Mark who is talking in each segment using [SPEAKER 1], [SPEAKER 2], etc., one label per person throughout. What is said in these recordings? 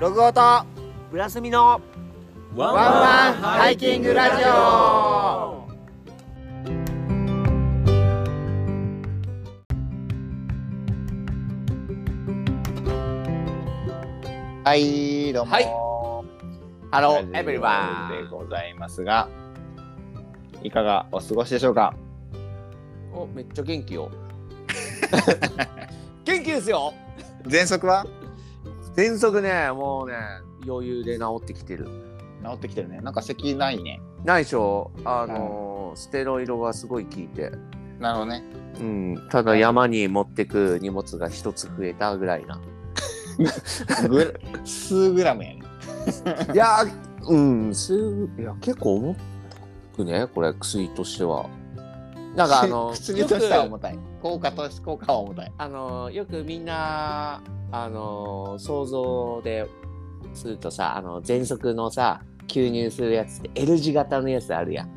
[SPEAKER 1] ログオと
[SPEAKER 2] ブラスミの
[SPEAKER 1] ワンワンハイキングラジオはいどうも
[SPEAKER 3] はい
[SPEAKER 1] ハロ
[SPEAKER 3] ラジ
[SPEAKER 1] ー
[SPEAKER 3] オ
[SPEAKER 1] エブリバ
[SPEAKER 3] で
[SPEAKER 1] ー
[SPEAKER 3] ございますがいかがお過ごしでしょうか
[SPEAKER 2] おめっちゃ元気よ元気ですよ
[SPEAKER 3] 喘息は
[SPEAKER 2] 喘息ねもうね余裕で治ってきてる
[SPEAKER 3] 治ってきてるねなんか咳ないね
[SPEAKER 2] ないでしょあのーステロイドがすごい効いて
[SPEAKER 3] なるほどね
[SPEAKER 2] うんただ山に持ってく荷物が一つ増えたぐらいな
[SPEAKER 3] グラ数グラムやね
[SPEAKER 2] いやーうんすいや結構重くねこれ薬としてはなんかあ の
[SPEAKER 3] 薬としては重たい効果として効果は重たい
[SPEAKER 2] あのよくみんなあの想像でするとさあの喘息のさ吸入するやつって L 字型のやつあるやん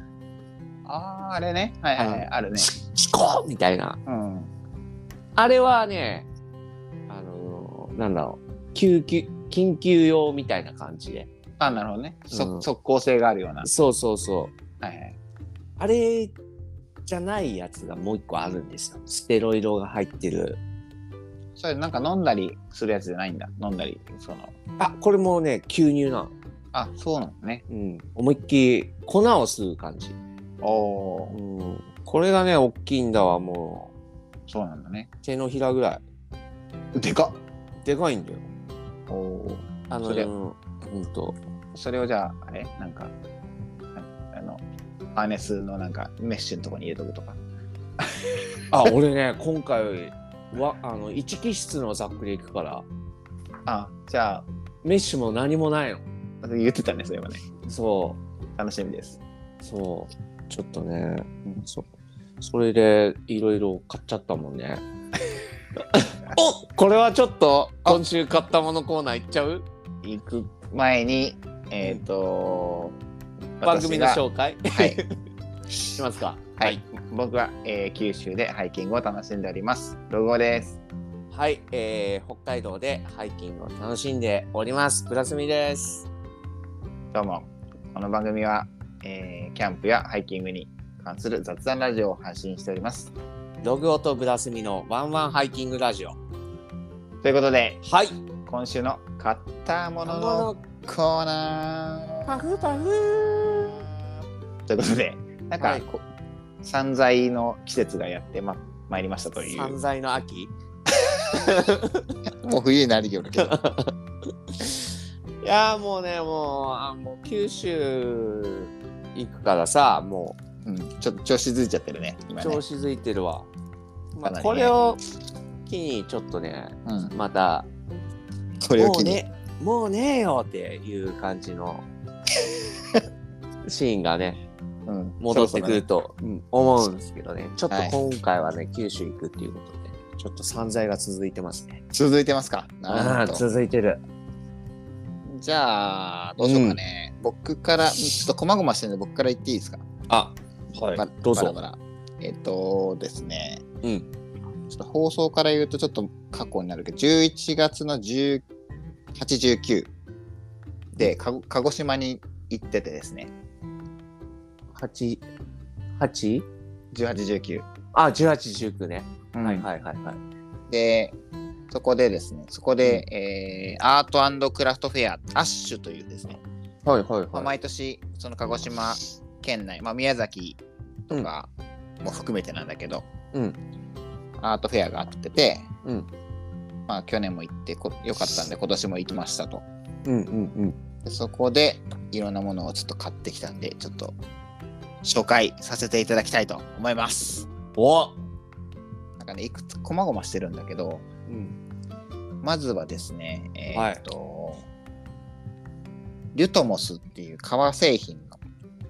[SPEAKER 3] あーあれねはいはい、はい、あるね
[SPEAKER 2] チコーみたいな
[SPEAKER 3] うん
[SPEAKER 2] あれはねあのなんだろう救急緊急用みたいな感じで
[SPEAKER 3] あなるほどね、そ
[SPEAKER 2] うん
[SPEAKER 3] 即効性があるような
[SPEAKER 2] そうそうそう
[SPEAKER 3] はいはい
[SPEAKER 2] あれじゃないやつがもう一個あるんですよステロイドが入ってる
[SPEAKER 3] それなんか飲んだりするやつじゃないんだ飲んだりその
[SPEAKER 2] あこれもね吸入なの
[SPEAKER 3] あそうなのね
[SPEAKER 2] うん思いっきり粉を吸う感じ
[SPEAKER 3] おおー
[SPEAKER 2] うんこれがね、大きいんだわ、も
[SPEAKER 3] そうなんだね
[SPEAKER 2] う。手のひらぐらい。
[SPEAKER 3] でかっ
[SPEAKER 2] でかいんだよ。
[SPEAKER 3] おお
[SPEAKER 2] あの、
[SPEAKER 3] そりゃ
[SPEAKER 2] うんうんと。
[SPEAKER 3] それをじゃあ、あれなんか、ああの、ハーネスのなんかメッシュのとこに入れとくとか。
[SPEAKER 2] あ、俺ね、今回は、あの、一気室のざっくり行くから、
[SPEAKER 3] あ、じゃあ、
[SPEAKER 2] メッシュも何もないの。
[SPEAKER 3] 言ってたね、そういえばね。
[SPEAKER 2] そ
[SPEAKER 3] 楽しみです。
[SPEAKER 2] う、そう。ちょっとね、そそれでいろいろ買っちゃったもん ね。おこれはちょっと今週買ったものコーナー行っちゃう
[SPEAKER 3] 行く前に、えっ、と、
[SPEAKER 2] 番組の
[SPEAKER 3] 私が
[SPEAKER 2] 紹介、
[SPEAKER 3] はい
[SPEAKER 2] しますか
[SPEAKER 3] はい、僕は、えー九州でハイキングを楽しんでおります。ロゴです。
[SPEAKER 2] はい、えー、北海道でハイキングを楽しんでおります。プラスミです。
[SPEAKER 3] どうも。この番組は、えーキャンプやハイキングに関する雑談ラジオを発信しております。
[SPEAKER 2] ログオとブラスミのワンワンハイキングラジオ。
[SPEAKER 3] ということで、
[SPEAKER 2] はい。
[SPEAKER 3] 今週の買ったもののコーナー。
[SPEAKER 2] パフパフ。
[SPEAKER 3] ということで、なんか、
[SPEAKER 2] はい
[SPEAKER 3] こう散財の季節がやってま参りましたとい
[SPEAKER 2] 散
[SPEAKER 3] う。
[SPEAKER 2] 財の秋。
[SPEAKER 3] もう冬になりよるけど。
[SPEAKER 2] いやーもうねもうあもう九州行くからさも
[SPEAKER 3] うん、ちょっと調子づいちゃってるね、
[SPEAKER 2] う
[SPEAKER 3] 今ね
[SPEAKER 2] 調。子づいてるわ。まあ
[SPEAKER 3] かなりね
[SPEAKER 2] これを機にちょっとね
[SPEAKER 3] うん、
[SPEAKER 2] また
[SPEAKER 3] これを
[SPEAKER 2] もう
[SPEAKER 3] 機に。
[SPEAKER 2] ねもうねえよっていう感じ のシーンがね
[SPEAKER 3] うん
[SPEAKER 2] 戻ってくる。と思うんですけどねちょっと
[SPEAKER 3] はい
[SPEAKER 2] 今回はね、九州行くっていうことでちょっと散財が続いてますね
[SPEAKER 3] そろそろね続いてますか。なるほど
[SPEAKER 2] 続いてる
[SPEAKER 3] じゃあ、どうしようかね。僕から、ちょっとこまごましてるんで、僕から言っていいですか。
[SPEAKER 2] あは
[SPEAKER 3] ば
[SPEAKER 2] どうぞ
[SPEAKER 3] バラバラえっとですね、
[SPEAKER 2] うん
[SPEAKER 3] ちょっと放送から言うと、ちょっと過去になるけど、11月の18、19で、かご鹿児島に行っててですね。
[SPEAKER 2] 八八
[SPEAKER 3] 1819
[SPEAKER 2] あ十八十九ね、
[SPEAKER 3] うん
[SPEAKER 2] はいはいはいはい
[SPEAKER 3] でそこでですねそこで、えーアートクラフトフェアアッシュというですね、
[SPEAKER 2] はいはい
[SPEAKER 3] まあ、毎年その鹿児島県内、まあ、宮崎とかも含めてなんだけど、
[SPEAKER 2] うん
[SPEAKER 3] アートフェアがあってて、
[SPEAKER 2] うん
[SPEAKER 3] まあ、去年も行ってこよかったんで今年も行きましたと
[SPEAKER 2] うんうん
[SPEAKER 3] でそこでいろんなものをちょっと買ってきたんでちょっと紹介させていただきたいと思います
[SPEAKER 2] うんお
[SPEAKER 3] なんかねいくつこまごましてるんだけど
[SPEAKER 2] うん
[SPEAKER 3] まずはですね、え
[SPEAKER 2] はい
[SPEAKER 3] ーっと、リュトモスっていう革製品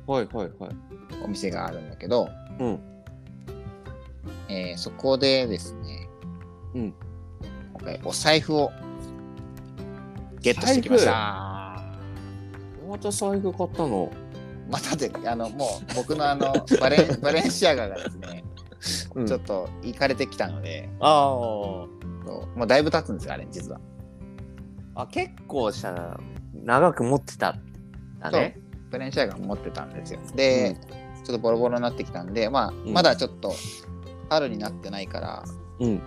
[SPEAKER 3] の
[SPEAKER 2] はいはいはい
[SPEAKER 3] お店があるんだけど、
[SPEAKER 2] うん
[SPEAKER 3] えーそこでですね、
[SPEAKER 2] うん
[SPEAKER 3] 今回お財布をゲットしてきました。
[SPEAKER 2] また財布買ったの
[SPEAKER 3] またで、あの、もう僕の あの、バレン、バレンシアガがですね、
[SPEAKER 2] うん
[SPEAKER 3] ちょっと行かれてきたので、
[SPEAKER 2] ああ
[SPEAKER 3] もうだいぶ経つんですよ、あれ、実は。
[SPEAKER 2] あ結構したな長く持ってたんだね
[SPEAKER 3] プレーンシャイガン持ってたんですよ。で、ちょっとボロボロになってきたんで、まあ、
[SPEAKER 2] ん
[SPEAKER 3] まだちょっと春になってないから、
[SPEAKER 2] うん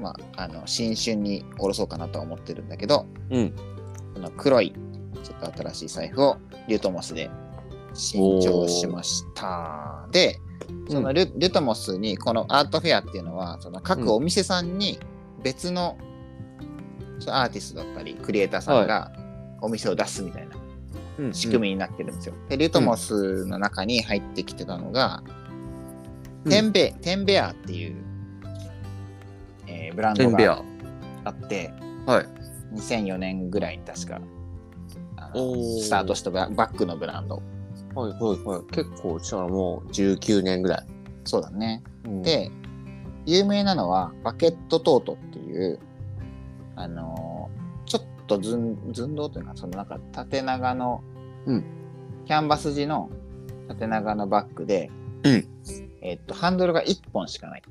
[SPEAKER 3] まあ、あの新春におろそうかなとは思ってるんだけど、
[SPEAKER 2] うん
[SPEAKER 3] この黒いちょっと新しい財布をリュートモスで新調しました。で、そのリュ,、リュートモスにこのアートフェアっていうのはその
[SPEAKER 2] うん
[SPEAKER 3] 各お店さんに別のそのアーティストだったりクリエイターさんがお店を出すみたいな
[SPEAKER 2] うん
[SPEAKER 3] 仕組みになってるんですよ。でリュートモスの中に入ってきてたのが、
[SPEAKER 2] うん
[SPEAKER 3] テンベテンベアっていう、えーブラン
[SPEAKER 2] テ
[SPEAKER 3] ド
[SPEAKER 2] ンベ
[SPEAKER 3] が
[SPEAKER 2] ア
[SPEAKER 3] あって
[SPEAKER 2] はい
[SPEAKER 3] 2004年ぐらいに確かあの
[SPEAKER 2] おー
[SPEAKER 3] スタートしたブラバックのブランド
[SPEAKER 2] はいはいはい結構したらもう19年ぐらい、
[SPEAKER 3] そうだね。
[SPEAKER 2] うん、
[SPEAKER 3] で有名なのはバケットトートっていうあのーちょっとずん寸胴というかそのなんか縦長の、
[SPEAKER 2] うん
[SPEAKER 3] キャンバス地の縦長のバッグで、
[SPEAKER 2] うん
[SPEAKER 3] えっとハンドルが1本しかない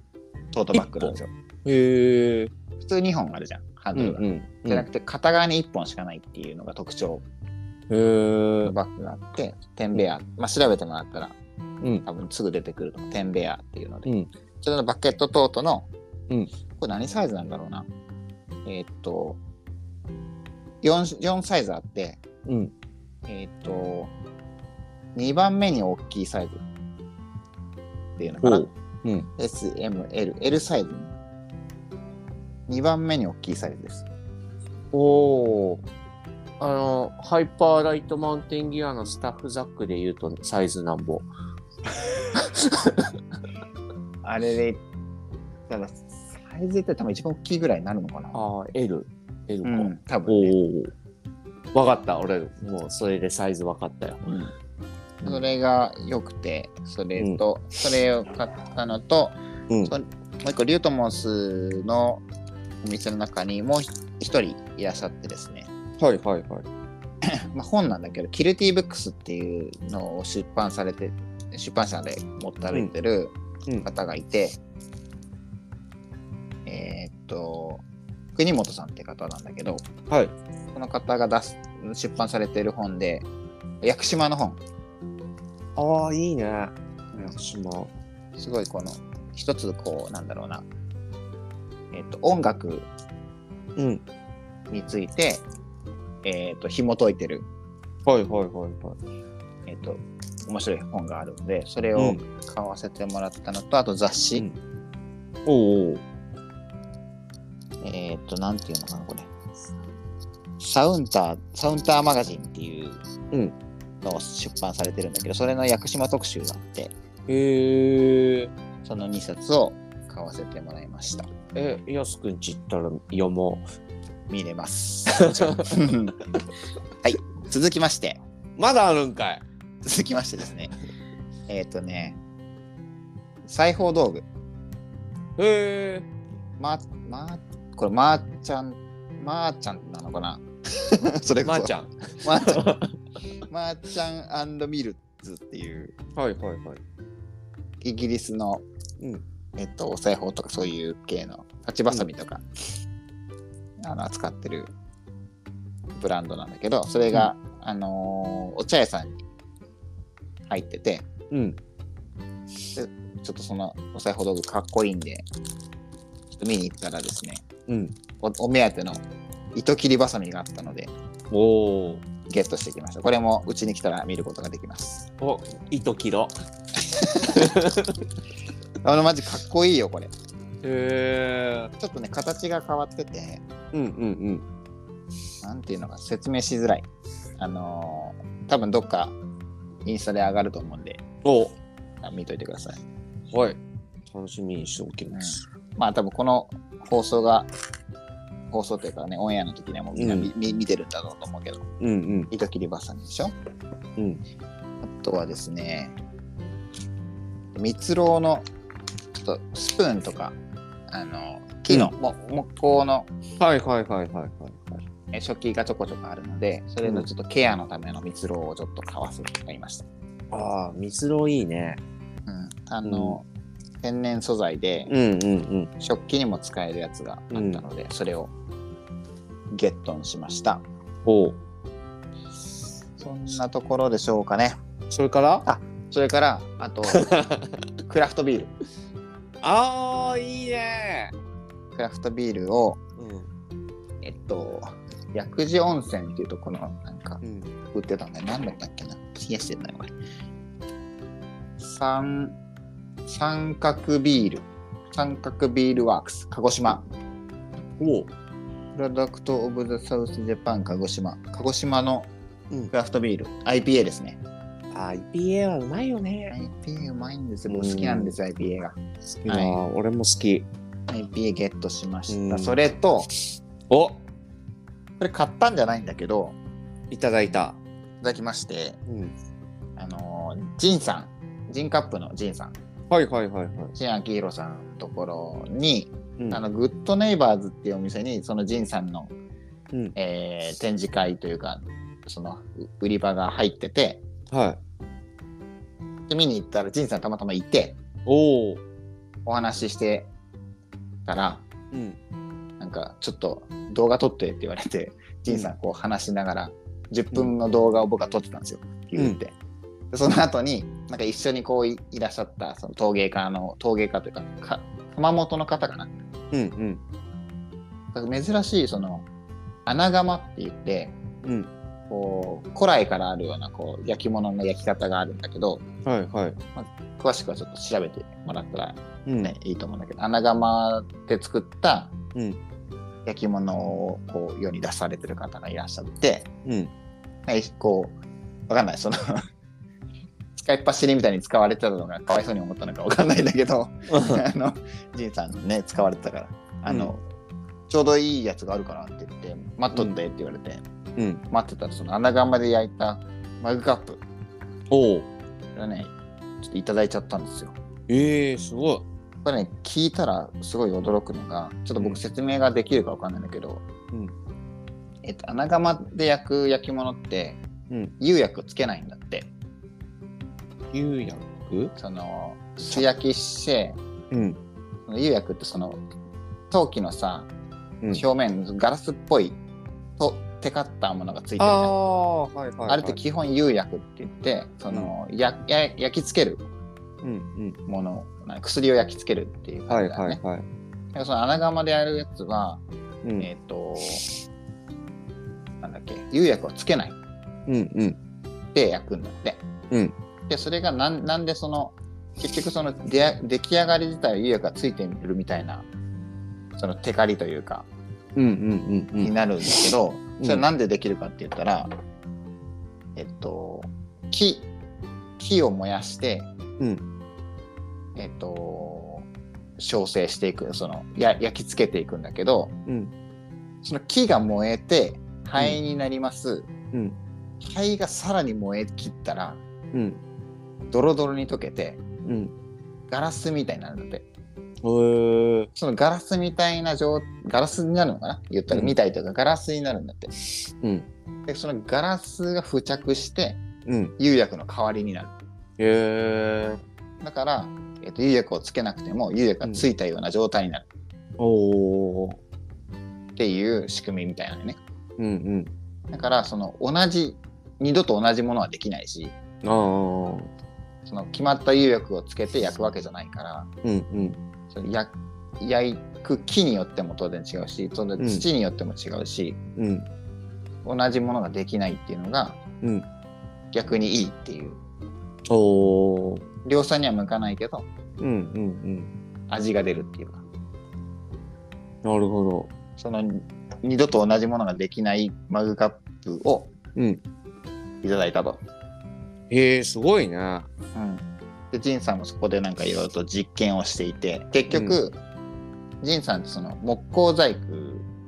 [SPEAKER 3] トートバッグなんですよ。
[SPEAKER 2] へえ
[SPEAKER 3] 普通2本あるじゃんハン
[SPEAKER 2] う
[SPEAKER 3] ド
[SPEAKER 2] ん
[SPEAKER 3] ルが。
[SPEAKER 2] うん
[SPEAKER 3] じゃなくて片側に1本しかないっていうのが特徴
[SPEAKER 2] へえ
[SPEAKER 3] のバッグがあって、テンベア、まあ、調べてもらったら
[SPEAKER 2] うん
[SPEAKER 3] 多分すぐ出てくると思うテンベアっていうので、
[SPEAKER 2] うん
[SPEAKER 3] それのバケットトートの、
[SPEAKER 2] うん
[SPEAKER 3] これ何サイズなんだろうなえーっと 4, 4サイズあって
[SPEAKER 2] うん
[SPEAKER 3] えーっと2番目に大きいサイズっていうのかな
[SPEAKER 2] おううん
[SPEAKER 3] SMLL サイズ2番目に大きいサイズです
[SPEAKER 2] おおあのハイパーライトマウンテンギアのスタッフザックで言うとサイズなんぼ
[SPEAKER 3] あれでだからサイズって多分一番大きいぐらいになるのかな
[SPEAKER 2] ああ LL か、
[SPEAKER 3] うん多分、ね
[SPEAKER 2] おおわかった俺もうそれでサイズわかったよ
[SPEAKER 3] うんそれが良くてそれと、それを買ったのと
[SPEAKER 2] うん
[SPEAKER 3] そもう一個リュートモスのお店の中にもう一人いらっしゃってですね、
[SPEAKER 2] はいはいはい
[SPEAKER 3] まあ、本なんだけどキルティブックスっていうのを出版されて出版社で持って歩いてる
[SPEAKER 2] うんうん
[SPEAKER 3] 方がいて、えーっと国本さんって方なんだけど
[SPEAKER 2] はい
[SPEAKER 3] この方が出す出版されてる本で屋久島の本
[SPEAKER 2] ああいいね屋久島
[SPEAKER 3] すごいこの一つこうなんだろうな、えっと音楽
[SPEAKER 2] うん
[SPEAKER 3] について、えっと紐解いてる、
[SPEAKER 2] はいはいはいはい
[SPEAKER 3] えっと面白い本があるのでそれ
[SPEAKER 2] う
[SPEAKER 3] を
[SPEAKER 2] ん
[SPEAKER 3] 買わせてもらったのと、あと雑誌、
[SPEAKER 2] うんおうおう
[SPEAKER 3] えっとなんていうのかなこれサウンターサウンターマガジンっていう
[SPEAKER 2] うん
[SPEAKER 3] のを出版されてるんだけどそれの屋久島特集があって
[SPEAKER 2] へえ
[SPEAKER 3] その2冊を買わせてもらいました
[SPEAKER 2] えやすくんち行ったら読も
[SPEAKER 3] 見れます はい続きまして
[SPEAKER 2] うまだあるんかい
[SPEAKER 3] 続きましてですね。えっ、とね、裁縫道具。
[SPEAKER 2] へえ
[SPEAKER 3] ま、ま、これ、まーちゃん、まーちゃんなのかな それこ
[SPEAKER 2] ま
[SPEAKER 3] そ。
[SPEAKER 2] ーち
[SPEAKER 3] ゃん。
[SPEAKER 2] ゃん
[SPEAKER 3] まーちゃん。まーちゃんミルズっていう、
[SPEAKER 2] はいはいはい
[SPEAKER 3] イギリスの、
[SPEAKER 2] うん
[SPEAKER 3] えっと、お裁縫とかそういう系の、立ちばさみとか、あの、扱ってるブランドなんだけど、それが、あのーお茶屋さんに入ってて、
[SPEAKER 2] うん
[SPEAKER 3] ちょっとそのお裁縫道具かっこいいんで、ちょっと見に行ったらですね、
[SPEAKER 2] うん
[SPEAKER 3] おお目当ての糸切りばさみがあったので、
[SPEAKER 2] おお
[SPEAKER 3] ゲットしてきました。これもうちに来たら見ることができます。
[SPEAKER 2] お糸切ろ
[SPEAKER 3] あの、マジかっこいいよ、これ。ち
[SPEAKER 2] へえ
[SPEAKER 3] ょっとね、形が変わってて、
[SPEAKER 2] うんうんうん
[SPEAKER 3] なんていうのか説明しづらい。あのー多分どっかインスタで上がると思うんで、
[SPEAKER 2] お
[SPEAKER 3] あ見といてください。
[SPEAKER 2] はい楽しみにしておきます、
[SPEAKER 3] まあ、多分この放送が、放送というかね、オンエアの時にはもうみんな見,み、見てるんだろうと思うけど、
[SPEAKER 2] うん
[SPEAKER 3] 糸切りばさみでしょ
[SPEAKER 2] うんうん
[SPEAKER 3] あとはですね、蜜蝋のちょっとスプーンとか、あの木の、
[SPEAKER 2] う
[SPEAKER 3] も木工の
[SPEAKER 2] はいはいはいはいはいはい
[SPEAKER 3] え食器がちょこちょこあるので、それのちょっとケアのための蜜蝋をちょっと買わせて買いました。
[SPEAKER 2] ああ蜜ろいいね
[SPEAKER 3] うん、あの、天然素材で
[SPEAKER 2] うんうん
[SPEAKER 3] 食器にも使えるやつがあったので、それをゲットンしました。
[SPEAKER 2] おう
[SPEAKER 3] そんなところでしょうかね。
[SPEAKER 2] それから
[SPEAKER 3] それから、あ と、クラフトビール。
[SPEAKER 2] ああいいね
[SPEAKER 3] クラフトビールを、
[SPEAKER 2] うん
[SPEAKER 3] えっと、薬事温泉っていうところの、なんか、
[SPEAKER 2] うん
[SPEAKER 3] 売ってたんだよ。何だったっけな。冷やしてんだよ、これ。三、三角ビール。三角ビールワークス。鹿児島。
[SPEAKER 2] おう
[SPEAKER 3] プロダクトオブザサウスジャパン鹿児島。鹿児島の
[SPEAKER 2] うん
[SPEAKER 3] クラフトビール。IPA ですね。
[SPEAKER 2] IPA はうまいよね
[SPEAKER 3] IPA うまいんですよ。僕好きなんです、IPA が。
[SPEAKER 2] 好きだ、俺も好き
[SPEAKER 3] IPA ゲットしまし
[SPEAKER 2] う
[SPEAKER 3] た。
[SPEAKER 2] ん
[SPEAKER 3] それと、
[SPEAKER 2] お
[SPEAKER 3] これ買ったんじゃないんだけど、
[SPEAKER 2] いただいた
[SPEAKER 3] いただきまして、
[SPEAKER 2] うん
[SPEAKER 3] あのー、ジンさん、ジンカップのジンさん、
[SPEAKER 2] はいはいはいはい、
[SPEAKER 3] ジン・アキヒロさんのところに、
[SPEAKER 2] うん、
[SPEAKER 3] あの、グッドネイバーズっていうお店に、そのジンさんの、
[SPEAKER 2] うん
[SPEAKER 3] えー展示会というか、その、う売り場が入ってて、
[SPEAKER 2] はい
[SPEAKER 3] で見に行ったら、ジンさんたまたまいて、
[SPEAKER 2] おお
[SPEAKER 3] お話ししてたら、
[SPEAKER 2] うん
[SPEAKER 3] なんかちょっと動画撮ってって言われて、ジンさんこう話しながら、10分の動画を僕は撮ってたんですよ、言って。でその後に、なんか一緒にこういいらっしゃった、その陶芸家の、陶芸家というか、か熊本の方かな。
[SPEAKER 2] うん
[SPEAKER 3] だから珍しい、その、穴窯って言って、
[SPEAKER 2] うんうん
[SPEAKER 3] こう、古来からあるような、こう、焼き物の焼き方があるんだけど、
[SPEAKER 2] はいはい
[SPEAKER 3] 詳しくはちょっと調べてもらったら
[SPEAKER 2] うん
[SPEAKER 3] ね、いいと思うんだけど、穴窯で作った
[SPEAKER 2] うん
[SPEAKER 3] 焼き物をこう世に出されてる方がいらっしゃって、
[SPEAKER 2] うん
[SPEAKER 3] はい、こう、わかんない、その、 使いっ走りみたいに使われてたのがかわいそうに思ったのかわかんないんだけど、あの、じいさんね、使われてたから、あの、ちょうどいいやつがあるからって言って、待っとってって言われて、
[SPEAKER 2] うん
[SPEAKER 3] 待ってたら、その穴窯で焼いたマグカップ
[SPEAKER 2] おお
[SPEAKER 3] がね、ちょっといただいちゃったんですよ。
[SPEAKER 2] ええすごい
[SPEAKER 3] これね、聞いたらすごい驚くのが、ちょっと僕説明ができるかわかんないんだけど、
[SPEAKER 2] うん
[SPEAKER 3] えっと、穴窯で焼く焼き物って、
[SPEAKER 2] うん
[SPEAKER 3] 釉薬つけないんだって。
[SPEAKER 2] 釉薬
[SPEAKER 3] その、素焼きして、
[SPEAKER 2] うん
[SPEAKER 3] その釉薬ってその、陶器のさ、
[SPEAKER 2] うん
[SPEAKER 3] 表面、ガラスっぽい、と、テカったものがついてるじ
[SPEAKER 2] あ
[SPEAKER 3] ゃん
[SPEAKER 2] あはいはい、はい、
[SPEAKER 3] あれって基本釉薬って言って、その、やや焼き付ける
[SPEAKER 2] うん
[SPEAKER 3] もの、なんか薬を焼き付けるっていう
[SPEAKER 2] うんはい
[SPEAKER 3] 感じだよ
[SPEAKER 2] は
[SPEAKER 3] ね
[SPEAKER 2] い。はい
[SPEAKER 3] でもその穴窯でやるやつは、
[SPEAKER 2] うん
[SPEAKER 3] えっ、と、なんだっけ、釉薬をつけない
[SPEAKER 2] うんうん
[SPEAKER 3] で焼くんだって。
[SPEAKER 2] うん
[SPEAKER 3] で、それがなんなんでその、結局その出出来上がり自体は釉薬がついてるみたいな、そのテカリというか、
[SPEAKER 2] うんうんうんう
[SPEAKER 3] に
[SPEAKER 2] ん
[SPEAKER 3] なるんですけど、
[SPEAKER 2] うん
[SPEAKER 3] それはなんでできるかって言ったら、えっと、木、木を燃やして、
[SPEAKER 2] うん
[SPEAKER 3] えっと、焼成していく、その、や焼き付けていくんだけど、
[SPEAKER 2] うん
[SPEAKER 3] その木が燃えて灰になります、
[SPEAKER 2] うん
[SPEAKER 3] 灰がさらに燃え切ったら
[SPEAKER 2] うん
[SPEAKER 3] ドロドロに溶けて
[SPEAKER 2] うん
[SPEAKER 3] ガラスみたいになるんだって
[SPEAKER 2] へえ
[SPEAKER 3] そのガラスみたいな状ガラスになるのかな言ったら
[SPEAKER 2] うん
[SPEAKER 3] みたいというかガラスになるんだって
[SPEAKER 2] うん
[SPEAKER 3] でそのガラスが付着して
[SPEAKER 2] うん
[SPEAKER 3] 釉薬の代わりになる
[SPEAKER 2] へえ
[SPEAKER 3] だから、えっと釉薬をつけなくても釉薬がついたような状態になる
[SPEAKER 2] おお
[SPEAKER 3] っていう仕組みみたいなのね
[SPEAKER 2] うん
[SPEAKER 3] だからその同じ二度と同じものはできないし
[SPEAKER 2] うんああ
[SPEAKER 3] その決まった釉薬をつけて焼くわけじゃないから
[SPEAKER 2] うんうん
[SPEAKER 3] その焼焼く木によっても当然違うしその土によっても違うし、
[SPEAKER 2] うん
[SPEAKER 3] 同じものができないっていうのが
[SPEAKER 2] うん
[SPEAKER 3] 逆にいいっていう
[SPEAKER 2] おお
[SPEAKER 3] 量産には向かないけど
[SPEAKER 2] うんうんうん
[SPEAKER 3] 味が出るっていうか
[SPEAKER 2] なるほど
[SPEAKER 3] その二度と同じものができないマグカップを
[SPEAKER 2] うん
[SPEAKER 3] いただいたと。
[SPEAKER 2] へえすごいね
[SPEAKER 3] うん、でジンさんもそこでなんかいろいろと実験をしていて結局、ジンさんってその木工細工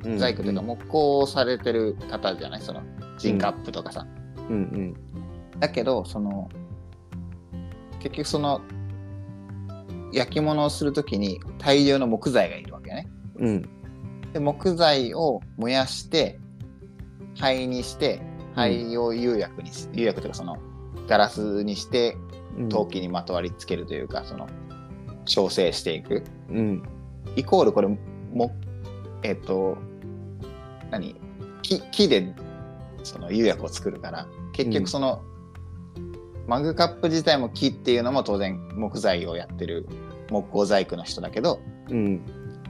[SPEAKER 2] うん
[SPEAKER 3] 細工というか木工をされてる方じゃないそのジンカップとかさ、
[SPEAKER 2] うん
[SPEAKER 3] だけどその結局その焼き物をするときに大量の木材がいるわけね
[SPEAKER 2] うんうん
[SPEAKER 3] で木材を燃やして灰にして灰を釉薬にし釉薬というかそのガラスにして
[SPEAKER 2] うん
[SPEAKER 3] 陶器にまとわりつけるというか、その調整していく
[SPEAKER 2] うん
[SPEAKER 3] イコールこれもえっ、と何木木でその釉薬を作るから結
[SPEAKER 2] うん
[SPEAKER 3] 局その、マグカップ自体も木っていうのも当然木材をやってる木工細工の人だけど
[SPEAKER 2] うん。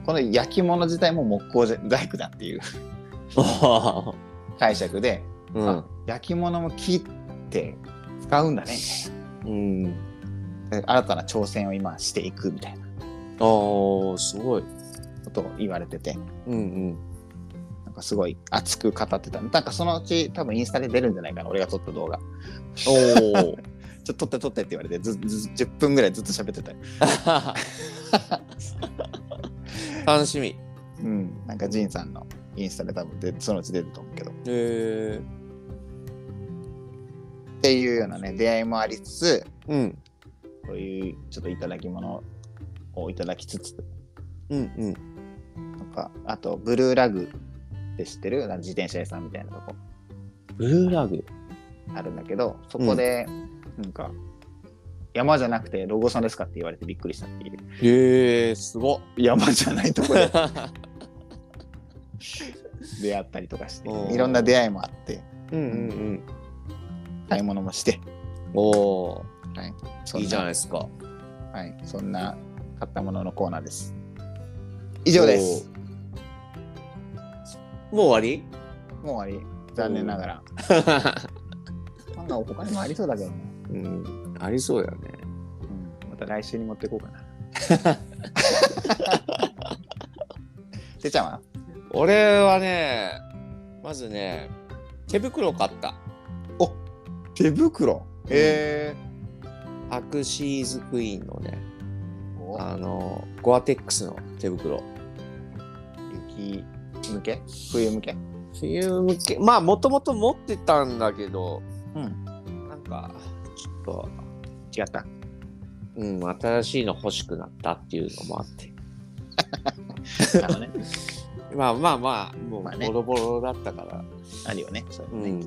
[SPEAKER 3] この焼き物自体も木工細工だっていう
[SPEAKER 2] ああ。
[SPEAKER 3] 解釈で
[SPEAKER 2] うん。
[SPEAKER 3] 焼き物も木って使うんだね
[SPEAKER 2] うん。
[SPEAKER 3] で新たな挑戦を今していくみたいな
[SPEAKER 2] ああ、すごい。
[SPEAKER 3] ことを言われてて
[SPEAKER 2] うん
[SPEAKER 3] なんかすごい熱く語ってたなんかそのうち多分インスタで出るんじゃないかな俺が撮った動画
[SPEAKER 2] うん。おお。
[SPEAKER 3] ちょっと撮って撮ってって言われてずず10分ぐらいずっと喋ってたよ
[SPEAKER 2] 楽しみ。
[SPEAKER 3] うん、なんかジンさんのインスタで多分でそのうち出ると思うけど。っ
[SPEAKER 2] え
[SPEAKER 3] ていうようなね出会いもありつつ
[SPEAKER 2] えうん。
[SPEAKER 3] こういうちょっといただき物をいただきつつ
[SPEAKER 2] うんうん。
[SPEAKER 3] とかあとブルーラグって知ってるなんか自転車屋さんみたいなとこ
[SPEAKER 2] ブルーラグ。
[SPEAKER 3] あるんだけどそこでなんか、山じゃなくてロゴさんですかって言われてびっくりしたっていう
[SPEAKER 2] ええすごっ。
[SPEAKER 3] 山じゃないとこで
[SPEAKER 2] う
[SPEAKER 3] 出会ったりとかして
[SPEAKER 2] おー
[SPEAKER 3] いろんな出会いもあって
[SPEAKER 2] んうんうん。
[SPEAKER 3] 買い物もして
[SPEAKER 2] おお。
[SPEAKER 3] そん
[SPEAKER 2] いいじゃない
[SPEAKER 3] い、
[SPEAKER 2] ですか。
[SPEAKER 3] はい、そんな買ったもののコーナーです以上です
[SPEAKER 2] おー。もう終
[SPEAKER 3] もう終わり。残念ながら。
[SPEAKER 2] わ
[SPEAKER 3] なんか他にもありそうだけどね。
[SPEAKER 2] り。うん。 ありそうだよね。
[SPEAKER 3] うん、また来週に持っていこうかな。 てっちゃんは
[SPEAKER 2] 俺はね、まずね、手袋買った。
[SPEAKER 3] 手袋え
[SPEAKER 2] アクシーズクイーンのね、
[SPEAKER 3] ー、お
[SPEAKER 2] あの、ゴアテックスの手袋。
[SPEAKER 3] 雪向け冬向け
[SPEAKER 2] 冬向けまあもともと持ってたんだけど、
[SPEAKER 3] う
[SPEAKER 2] なんかちょっと、
[SPEAKER 3] 違った。
[SPEAKER 2] うん、新しいの欲しくなったっていうのもあって
[SPEAKER 3] あのね、
[SPEAKER 2] まあまあまあもう
[SPEAKER 3] まあね
[SPEAKER 2] ボロボロだったから、
[SPEAKER 3] あるよね。そう
[SPEAKER 2] う
[SPEAKER 3] ね
[SPEAKER 2] ん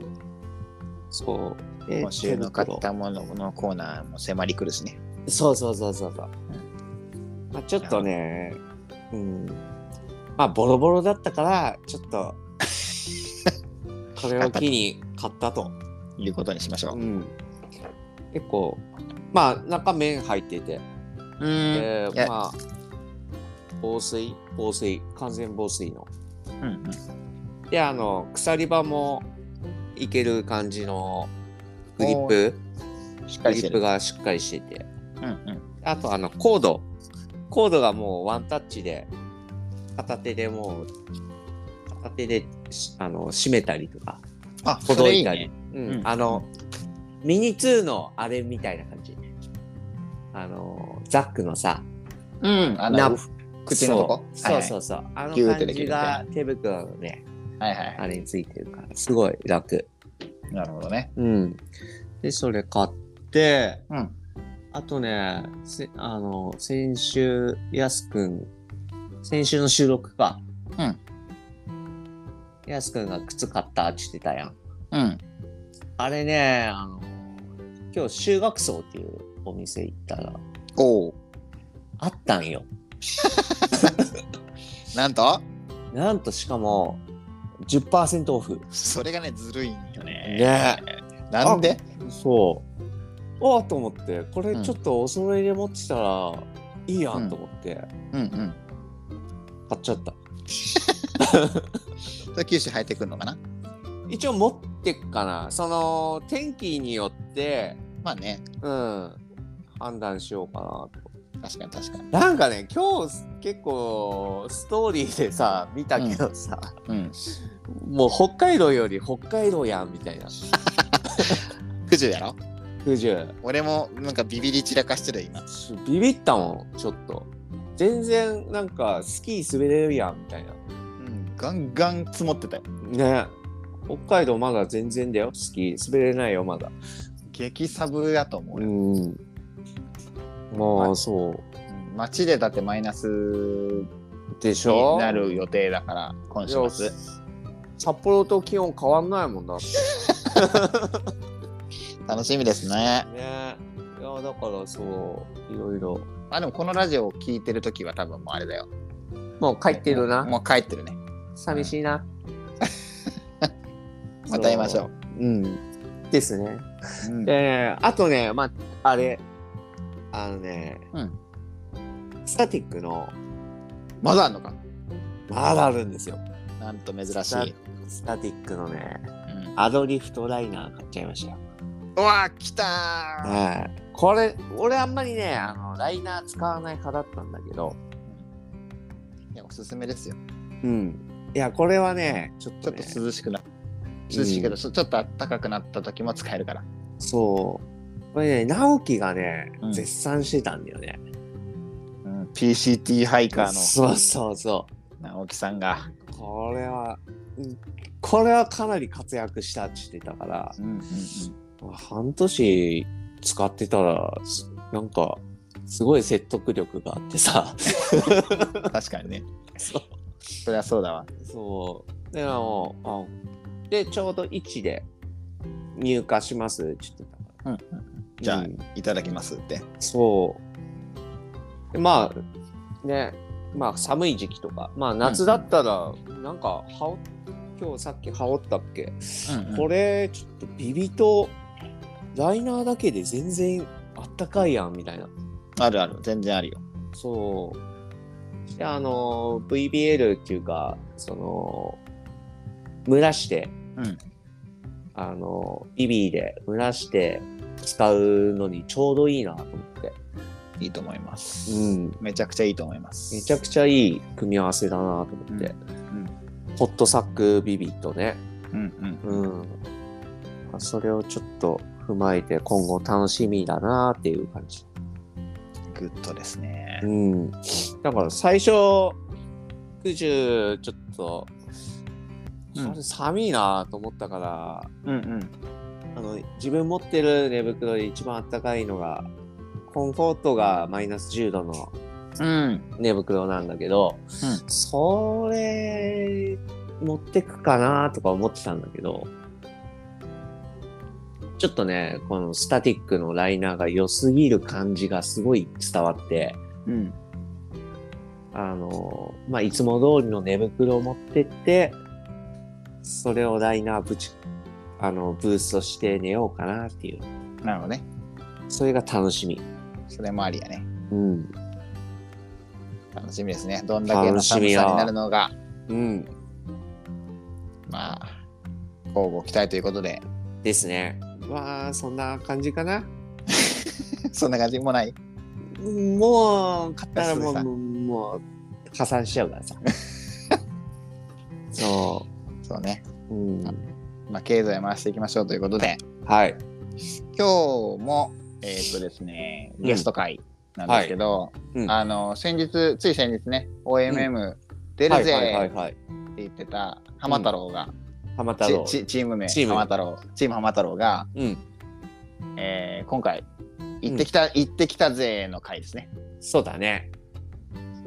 [SPEAKER 2] そうで
[SPEAKER 3] 今週の買っ
[SPEAKER 2] 手袋
[SPEAKER 3] たもののコーナーも迫りくるしね。
[SPEAKER 2] そうそうそうそうそう、まあ、ちょっとねうんまあボロボロだったからちょっとこれを機に買った と
[SPEAKER 3] いうことにしましょう。
[SPEAKER 2] うん、結構まあ中面入ってて、
[SPEAKER 3] う
[SPEAKER 2] で
[SPEAKER 3] んいや
[SPEAKER 2] まあ防水防水完全防水の
[SPEAKER 3] うんうん。
[SPEAKER 2] であの鎖場もいける感じのグリッ
[SPEAKER 3] お
[SPEAKER 2] プ
[SPEAKER 3] しっか
[SPEAKER 2] グ
[SPEAKER 3] り
[SPEAKER 2] リ
[SPEAKER 3] して
[SPEAKER 2] ップ
[SPEAKER 3] る。
[SPEAKER 2] がしっかりしてて
[SPEAKER 3] うんうん。
[SPEAKER 2] あとあのコードコードがもうワンタッチで片手でもう片手でしあの締めたりとか
[SPEAKER 3] あ、
[SPEAKER 2] ほ
[SPEAKER 3] そ
[SPEAKER 2] ど
[SPEAKER 3] れい
[SPEAKER 2] い
[SPEAKER 3] い
[SPEAKER 2] たり
[SPEAKER 3] ね。
[SPEAKER 2] うん
[SPEAKER 3] うん
[SPEAKER 2] あのミニ2のあれみたいな感じあのザックのさ
[SPEAKER 3] うん。あ
[SPEAKER 2] ナ
[SPEAKER 3] の
[SPEAKER 2] プ、
[SPEAKER 3] 口のとこ
[SPEAKER 2] そう
[SPEAKER 3] はいはい
[SPEAKER 2] そうそうそうあ
[SPEAKER 3] ギュー
[SPEAKER 2] の
[SPEAKER 3] って
[SPEAKER 2] 感
[SPEAKER 3] でき
[SPEAKER 2] じ
[SPEAKER 3] る
[SPEAKER 2] が手袋のね
[SPEAKER 3] はいはいは
[SPEAKER 2] あれについてるからすごい楽
[SPEAKER 3] い。なるほどね。
[SPEAKER 2] うんでそれ買って
[SPEAKER 3] うん。
[SPEAKER 2] あとねせあの先週やすくん先週の収録か
[SPEAKER 3] うん
[SPEAKER 2] やすくんが靴買ったって言ってたやん
[SPEAKER 3] うん。
[SPEAKER 2] あれねあの今日修学層っていうお店行ったら
[SPEAKER 3] おお。
[SPEAKER 2] あったんよ
[SPEAKER 3] なんと
[SPEAKER 2] なんとしかも10%オフ
[SPEAKER 3] それがね、ずるいんよね。
[SPEAKER 2] ね
[SPEAKER 3] なんで
[SPEAKER 2] そう。ああと思って、これちょっとお揃いで持ってたらいいやんと思って、
[SPEAKER 3] うんうん。
[SPEAKER 2] 買っちゃった。
[SPEAKER 3] それ九州入ってくるのかな
[SPEAKER 2] 一応持ってっかな。その天気によって、
[SPEAKER 3] まあね、
[SPEAKER 2] うん、判断しようかな
[SPEAKER 3] 確かに確かに。
[SPEAKER 2] と。なんかね、今日結構ストーリーでさ、見たけどさ、
[SPEAKER 3] うん。
[SPEAKER 2] もう北海道より北海道やんみたいな。
[SPEAKER 3] 九州やろ
[SPEAKER 2] 90。
[SPEAKER 3] 俺もなんかビビり散らかしてる今。
[SPEAKER 2] ビビったもん、ちょっと。全然なんかスキー滑れるやんみたいな。
[SPEAKER 3] うん。ガンガン積もってたよ。
[SPEAKER 2] ね北海道まだ全然だよスキー滑れないよまだ
[SPEAKER 3] 激サブやと思う俺。
[SPEAKER 2] んまあ、
[SPEAKER 3] はい
[SPEAKER 2] そう
[SPEAKER 3] うん街でだってマイナス
[SPEAKER 2] でしょ
[SPEAKER 3] になる予定だから、今
[SPEAKER 2] い
[SPEAKER 3] 週
[SPEAKER 2] や
[SPEAKER 3] 末。
[SPEAKER 2] 札幌と気温変わんないもんだって
[SPEAKER 3] 楽しみですね。
[SPEAKER 2] ねいやだからそういろいろ
[SPEAKER 3] まあでもこのラジオを聞いてる時は多分もうあれだよ。
[SPEAKER 2] もう帰ってるな
[SPEAKER 3] もう帰ってるね。
[SPEAKER 2] 寂しいな
[SPEAKER 3] また会いましょう。
[SPEAKER 2] う。うん。ですね。
[SPEAKER 3] うん
[SPEAKER 2] でね、あとね、まあ、あれ、あのね、
[SPEAKER 3] うん
[SPEAKER 2] スタティックの、
[SPEAKER 3] まだあんのか
[SPEAKER 2] まだあるんですよ。
[SPEAKER 3] なんと珍しい。
[SPEAKER 2] スタティックのね、
[SPEAKER 3] うん
[SPEAKER 2] アドリフトライナー買っちゃいましたよ。
[SPEAKER 3] うわー、来た
[SPEAKER 2] はい。これ、俺あんまりね、あの、ライナー使わない派だったんだけど、
[SPEAKER 3] ーいやおすすめですよ。
[SPEAKER 2] うん。いや、これはね、ちょっ
[SPEAKER 3] ち
[SPEAKER 2] と
[SPEAKER 3] ょっ
[SPEAKER 2] ね、
[SPEAKER 3] と涼しくな涼しいけど、ちょっと暖かくなった時も使えるから。
[SPEAKER 2] そう。これね、直樹がね、
[SPEAKER 3] うん
[SPEAKER 2] 絶賛してたんだよね。
[SPEAKER 3] うん、PCT ハイカー
[SPEAKER 2] そうそうそう。
[SPEAKER 3] の直樹さんが。
[SPEAKER 2] これは、うんこれはかなり活躍したって言ってたから、
[SPEAKER 3] うんうんうん
[SPEAKER 2] 半年使ってたら、すなんか、すごい説得力があってさ。
[SPEAKER 3] 確かにね。
[SPEAKER 2] そう
[SPEAKER 3] それはそうだわ。
[SPEAKER 2] そう。で、もうあで、ちょうど1で入荷しますって言ってたから。
[SPEAKER 3] うんじゃあ
[SPEAKER 2] うん
[SPEAKER 3] いただきますって。
[SPEAKER 2] そう。でまあ、ね、まあ寒い時期とか、まあ夏だったら、なんか、羽織今日さっき羽織ったっけ
[SPEAKER 3] うんうん
[SPEAKER 2] これちょっとビビとライナーだけで全然あったかいやんみたいな
[SPEAKER 3] あるある、全然あるよ。
[SPEAKER 2] そうであの VBL っていうかその蒸らして
[SPEAKER 3] うん。
[SPEAKER 2] あのビビーで蒸らして使うのにちょうどいいなと思って
[SPEAKER 3] いいと思います。
[SPEAKER 2] うん
[SPEAKER 3] めちゃくちゃいいと思います。
[SPEAKER 2] めちゃくちゃいい組み合わせだなと思って、ホットサックビビーとね
[SPEAKER 3] うんうん。
[SPEAKER 2] うんまあそれをちょっと踏まえて今後楽しみだなっていう感じ
[SPEAKER 3] グッドですね
[SPEAKER 2] う。ん。だから最初、90ちょっと、
[SPEAKER 3] うん
[SPEAKER 2] それ寒いなと思ったから、
[SPEAKER 3] うんうん。
[SPEAKER 2] あの、自分持ってる寝袋で一番あったかいのが、コンフォートがマイナス10度の
[SPEAKER 3] うん。
[SPEAKER 2] 寝袋なんだけど、
[SPEAKER 3] う
[SPEAKER 2] それ、持ってくかなとか思ってたんだけど、ちょっとね、このスタティックのライナーが良すぎる感じがすごい伝わって、
[SPEAKER 3] うん。
[SPEAKER 2] あの、まあ、いつも通りの寝袋を持ってって、それをライナーぶち、あの、ブーストして寝ようかなっていう。
[SPEAKER 3] なるほどね。
[SPEAKER 2] それが楽しみ。
[SPEAKER 3] それもありやね。
[SPEAKER 2] うん。
[SPEAKER 3] 楽しみですね。どんだけの
[SPEAKER 2] 楽し
[SPEAKER 3] 寒
[SPEAKER 2] みや
[SPEAKER 3] さになるのが、
[SPEAKER 2] うん。
[SPEAKER 3] まあ、交互期待ということで、
[SPEAKER 2] ですね。まあ、そんな感じかな。
[SPEAKER 3] そんな感じもない。
[SPEAKER 2] もう、買ったらもう、
[SPEAKER 3] 安いさ
[SPEAKER 2] もう、もう破産しちゃうから さ。そ
[SPEAKER 3] そうね。
[SPEAKER 2] う。うん。
[SPEAKER 3] まあ、経済回していきましょうということで、
[SPEAKER 2] はい。
[SPEAKER 3] 今日も、えっ、とですね、
[SPEAKER 2] うん
[SPEAKER 3] ゲスト会なんですけど、
[SPEAKER 2] はいうん
[SPEAKER 3] あの、先日、つい先日ね、OMM 出る
[SPEAKER 2] はいはいはい
[SPEAKER 3] ぜ
[SPEAKER 2] はい。
[SPEAKER 3] って言ってた浜太郎が、
[SPEAKER 2] 浜太郎。
[SPEAKER 3] チチチーム名、
[SPEAKER 2] チーム
[SPEAKER 3] 浜太郎、チーム浜太郎が、
[SPEAKER 2] うん。
[SPEAKER 3] えー今回、行ってきた、行ってきたぜの回ですね。
[SPEAKER 2] そうだね。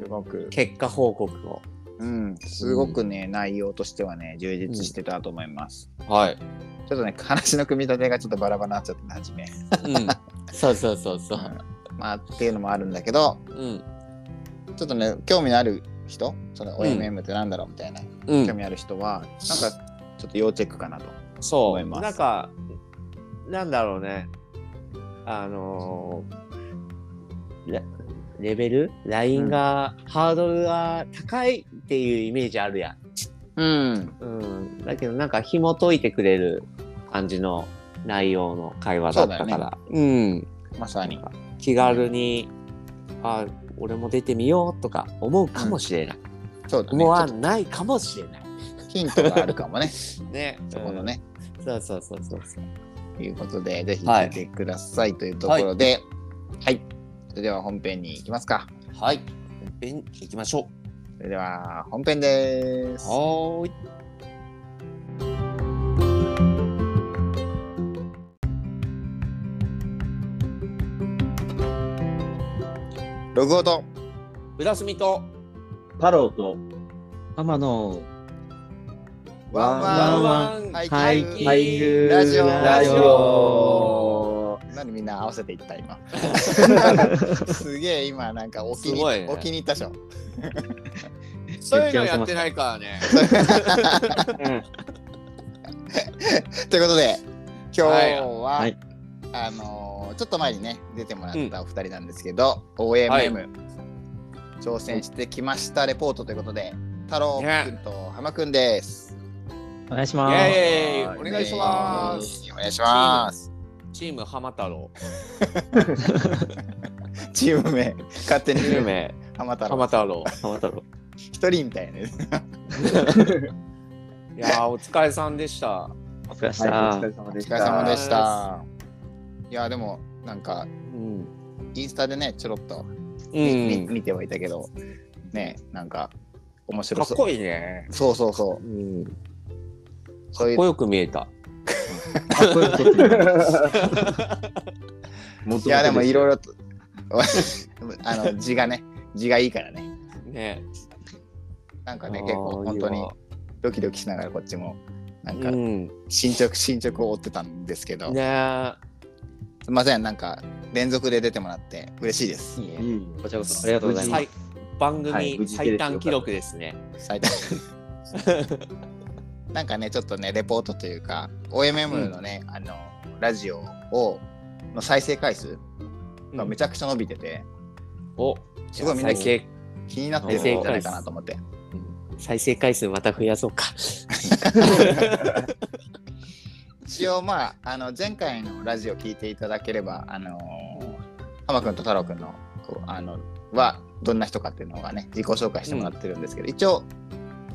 [SPEAKER 3] すごく、
[SPEAKER 2] 結果報告を。
[SPEAKER 3] うん、すごくね、内容としてはね、充実してたと思います。
[SPEAKER 2] はい。
[SPEAKER 3] ちょっとね、 話の組み立てがちょっとバラバラになっちゃった初め。
[SPEAKER 2] うん。そうそうそうそう。
[SPEAKER 3] まあ、っていうのもあるんだけど、
[SPEAKER 2] うん。
[SPEAKER 3] ちょっとね、興味のある人、その OMM ってなんだろうみたいな、
[SPEAKER 2] うん
[SPEAKER 3] 興味ある人は、なんか、ちょっと要チェックかなと。
[SPEAKER 2] そ
[SPEAKER 3] 思
[SPEAKER 2] う
[SPEAKER 3] います
[SPEAKER 2] なんかなんだろうねあのーレレベルラインが、ハードルが高いっていうイメージあるや
[SPEAKER 3] うん。
[SPEAKER 2] ん、うん、だけどなんか紐解いてくれる感じの内容の会話だったか
[SPEAKER 3] そうだ
[SPEAKER 2] らうん
[SPEAKER 3] まさに。
[SPEAKER 2] 気軽に、あ俺も出てみようとか思うかもしれない、
[SPEAKER 3] そうだね。
[SPEAKER 2] 思わ
[SPEAKER 3] ちょ
[SPEAKER 2] ないかもしれない
[SPEAKER 3] っとヒントがあるかもね。
[SPEAKER 2] ね
[SPEAKER 3] そこの、ね。
[SPEAKER 2] うんそうそうそうそうそう
[SPEAKER 3] ということで、ぜひ聞いてくださいというところで、はい。それでは本編に行きますか。
[SPEAKER 2] はい本編いきましょう
[SPEAKER 3] それでは本編です。
[SPEAKER 2] はーい。
[SPEAKER 3] ログオート。
[SPEAKER 2] 浦住と。
[SPEAKER 1] パローと天野
[SPEAKER 3] ワン
[SPEAKER 1] ワン
[SPEAKER 3] ワ
[SPEAKER 1] ワ
[SPEAKER 3] ン
[SPEAKER 2] ン
[SPEAKER 3] ハイ
[SPEAKER 1] ハイ
[SPEAKER 3] キ
[SPEAKER 1] キ
[SPEAKER 3] ング
[SPEAKER 1] ング
[SPEAKER 3] ラジオ
[SPEAKER 1] ラジオ
[SPEAKER 3] 何みんな合わせていっ た今。すげえ今なんかお気に,、
[SPEAKER 2] すごいね
[SPEAKER 3] お気に入ったでしょ。
[SPEAKER 2] そういうのやってないからね。
[SPEAKER 3] ということで今日は、
[SPEAKER 2] はいはい
[SPEAKER 3] あのーちょっと前にね出てもらったお二人なんですけど、OMM、
[SPEAKER 2] はい
[SPEAKER 3] 挑戦してきましたレポートということで太郎くんと浜くんです。
[SPEAKER 1] お願いし
[SPEAKER 2] イ
[SPEAKER 1] ま
[SPEAKER 2] エーイお願いします。
[SPEAKER 3] お願いします。
[SPEAKER 2] チーム浜太郎。
[SPEAKER 3] チーム名勝手に
[SPEAKER 2] チーム名
[SPEAKER 3] 浜太
[SPEAKER 2] 浜
[SPEAKER 3] 郎
[SPEAKER 2] 太郎。浜太郎。
[SPEAKER 3] 一人みたいなね。
[SPEAKER 2] いやーお疲れさんでした。
[SPEAKER 1] お疲れ様
[SPEAKER 4] はい、お疲。
[SPEAKER 1] でした
[SPEAKER 4] れ様
[SPEAKER 3] お
[SPEAKER 4] でし
[SPEAKER 3] 疲
[SPEAKER 4] た。
[SPEAKER 3] れ様でした。いやでもなんか
[SPEAKER 2] うん。
[SPEAKER 3] インスタでねちょろっと
[SPEAKER 2] う
[SPEAKER 3] みみ
[SPEAKER 2] ん。
[SPEAKER 3] 見てはいたけどねなんか面白
[SPEAKER 2] かっ
[SPEAKER 3] そう。
[SPEAKER 2] こいいね。
[SPEAKER 3] そうそうそう。
[SPEAKER 2] うん。か
[SPEAKER 3] そうい
[SPEAKER 2] っ
[SPEAKER 3] う
[SPEAKER 2] こよく見えた。
[SPEAKER 4] かっこよく撮ってくれ
[SPEAKER 3] いやでもいろいろと あの字がね字がいいからね
[SPEAKER 2] ね。
[SPEAKER 3] なんか
[SPEAKER 2] あ
[SPEAKER 3] ね
[SPEAKER 2] ー
[SPEAKER 3] 結構本当
[SPEAKER 2] いい
[SPEAKER 3] に
[SPEAKER 2] わ
[SPEAKER 3] ドキドキしながらこっちもなんか
[SPEAKER 2] うん。ね
[SPEAKER 3] 進捗進捗を追ってたんですけど、
[SPEAKER 2] ー
[SPEAKER 3] すいませんなんか連続で出てもらって嬉しいです
[SPEAKER 1] いえ
[SPEAKER 4] いい
[SPEAKER 1] こちらこそありがとうございま
[SPEAKER 2] 最
[SPEAKER 1] す。
[SPEAKER 2] 番
[SPEAKER 4] はい
[SPEAKER 2] 組
[SPEAKER 4] 無事出
[SPEAKER 2] 最
[SPEAKER 4] れて
[SPEAKER 2] 短記録ですね。
[SPEAKER 3] 最大 なんかねちょっとねレポートというか OMM のね、あのラジオをの再生回数がめちゃくちゃ伸びてて、
[SPEAKER 2] お、
[SPEAKER 3] すごいみんな
[SPEAKER 2] 再生
[SPEAKER 3] 気になってるんじゃないかなと思って
[SPEAKER 2] 再生回数また増やそうか。
[SPEAKER 3] 一応まああの前回のラジオ聞いていただければあのー、浜君と太郎君のこうあのはどんな人かっていうのがね自己紹介してもらってるんですけど、一応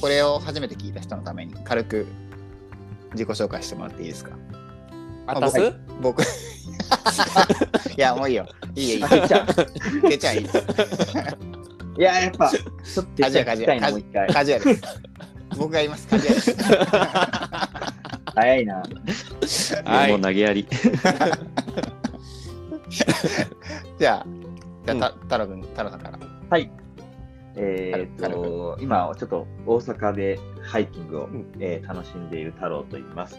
[SPEAKER 3] これを初めて聞いた人のために軽く自己紹介してもらっていいですか
[SPEAKER 2] あたす
[SPEAKER 3] はい 僕いやもういいよいいよいいよケチャいいです
[SPEAKER 4] いや、やっぱ、ちょっと
[SPEAKER 3] カジュアル
[SPEAKER 4] 聞き たいな、
[SPEAKER 3] カ
[SPEAKER 4] もう
[SPEAKER 3] ジ
[SPEAKER 4] 一回。
[SPEAKER 3] カジュアルです僕が言いますカジュアルです
[SPEAKER 4] 早いな。
[SPEAKER 2] はい
[SPEAKER 1] もう投げやり。
[SPEAKER 3] じゃあじゃあた太郎君太郎さんから
[SPEAKER 4] えー、っと、今、ちょっと大阪でハイキングを、えー楽しんでいる太郎と言います。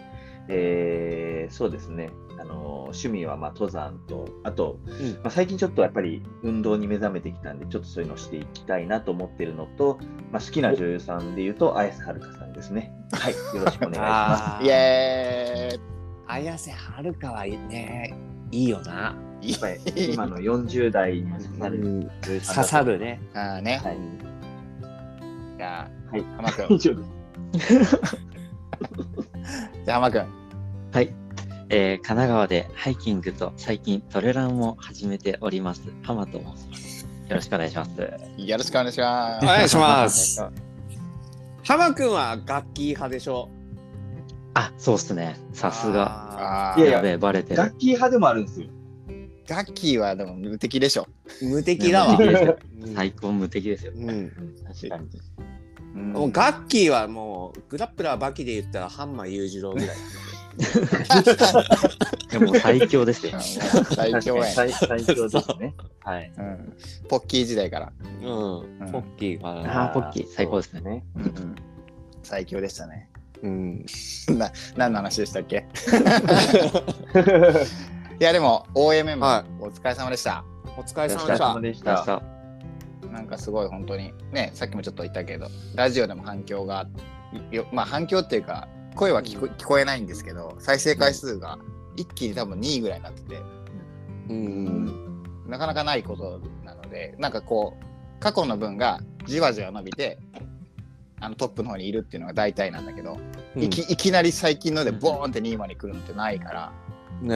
[SPEAKER 4] えー、そうですね。あの趣味はまあ登山と、あと、
[SPEAKER 2] ん
[SPEAKER 4] まあ、最近ちょっとやっぱり運動に目覚めてきたんで、ちょっとそういうのをしていきたいなと思ってるのと、まあ、好きな女優さんで言うと、綾瀬はるかさんですね。はい、よろしくお願いします。
[SPEAKER 2] あ
[SPEAKER 3] イエー
[SPEAKER 2] 綾瀬はるかはね、いいよな。
[SPEAKER 3] イ
[SPEAKER 4] やっぱり今の40代に刺さる。
[SPEAKER 2] 刺
[SPEAKER 4] 刺
[SPEAKER 2] さる。ね。
[SPEAKER 3] あーね
[SPEAKER 4] はい。
[SPEAKER 3] じゃあ、
[SPEAKER 4] はい
[SPEAKER 3] 浜 くん。
[SPEAKER 4] 以上です。
[SPEAKER 3] じゃあ浜くん。
[SPEAKER 1] はい。えー、神奈川でハイキングと最近トレランも始めております。浜と申します。よろしくお願いします。
[SPEAKER 3] よろしくお願いしま。
[SPEAKER 2] お願いします す。浜くんは楽器派でしょ。
[SPEAKER 1] あ、そうっすね。さすが。
[SPEAKER 2] が。
[SPEAKER 3] あ
[SPEAKER 4] いやい
[SPEAKER 3] ー
[SPEAKER 1] やべえ、バレて
[SPEAKER 4] 楽
[SPEAKER 1] る。
[SPEAKER 4] 器派でもあるんですよ。
[SPEAKER 3] ガッキーはでも無敵でしょ。
[SPEAKER 2] 無敵だわ
[SPEAKER 1] 無。敵ですよ
[SPEAKER 2] うん
[SPEAKER 1] 最高無敵ですよ。
[SPEAKER 2] うん。
[SPEAKER 1] 確かに。
[SPEAKER 3] うん
[SPEAKER 2] もうガッキーはもうグラップラーバキで言ったらハンマー裕次郎ぐらい。
[SPEAKER 1] でも最強ですよ。
[SPEAKER 3] 最
[SPEAKER 4] 確
[SPEAKER 3] 強
[SPEAKER 4] かに
[SPEAKER 3] やね、
[SPEAKER 4] 最最強ですね。はい。
[SPEAKER 3] うん。ポッキー時代から。
[SPEAKER 2] うん。ポッキーが。
[SPEAKER 1] あーポッキー最高です
[SPEAKER 4] ね。
[SPEAKER 3] うん最強でしたね。
[SPEAKER 2] うん。
[SPEAKER 3] な何の話でしたっ けいやでも OMM、
[SPEAKER 2] は
[SPEAKER 3] お疲れ様でした。
[SPEAKER 2] お疲れ
[SPEAKER 4] お疲
[SPEAKER 2] 様
[SPEAKER 4] れ
[SPEAKER 2] でした。
[SPEAKER 4] 様でし
[SPEAKER 1] 明
[SPEAKER 4] た。
[SPEAKER 1] 日。
[SPEAKER 3] なんかすごい本当にねさっきもちょっと言ったけどラジオでも反響がよまあ反響っていうか声は聞こ聞こえないんですけど再生回数が一気に多分2位ぐらいになってて
[SPEAKER 2] うん。
[SPEAKER 3] なかなかないことなのでなんかこう過去の分がじわじわ伸びてあのトップの方にいるっていうのが大体なんだけど、いきいきなり最近のでボーンって2位まで来るのってないから、
[SPEAKER 2] ね。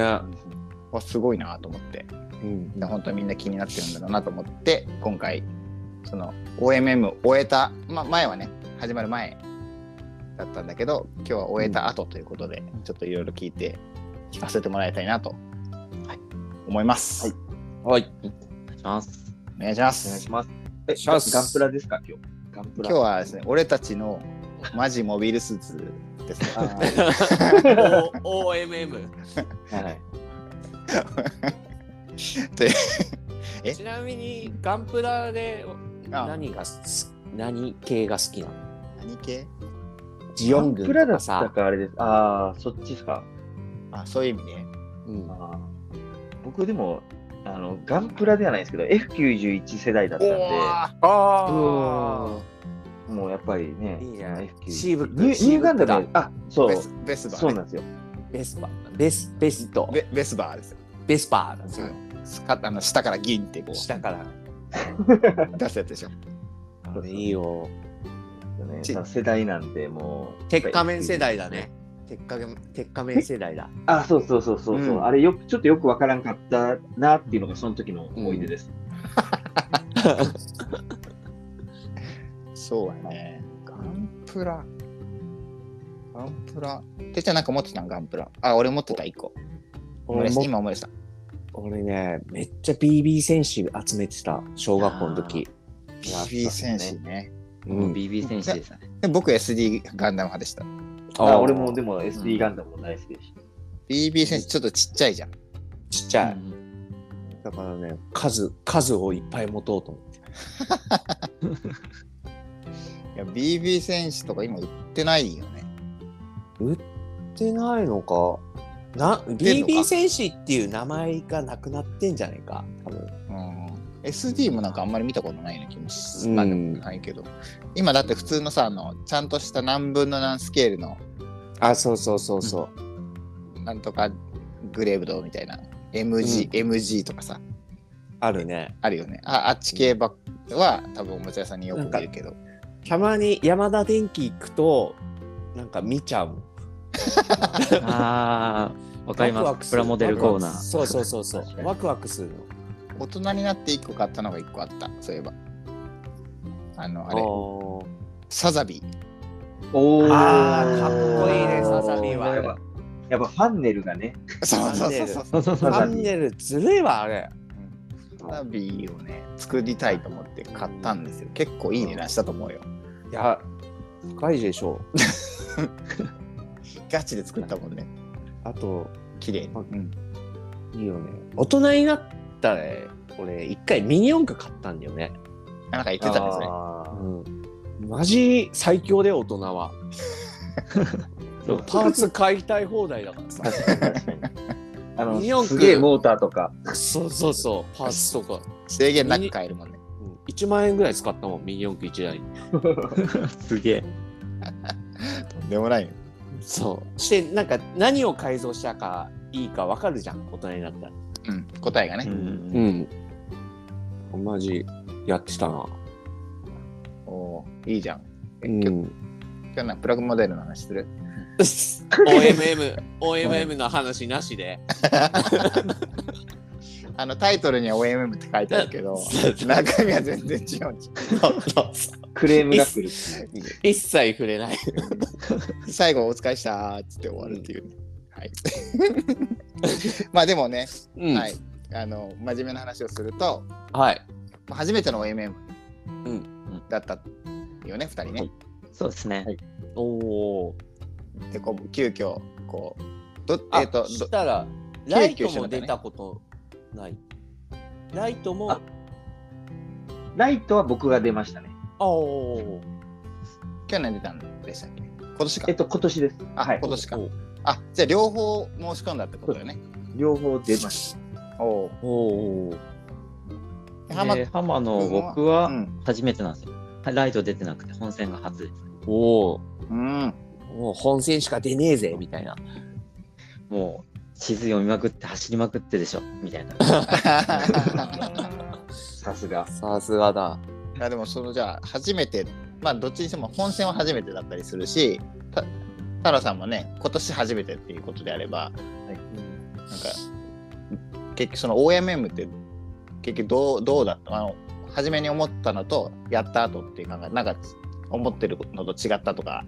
[SPEAKER 3] わすごいなと思って
[SPEAKER 2] うん
[SPEAKER 3] で本当にみんな気になってるんだろうなと思って今回その OMM を終えた、まあ、前はね始まる前だったんだけど今日は終えた後ということで、ちょっといろいろ聞いて聞かせてもらいたいなと
[SPEAKER 1] はい
[SPEAKER 3] 思います。
[SPEAKER 4] はい
[SPEAKER 2] はい。
[SPEAKER 1] お願いします。
[SPEAKER 3] お願いしま
[SPEAKER 4] お願い
[SPEAKER 3] す
[SPEAKER 4] します。え、
[SPEAKER 2] シャス
[SPEAKER 4] ガンプラですか、今日。ガンプ
[SPEAKER 3] 今
[SPEAKER 4] ラ。
[SPEAKER 3] 日はですね、俺たちのマジモビルスーツですね。
[SPEAKER 4] あー
[SPEAKER 2] O M M。
[SPEAKER 4] はい。
[SPEAKER 3] え
[SPEAKER 2] ちなみにガンプラで
[SPEAKER 3] あ
[SPEAKER 2] 何がす何系が好きなの？
[SPEAKER 3] 何系
[SPEAKER 2] ジオン
[SPEAKER 4] ガ
[SPEAKER 2] 軍
[SPEAKER 4] ンプラ
[SPEAKER 2] と
[SPEAKER 4] だ
[SPEAKER 2] か
[SPEAKER 4] った
[SPEAKER 2] さ。
[SPEAKER 4] からあれです。ああ、そっちですか。
[SPEAKER 3] あそういう意味ね。
[SPEAKER 2] うん
[SPEAKER 4] あー僕でも、あの、ガンプラではないですけど、F91 世代だったんで、
[SPEAKER 3] ー
[SPEAKER 2] ああ。
[SPEAKER 4] もうやっぱりね、
[SPEAKER 2] いいね
[SPEAKER 4] その F 級
[SPEAKER 2] シーブック
[SPEAKER 4] ニュー
[SPEAKER 2] シーブック
[SPEAKER 4] ニューガンダム、あそう
[SPEAKER 3] ベスベスバ
[SPEAKER 4] そう
[SPEAKER 3] ー、
[SPEAKER 4] な
[SPEAKER 3] ね
[SPEAKER 4] んですよ。
[SPEAKER 2] ベスパーベスベスト
[SPEAKER 3] ベ。ベスバーですよ。
[SPEAKER 2] ベスパーなんですよ
[SPEAKER 3] スカあの下から銀ってこ
[SPEAKER 2] 下から
[SPEAKER 3] う出すやつでしょ。
[SPEAKER 2] これいいよ
[SPEAKER 4] ね
[SPEAKER 3] ち
[SPEAKER 4] 世代なんで、もう。
[SPEAKER 2] 鉄仮面世代だね。鉄仮面鉄仮面世代だ
[SPEAKER 4] あ、そうそうそうそうそう、
[SPEAKER 3] うん
[SPEAKER 4] あれよく、ちょっとよくわからんかったなっていうのが、その時の思い出です。
[SPEAKER 3] そうやね。ガンプラ。ガンプラ。てっちゃんなんか持ってたんガンプラ。あ、俺持ってた、一個。思い
[SPEAKER 2] 俺
[SPEAKER 3] 出した
[SPEAKER 2] も
[SPEAKER 3] 今思い出した。
[SPEAKER 2] 俺ねめっちゃ BB 戦士集めてた小学校の時
[SPEAKER 4] やったっすね
[SPEAKER 3] BB 戦士ね。
[SPEAKER 2] うん
[SPEAKER 1] BB 選手ですね。
[SPEAKER 3] で僕 SD ガンダム派でした。
[SPEAKER 4] あ俺も、で
[SPEAKER 2] も
[SPEAKER 4] も SD ガンダムも大好きでし
[SPEAKER 3] BB 戦士ちょっとちっちゃいじゃん。
[SPEAKER 2] ちっちゃい、
[SPEAKER 1] うん
[SPEAKER 2] だからね数数をいっぱい持とうと思って
[SPEAKER 3] いや BB 戦士とか今売ってないよね。
[SPEAKER 2] 売ってないのかな
[SPEAKER 3] てんのか
[SPEAKER 2] BB 戦士っていう名前がなくなってんじゃないか多分
[SPEAKER 3] うん。SD もなんかあんまり見たことないような気もす
[SPEAKER 2] うん
[SPEAKER 3] まあでもないけど。今だって普通のさ、あの、ちゃんとした何分の何スケールの、
[SPEAKER 2] あそうそうそうそう、
[SPEAKER 3] なんとかグレーブドみたいな。MG、MG とかさ、
[SPEAKER 2] あるね
[SPEAKER 3] あるよね。ああっち系ばっは多分おもちゃ屋さんによく見るけど。
[SPEAKER 2] たまに山田電機行くとなんか見ちゃうもん
[SPEAKER 1] ああ、わかり
[SPEAKER 2] ワクワ
[SPEAKER 1] ま
[SPEAKER 2] ク
[SPEAKER 1] す。
[SPEAKER 2] す
[SPEAKER 1] プ
[SPEAKER 2] る
[SPEAKER 1] ラモデルコー
[SPEAKER 2] ワク
[SPEAKER 1] ナ
[SPEAKER 2] ワク
[SPEAKER 1] ー。
[SPEAKER 2] そうそうそう そう
[SPEAKER 4] 確かに
[SPEAKER 2] ワクワクするの
[SPEAKER 3] 大人になって1個買ったのが1個あったそういえばあのあ
[SPEAKER 2] あ
[SPEAKER 3] れ
[SPEAKER 2] ー
[SPEAKER 3] サザビー
[SPEAKER 4] た。おー
[SPEAKER 2] あーかっこいいねサザビーは
[SPEAKER 4] やっぱ、やっぱファンネルがね、
[SPEAKER 3] そうそうそうそう
[SPEAKER 1] そうそう
[SPEAKER 2] チ
[SPEAKER 1] そう。
[SPEAKER 2] ャンネルずるいわあれ
[SPEAKER 3] サザビーをね作りたいと思って買ったんですよ結構いい値段したと思うよ
[SPEAKER 2] いや高いでしょ
[SPEAKER 3] ガチで作ったもんね
[SPEAKER 2] あと
[SPEAKER 3] 綺麗に、
[SPEAKER 2] あ
[SPEAKER 3] うん、
[SPEAKER 2] いいよね大人になったら俺一回ミニ四駆買ったんだよね、
[SPEAKER 3] なんか言ってたんですね
[SPEAKER 4] あー
[SPEAKER 2] うん、マジ最強で大人は
[SPEAKER 1] そう
[SPEAKER 2] パーツ買いたい放題だから さ
[SPEAKER 4] 確かに確かに。あ
[SPEAKER 2] ミニ四
[SPEAKER 4] の、す
[SPEAKER 2] 駆
[SPEAKER 4] げえモーターとか。
[SPEAKER 2] そうそうそうパーツとか、
[SPEAKER 3] 制限なく買えるもんね
[SPEAKER 2] うん、1万円ぐらい使ったもんミニ四駆1台に
[SPEAKER 1] すげえ。
[SPEAKER 3] とんでもないよ
[SPEAKER 2] そうしてなんか何を改造したかいいか分かるじゃん大人になったら
[SPEAKER 3] うん答えがね、
[SPEAKER 4] うん
[SPEAKER 2] んマジやってたな
[SPEAKER 3] おーいいじゃんえ
[SPEAKER 2] うん
[SPEAKER 3] 今日今日なプラグモデルの話する
[SPEAKER 2] OMM、OMM の話なしで。
[SPEAKER 3] あのタイトルには OMM って書いてあるけど中身は全然違うんじ
[SPEAKER 4] クレームが来る。
[SPEAKER 2] 一切触れない。
[SPEAKER 3] ゃん最後お疲れっしたーっつって終わるっていうね、はい まあでもね
[SPEAKER 2] うん
[SPEAKER 3] はい。、あの真面目な話をすると
[SPEAKER 2] はい。
[SPEAKER 3] 初めての OMM
[SPEAKER 1] ん
[SPEAKER 3] だったよね、二2人ね。
[SPEAKER 1] そうですね。
[SPEAKER 2] おお。
[SPEAKER 3] でこう急遽こうど
[SPEAKER 2] あ、
[SPEAKER 3] えっ、と
[SPEAKER 2] そ
[SPEAKER 3] ど
[SPEAKER 2] したら、
[SPEAKER 3] 急遽
[SPEAKER 2] ライト
[SPEAKER 3] してな
[SPEAKER 2] も
[SPEAKER 3] んだね
[SPEAKER 2] 出たことない。ライトも
[SPEAKER 4] あ、ライトは僕が出ましたね。
[SPEAKER 2] あおー。
[SPEAKER 3] 去年出たんでしたっけ今年か
[SPEAKER 4] えっと、今年です。
[SPEAKER 3] あ、
[SPEAKER 4] はい
[SPEAKER 3] 今年か
[SPEAKER 2] おー
[SPEAKER 3] あじゃあ両方申し込んだってことよね
[SPEAKER 4] 両方出まし
[SPEAKER 3] おお
[SPEAKER 2] おー。
[SPEAKER 1] で
[SPEAKER 3] 浜
[SPEAKER 1] 浜の僕
[SPEAKER 3] う
[SPEAKER 1] は
[SPEAKER 3] ん
[SPEAKER 1] 初めてなんですよ。ライト出てなくて本線が初です。
[SPEAKER 2] おー。
[SPEAKER 3] うん
[SPEAKER 2] もう本戦しか出ねえぜみたいな。
[SPEAKER 1] もう地図読みまくって走りまくってでしょみたいな。
[SPEAKER 4] た。さすが。
[SPEAKER 2] さすがだ。
[SPEAKER 3] いやでもそのじゃあ初めてまあどっちにしても本戦は初めてだったりするした太郎さんもね今年初めてっていうことであれば、なんか結局その OMM って結局どうどうだったあの初めに思ったのとやった後っていう考えなんか思ってるのと違ったとか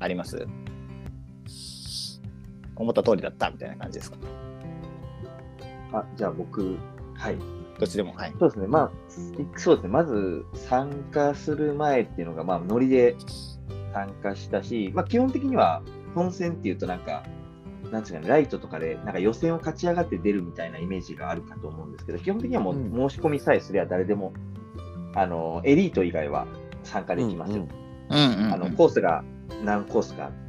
[SPEAKER 3] あります思った通りだったみたいな感じですか
[SPEAKER 4] あ、じゃあ僕、はい。
[SPEAKER 3] どっちでもはい
[SPEAKER 4] そうですね。まあ、そうですね。まず、参加する前っていうのが、まあ、ノリで参加したし、まあ、基本的には、本戦っていうと、なんか、なんていうかね、ライトとかで、なんか予選を勝ち上がって出るみたいなイメージがあるかと思うんですけど、基本的にはも
[SPEAKER 2] う
[SPEAKER 4] う申し込みさえすれば誰でも、あの、エリート以外は参加できますよ。
[SPEAKER 2] うん
[SPEAKER 3] うんうん、
[SPEAKER 4] あのコースが何コースかあって、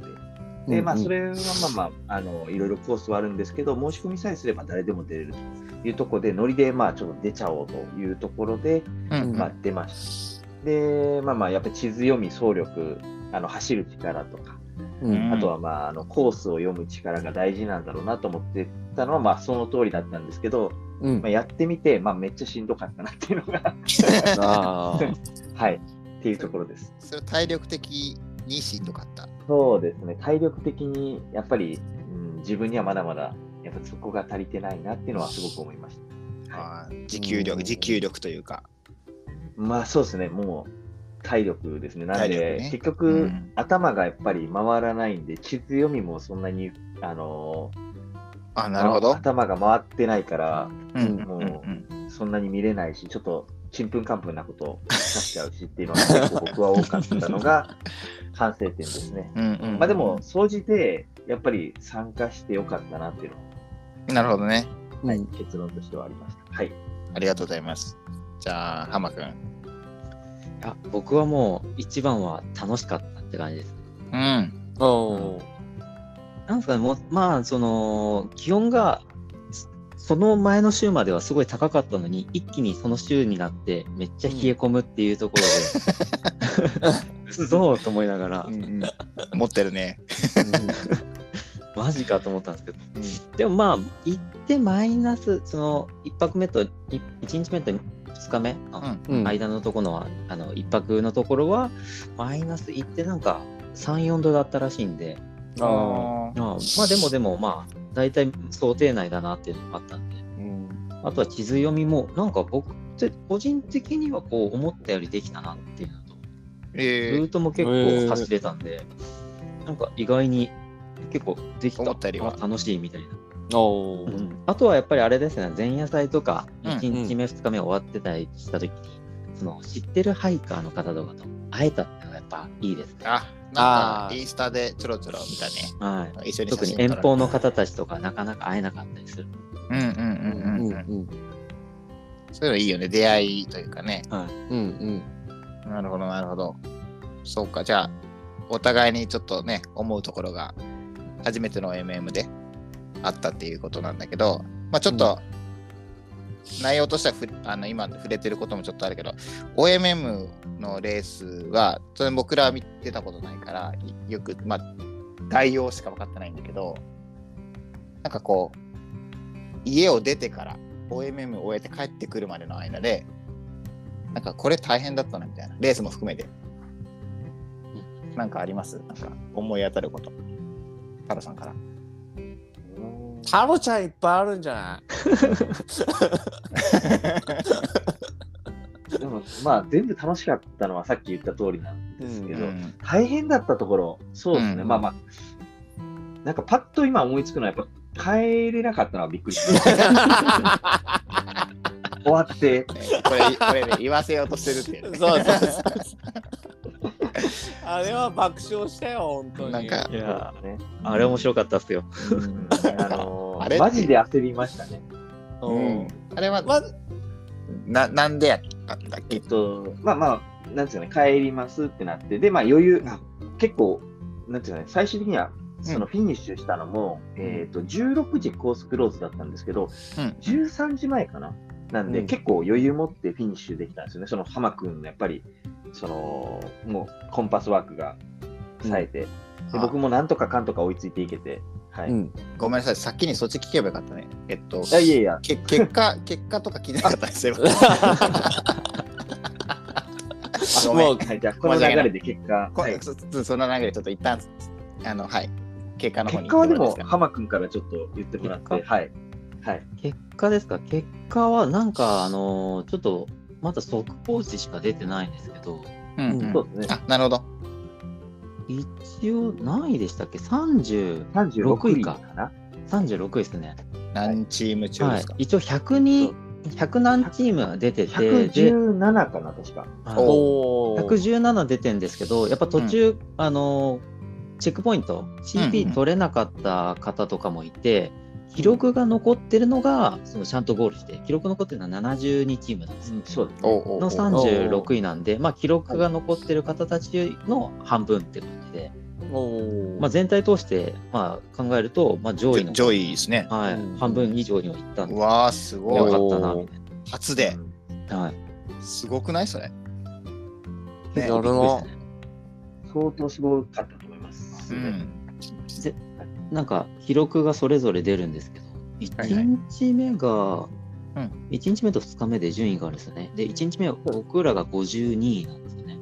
[SPEAKER 4] でまあ、
[SPEAKER 2] うんうん
[SPEAKER 4] それはまあまああのいろいろコースはあるんですけど申し込みさえすれば誰でも出れるというところでノリでまあちょっと出ちゃおうというところで、
[SPEAKER 3] うんうん
[SPEAKER 4] まあ、出ましで、まあまあ、やっぱり地図読み、走力、あの走る力とか、
[SPEAKER 2] うん
[SPEAKER 4] あとはまああのコースを読む力が大事なんだろうなと思ってたのは、まあ、その通りだったんですけど、
[SPEAKER 2] うん
[SPEAKER 4] まあ、やってみて、まあ、めっちゃしんどかったなっていうのが、
[SPEAKER 2] あー
[SPEAKER 4] はい、っていうところです。
[SPEAKER 3] それ体力的にしんどかった。
[SPEAKER 4] そうですね、体力的にやっぱり、うん、自分にはまだまだ、やっぱそこが足りてないなっていうのはすごく思いました。
[SPEAKER 3] あー持久
[SPEAKER 2] うん
[SPEAKER 3] 力、持久力というか。
[SPEAKER 4] まあそうですね、もう体力ですね。なの
[SPEAKER 3] 体
[SPEAKER 4] で、
[SPEAKER 3] 力ね
[SPEAKER 4] 結局、
[SPEAKER 3] うん
[SPEAKER 4] 頭がやっぱり回らないんで、地図読みもそんなに、あのー
[SPEAKER 3] あ、なるほど。
[SPEAKER 4] 頭が回ってないから、
[SPEAKER 3] うんうんうんうん
[SPEAKER 4] そんなに見れないし、ちょっとちんぷんかんぷんなことを出しちゃうしっていうのが結構僕は多かったのが反省点ですね。
[SPEAKER 3] うんうんうん
[SPEAKER 4] まあでも、総じて、やっぱり参加してよかったなっていうの
[SPEAKER 3] なるほどね。
[SPEAKER 2] う
[SPEAKER 4] は、はい
[SPEAKER 2] ん、
[SPEAKER 4] 結論としてはありました。はい。
[SPEAKER 3] ありがとうございます。じゃあ、ハマくん。
[SPEAKER 1] あ僕はもう一番は楽しかったって感じです。
[SPEAKER 3] うん。
[SPEAKER 2] おー
[SPEAKER 1] なんですかね、もうまあ、その、気温が、そその前の週まではすごい高かったのに、一気にその週になって、めっちゃ冷え込むっていうところ で、そうと思いながら
[SPEAKER 3] う、んうん持ってるね。
[SPEAKER 1] マジかと思ったんですけど、でもまあ、行ってマイナス、その、1泊目と、い1日目と2日目の
[SPEAKER 2] うんうん
[SPEAKER 1] 間のところは、あの、1泊のところは、マイナス行ってなんか、3、4度だったらしいんで、
[SPEAKER 2] あ
[SPEAKER 1] まあ、まあでもでもまあ大体想定内だなっていうのがあったんで
[SPEAKER 2] ーうん
[SPEAKER 1] あとは地図読みもなんか僕って個人的にはこう思ったよりできたなっていうのとル
[SPEAKER 3] え
[SPEAKER 1] ートも結構走れたんで、なんか意外に結構できた
[SPEAKER 3] 思ったよりは
[SPEAKER 1] あ楽しいみたいな、
[SPEAKER 2] お
[SPEAKER 1] う
[SPEAKER 2] ー
[SPEAKER 1] んあとはやっぱりあれですね前夜祭とか
[SPEAKER 3] うん
[SPEAKER 1] 1日目2日目終わってたりした時に、その知ってるハイカーの方とかと会えたっていうのがやっぱいいですね。
[SPEAKER 3] ー、あ、なん
[SPEAKER 2] あ
[SPEAKER 3] か
[SPEAKER 2] ー
[SPEAKER 3] インスタでちょろちょろ見たね。
[SPEAKER 1] はい
[SPEAKER 3] 一緒に写
[SPEAKER 1] 特
[SPEAKER 3] 真
[SPEAKER 1] に
[SPEAKER 3] 撮られ
[SPEAKER 1] 遠方の方たちとかなかなか会えなかったりする
[SPEAKER 3] うんうんうん
[SPEAKER 2] う
[SPEAKER 3] うんん
[SPEAKER 2] う
[SPEAKER 3] うん。
[SPEAKER 2] ん
[SPEAKER 3] そういうのいいよね。出会いというかね。
[SPEAKER 2] うん
[SPEAKER 3] なるほど、なるほど。そうか、じゃあ、お互いにちょっとね、思うところが、初めての MM であったっていうことなんだけど、まあちょっと、内容としてはふあの今触れてることもちょっとあるけど、OMM のレースは、当然僕らは見てたことないから、いよく、まあ、概要しか分かってないんだけど、なんかこう、家を出てから OMM を終えて帰ってくるまでの間で、なんかこれ大変だったなみたいな、レースも含めて。なんかありますなんか思い当たること。太郎さんから。
[SPEAKER 2] タロちゃんいっぱいあるんじゃない
[SPEAKER 4] でも、まあ全部楽しかったのはさっき言った通りなんです け
[SPEAKER 2] う
[SPEAKER 4] ど、大変だったところ、そうですね、
[SPEAKER 3] うん
[SPEAKER 4] まあまあ、なんかパッと今思いつくのは、やっぱ帰れなかったのはびっく りした。終わって、
[SPEAKER 3] これ、これね、言わせようとしてるっていうね、
[SPEAKER 2] そうそうそうあれは爆笑したよ本当に
[SPEAKER 3] なんか
[SPEAKER 1] いや
[SPEAKER 4] ね、
[SPEAKER 1] あれ面白かったっすよ。
[SPEAKER 3] うん
[SPEAKER 4] あのー
[SPEAKER 3] あれ
[SPEAKER 4] マジで焦りましたね。
[SPEAKER 2] うん
[SPEAKER 3] あれは、
[SPEAKER 2] ま
[SPEAKER 3] ななんでやったんだっけ
[SPEAKER 4] えっと、まあまあ、なんていうかね、帰りますってなって、で、まあ余裕、あ結構、なんていうかね、最終的には、そのフィニッシュしたのも、えっと、16時コースクローズだったんですけ
[SPEAKER 3] う
[SPEAKER 4] ど、
[SPEAKER 3] ん
[SPEAKER 4] 13時前かな。なんで、
[SPEAKER 2] うん
[SPEAKER 4] 結構余裕持ってフィニッシュできたんですよね。その浜君のやっぱり、その、もうコンパスワークが冴えて、で僕もなんとかかんとか追いついていけて、はい。
[SPEAKER 2] うん
[SPEAKER 3] ごめんなさい、先にそっち聞けばよかったね。えっと、
[SPEAKER 4] いやいやいや、
[SPEAKER 3] け結 果、結果とか聞いてなかったんですよ。ごめん
[SPEAKER 2] もう
[SPEAKER 4] はい、じ ゃあこの流れで結果、
[SPEAKER 3] こ
[SPEAKER 4] はい
[SPEAKER 3] そそその流れ、ちょっと一旦、あの、はい、結果の方
[SPEAKER 4] 結
[SPEAKER 3] に
[SPEAKER 4] 果はでも
[SPEAKER 3] どうすか
[SPEAKER 4] 浜君からちょっと言ってもらって、
[SPEAKER 1] 結
[SPEAKER 4] はい。はい。
[SPEAKER 1] 結果ですか結果はなんか、あのーちょっと、まだ速報値しか出てないんですけど、
[SPEAKER 3] うんうん
[SPEAKER 4] そうですね
[SPEAKER 3] あ、なるほど。
[SPEAKER 1] 一応何位でしたっけ ?30、
[SPEAKER 4] 36
[SPEAKER 1] 36
[SPEAKER 4] 位
[SPEAKER 1] 位
[SPEAKER 4] か
[SPEAKER 1] か
[SPEAKER 4] な。
[SPEAKER 1] 36位ですね。
[SPEAKER 3] 何チーム中
[SPEAKER 1] は
[SPEAKER 3] で
[SPEAKER 1] い
[SPEAKER 3] すか、。
[SPEAKER 1] 一応100に、100何チーム出てて、で、
[SPEAKER 4] 117かな、確か。
[SPEAKER 1] あの
[SPEAKER 2] おー
[SPEAKER 1] 117出てんですけど、やっぱ途中、あのーチェックポイント、
[SPEAKER 3] うんうん
[SPEAKER 1] CP 取れなかった方とかもいて、記録が残ってるのが、そのちゃんとゴールして、記録残ってるのは72チームなんですよ。
[SPEAKER 4] うん、そうです。
[SPEAKER 3] おうおうおう
[SPEAKER 1] の36位なんで、まあ、記録が残ってる方たちの半分って感じで、
[SPEAKER 2] おー
[SPEAKER 1] まあ、全体通してまあ考えると、まあ、上位の、
[SPEAKER 3] 上位ですね。
[SPEAKER 1] はい
[SPEAKER 2] うん
[SPEAKER 1] 半分以上には行ったん
[SPEAKER 3] う
[SPEAKER 1] で、
[SPEAKER 3] わー、す
[SPEAKER 1] よ
[SPEAKER 3] ごい。
[SPEAKER 1] かったなみたい
[SPEAKER 3] 初で、
[SPEAKER 1] な、はい、
[SPEAKER 3] すごくないそれ。ね
[SPEAKER 2] やるな。
[SPEAKER 4] 相当すごかったと思います。
[SPEAKER 3] う
[SPEAKER 4] ね
[SPEAKER 3] ん。
[SPEAKER 1] なんか記録がそれぞれ出るんですけど、
[SPEAKER 3] はいはい
[SPEAKER 1] 1日目が、
[SPEAKER 3] ん
[SPEAKER 1] 一1日目と2日目で順位があるんですよね。で、1日目は僕らが52位なんですよね。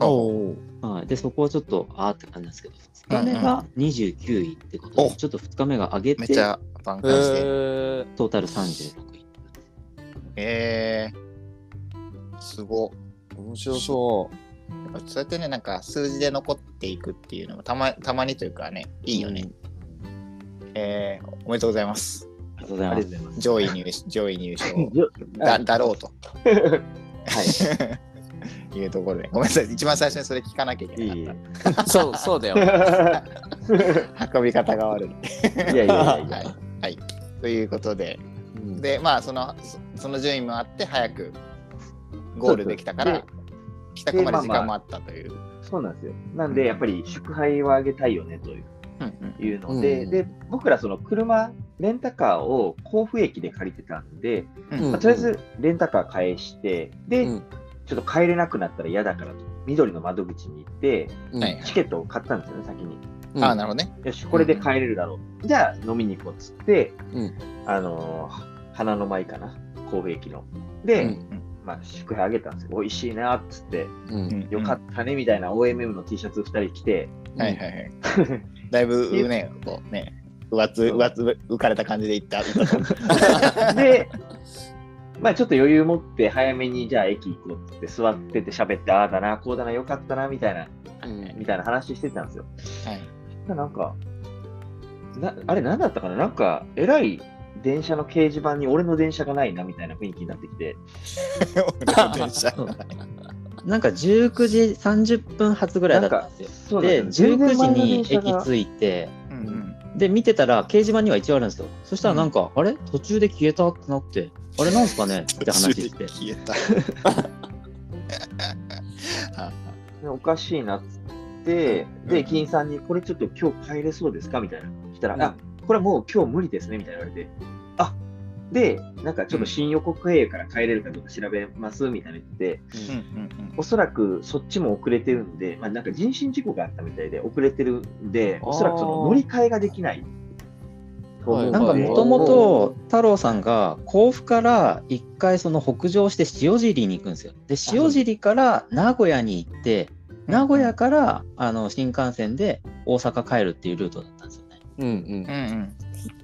[SPEAKER 2] おう
[SPEAKER 1] はい、で、そこはちょっと、あーって感じなんですけど、2日目が29位ってこと
[SPEAKER 3] うん
[SPEAKER 1] で、
[SPEAKER 3] お
[SPEAKER 1] ちょっと2日目が上げ
[SPEAKER 3] め
[SPEAKER 1] て、
[SPEAKER 3] っち
[SPEAKER 1] ト
[SPEAKER 3] ゃ挽
[SPEAKER 2] え
[SPEAKER 3] 回して。
[SPEAKER 2] ー、
[SPEAKER 1] ータル36位。
[SPEAKER 3] えー、すごっ。
[SPEAKER 2] 面白そ
[SPEAKER 3] やっぱそうやってね、なんか数字で残っていくっていうのもたまたまにというかね、
[SPEAKER 2] う。
[SPEAKER 3] いいよね。えー、おめでとうございます。
[SPEAKER 1] ありがとうござい
[SPEAKER 4] あ
[SPEAKER 1] ま
[SPEAKER 4] りが
[SPEAKER 1] す。
[SPEAKER 4] とうございます。
[SPEAKER 3] 上位入賞、上位入賞 だ
[SPEAKER 4] だ
[SPEAKER 3] だろうと
[SPEAKER 1] は い。
[SPEAKER 3] いうところで、ごめんなさい、一番最初にそれ聞かなきゃいけ
[SPEAKER 4] いい
[SPEAKER 3] なかっ
[SPEAKER 4] い
[SPEAKER 2] うん。そう、そうだよ。
[SPEAKER 3] た。運び方が悪い。
[SPEAKER 4] やいやいやい
[SPEAKER 3] は
[SPEAKER 4] や
[SPEAKER 3] い。はい、ということで、
[SPEAKER 2] うん
[SPEAKER 3] で、まあその、そその順位もあって、早くゴールできたか
[SPEAKER 4] そう
[SPEAKER 3] ら
[SPEAKER 4] で、
[SPEAKER 3] 帰宅まで時間もあったという。
[SPEAKER 4] そうなんですよ。なんで、やっぱり祝杯はあげたいよねという
[SPEAKER 3] うん
[SPEAKER 4] いうので、
[SPEAKER 2] うん
[SPEAKER 4] で、僕らその車、レンタカーを甲府駅で借りてたんで、
[SPEAKER 3] うん
[SPEAKER 2] うん
[SPEAKER 4] まあとりあえずレンタカー返して、で、
[SPEAKER 2] うん
[SPEAKER 4] ちょっと帰れなくなったら嫌だからと、緑の窓口に行って、
[SPEAKER 2] うん
[SPEAKER 3] はい
[SPEAKER 4] チケットを買ったんですよね、先に。
[SPEAKER 2] う
[SPEAKER 3] うん
[SPEAKER 2] ん
[SPEAKER 3] ああ、なるほどね。
[SPEAKER 4] よし、これで帰れるだろう。じゃあ飲みに行こうっつって、
[SPEAKER 2] うん
[SPEAKER 4] あのー花の舞かな、神戸駅の。で、
[SPEAKER 2] うん
[SPEAKER 4] まあ、宿杯あげたんですよ。美味しいなっつって、
[SPEAKER 2] うん
[SPEAKER 4] よかったねみたいな OMM の T シャツ2人 着て、
[SPEAKER 3] たはいはいはい。だいぶね、こうね、上つ、上つ、浮かれた感じでいった。
[SPEAKER 4] で、まあちょっと余裕持って早めにじゃあ駅行こうっつって座ってて喋って、ああだな、こうだな、よかったなみたいな、
[SPEAKER 2] うん
[SPEAKER 4] みたいな話してたんですよ。
[SPEAKER 3] はい
[SPEAKER 4] なんか、なあれ何だったかななんか、えらい電車の掲示板に俺の電車がないなみたいな雰囲気になってきて、
[SPEAKER 3] 電車
[SPEAKER 1] そうなんか19時30分発ぐらいだったんですよ。
[SPEAKER 4] そう
[SPEAKER 1] で、
[SPEAKER 4] なんですよ
[SPEAKER 1] 19時に
[SPEAKER 4] 全然前の電車が
[SPEAKER 1] 駅着いて、
[SPEAKER 3] うんうん
[SPEAKER 1] で、見てたら掲示板には一応あるんですよ。そしたらなんか、あれ途中で消えたってなって、あれなんすかねって話 して。
[SPEAKER 3] 消えた。は
[SPEAKER 4] でおかしいなっつって、で、駅員さんに、これちょっと今日帰れそうですかみたいな。したら、
[SPEAKER 2] うん
[SPEAKER 4] あこれもう今日無理ですねみたいな言われて、あで、なんかちょっと新横国営から帰れるかどうか調べますみたいな言って、
[SPEAKER 3] うんうん
[SPEAKER 4] おそらくそっちも遅れてるんで、まあ、なんか人身事故があったみたいで遅れてるんで、おそらくその乗り換えができないと思うんで。
[SPEAKER 1] なんか
[SPEAKER 2] はい
[SPEAKER 1] もともと太郎さんが甲府から一回その北上して塩尻に行くんですよ。で塩尻から名古屋に行って名古屋からあの新幹線で大阪帰るっていうルートだったんですよね。
[SPEAKER 2] うんうん
[SPEAKER 3] うん。うんうん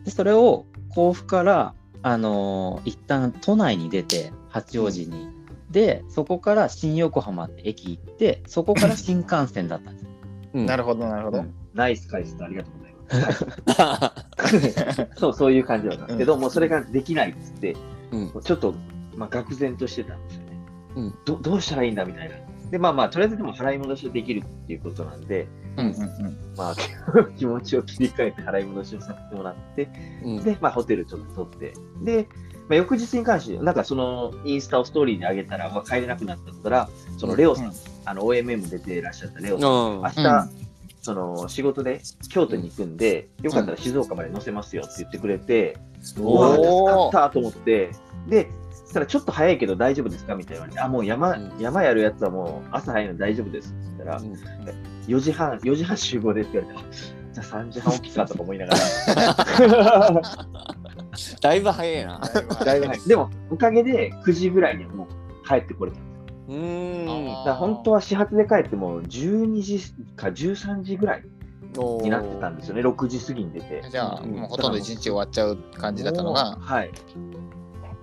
[SPEAKER 1] でそれを甲府からあのー一旦都内に出て八王子に。でそこから新横浜って駅行ってそこから新幹線だったんですよ。
[SPEAKER 2] うん。
[SPEAKER 3] な
[SPEAKER 2] る
[SPEAKER 3] るほど、なるほど。
[SPEAKER 4] ナイス解説ありがとうございます。
[SPEAKER 2] ほ
[SPEAKER 4] そう、そういう感じだったんですけど、もうそれができないっつって、
[SPEAKER 2] ど。うん。
[SPEAKER 4] ちょっと、まあ、愕然としてたんですよね。
[SPEAKER 2] うん
[SPEAKER 4] どどうしたらいいんだみたいな。で、まあまあ、とりあえずでも払い戻しはできるっていうことなんで、
[SPEAKER 3] うんうんうん
[SPEAKER 4] まあ、 気持ちを切り替えて払い戻しをさせてもらって、
[SPEAKER 2] うん
[SPEAKER 4] で、まあ、ホテルちょっと取って、で、まあ、翌日に関して、なんかそのインスタをストーリーに上げたら、まあ、帰れなくなったから、そのレオさん、
[SPEAKER 3] うん
[SPEAKER 4] あの OMM 出ていらっしゃったレオさん、
[SPEAKER 2] うん
[SPEAKER 4] 明日、その仕事で京都に行くんで、よかったら静岡まで乗せますよって言ってくれて、うわ
[SPEAKER 3] お
[SPEAKER 4] 助
[SPEAKER 3] ー
[SPEAKER 4] かったと思って、で、そしたらちょっと早いけど大丈夫ですかみたいな言われて、あ、もう山,、
[SPEAKER 2] うん
[SPEAKER 4] 山やるやつはもう朝早いの大丈夫ですって言ったら、4時半、4時半集合でって言われて、あじゃあ3時半起きかとか思いながら。
[SPEAKER 2] だいぶ早いな。
[SPEAKER 4] だい ぶ早いでも、おかげで9時ぐらいにはもう帰ってこれた。
[SPEAKER 2] うーん。
[SPEAKER 4] だから本当は始発で帰っても12時か13時ぐらいになってたんですよね、6時過ぎに出て。
[SPEAKER 3] じゃあ、
[SPEAKER 2] うん
[SPEAKER 3] もうほとんど一日終わっちゃう感じだったのが、
[SPEAKER 4] はい。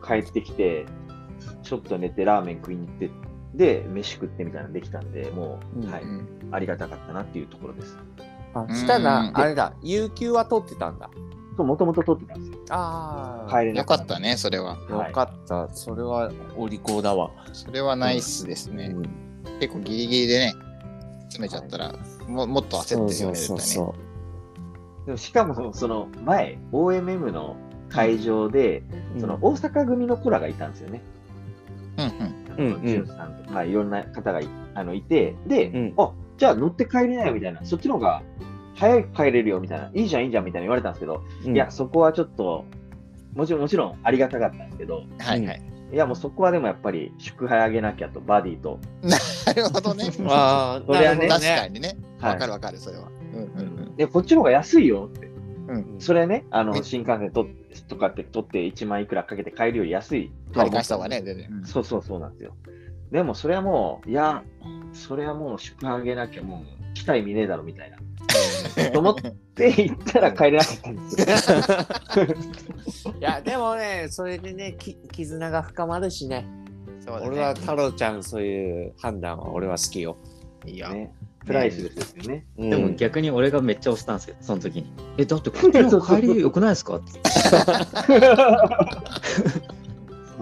[SPEAKER 4] 帰ってきて、ちょっと寝てラーメン食いに行って、で、飯食ってみたいなのできたんで、もう、
[SPEAKER 2] うん
[SPEAKER 4] はい、
[SPEAKER 3] うん
[SPEAKER 4] ありがたかったなっていうところです。
[SPEAKER 2] あしたら、あれだ、有給は取ってたんだ。
[SPEAKER 4] そう、もともと取ってたんですよ。
[SPEAKER 2] ああ、
[SPEAKER 4] 帰れ
[SPEAKER 3] よ
[SPEAKER 4] な
[SPEAKER 3] か
[SPEAKER 4] く
[SPEAKER 3] ったね、それは。
[SPEAKER 4] は
[SPEAKER 2] よ
[SPEAKER 4] い
[SPEAKER 2] かった。それはお利口だわ。
[SPEAKER 3] それはナイスですね。結構ギリギリでね、詰めちゃったら、ももっと焦ってるよね、絶対ね。
[SPEAKER 4] でもしかも、その前、OMM の会場で、
[SPEAKER 2] う
[SPEAKER 4] その大阪組の子らがいたんですよね。
[SPEAKER 3] うんうん
[SPEAKER 4] あ
[SPEAKER 2] うんう
[SPEAKER 4] の
[SPEAKER 2] ん
[SPEAKER 4] ジュンさんとか、いろんな方がいあのいて、で、
[SPEAKER 2] うん
[SPEAKER 4] あじゃあ乗って帰れないみたいな、そっちの方が早く帰れるよみたいな、いいじゃん、いいじゃんみたいな言われたんですけど、
[SPEAKER 2] うん
[SPEAKER 4] いや、そこはちょっと、もちろん、もちろんありがたかったんですけど、
[SPEAKER 3] はいはい。
[SPEAKER 4] いやもうそこはでもやっぱり祝杯あげなきゃとバディと、
[SPEAKER 3] なるほど ね。
[SPEAKER 2] ああ、
[SPEAKER 4] そりゃね
[SPEAKER 2] なるほど
[SPEAKER 3] 確かにね。
[SPEAKER 4] はい
[SPEAKER 3] わかるわかる、それは。うんうん
[SPEAKER 4] でこっちの方が安いよって
[SPEAKER 3] うん。うん。
[SPEAKER 4] それねあの
[SPEAKER 3] え
[SPEAKER 4] 新幹線ととかって取って1万いくらかけて買えるより安いと
[SPEAKER 3] 張
[SPEAKER 4] は
[SPEAKER 3] り
[SPEAKER 4] 思
[SPEAKER 3] 返
[SPEAKER 4] っ
[SPEAKER 3] したた方がね、全然。
[SPEAKER 4] そうそうそうなんですよでもそれはもういやそれはもう宿杯あげなきゃもう期待見ねえだろみたいなと思って行ったら帰れなかったんですよ
[SPEAKER 2] いや、でもね、それでね、き絆が深まるしね。
[SPEAKER 3] そうだね
[SPEAKER 2] 俺は太郎ちゃん、そういう判断は俺は好きよ。
[SPEAKER 3] い いよ。
[SPEAKER 4] ねプライスレスですよね
[SPEAKER 2] で
[SPEAKER 1] でも逆に俺がめっちゃ押したんですよ、その時に。え、だってこっちの帰り良くないですかって。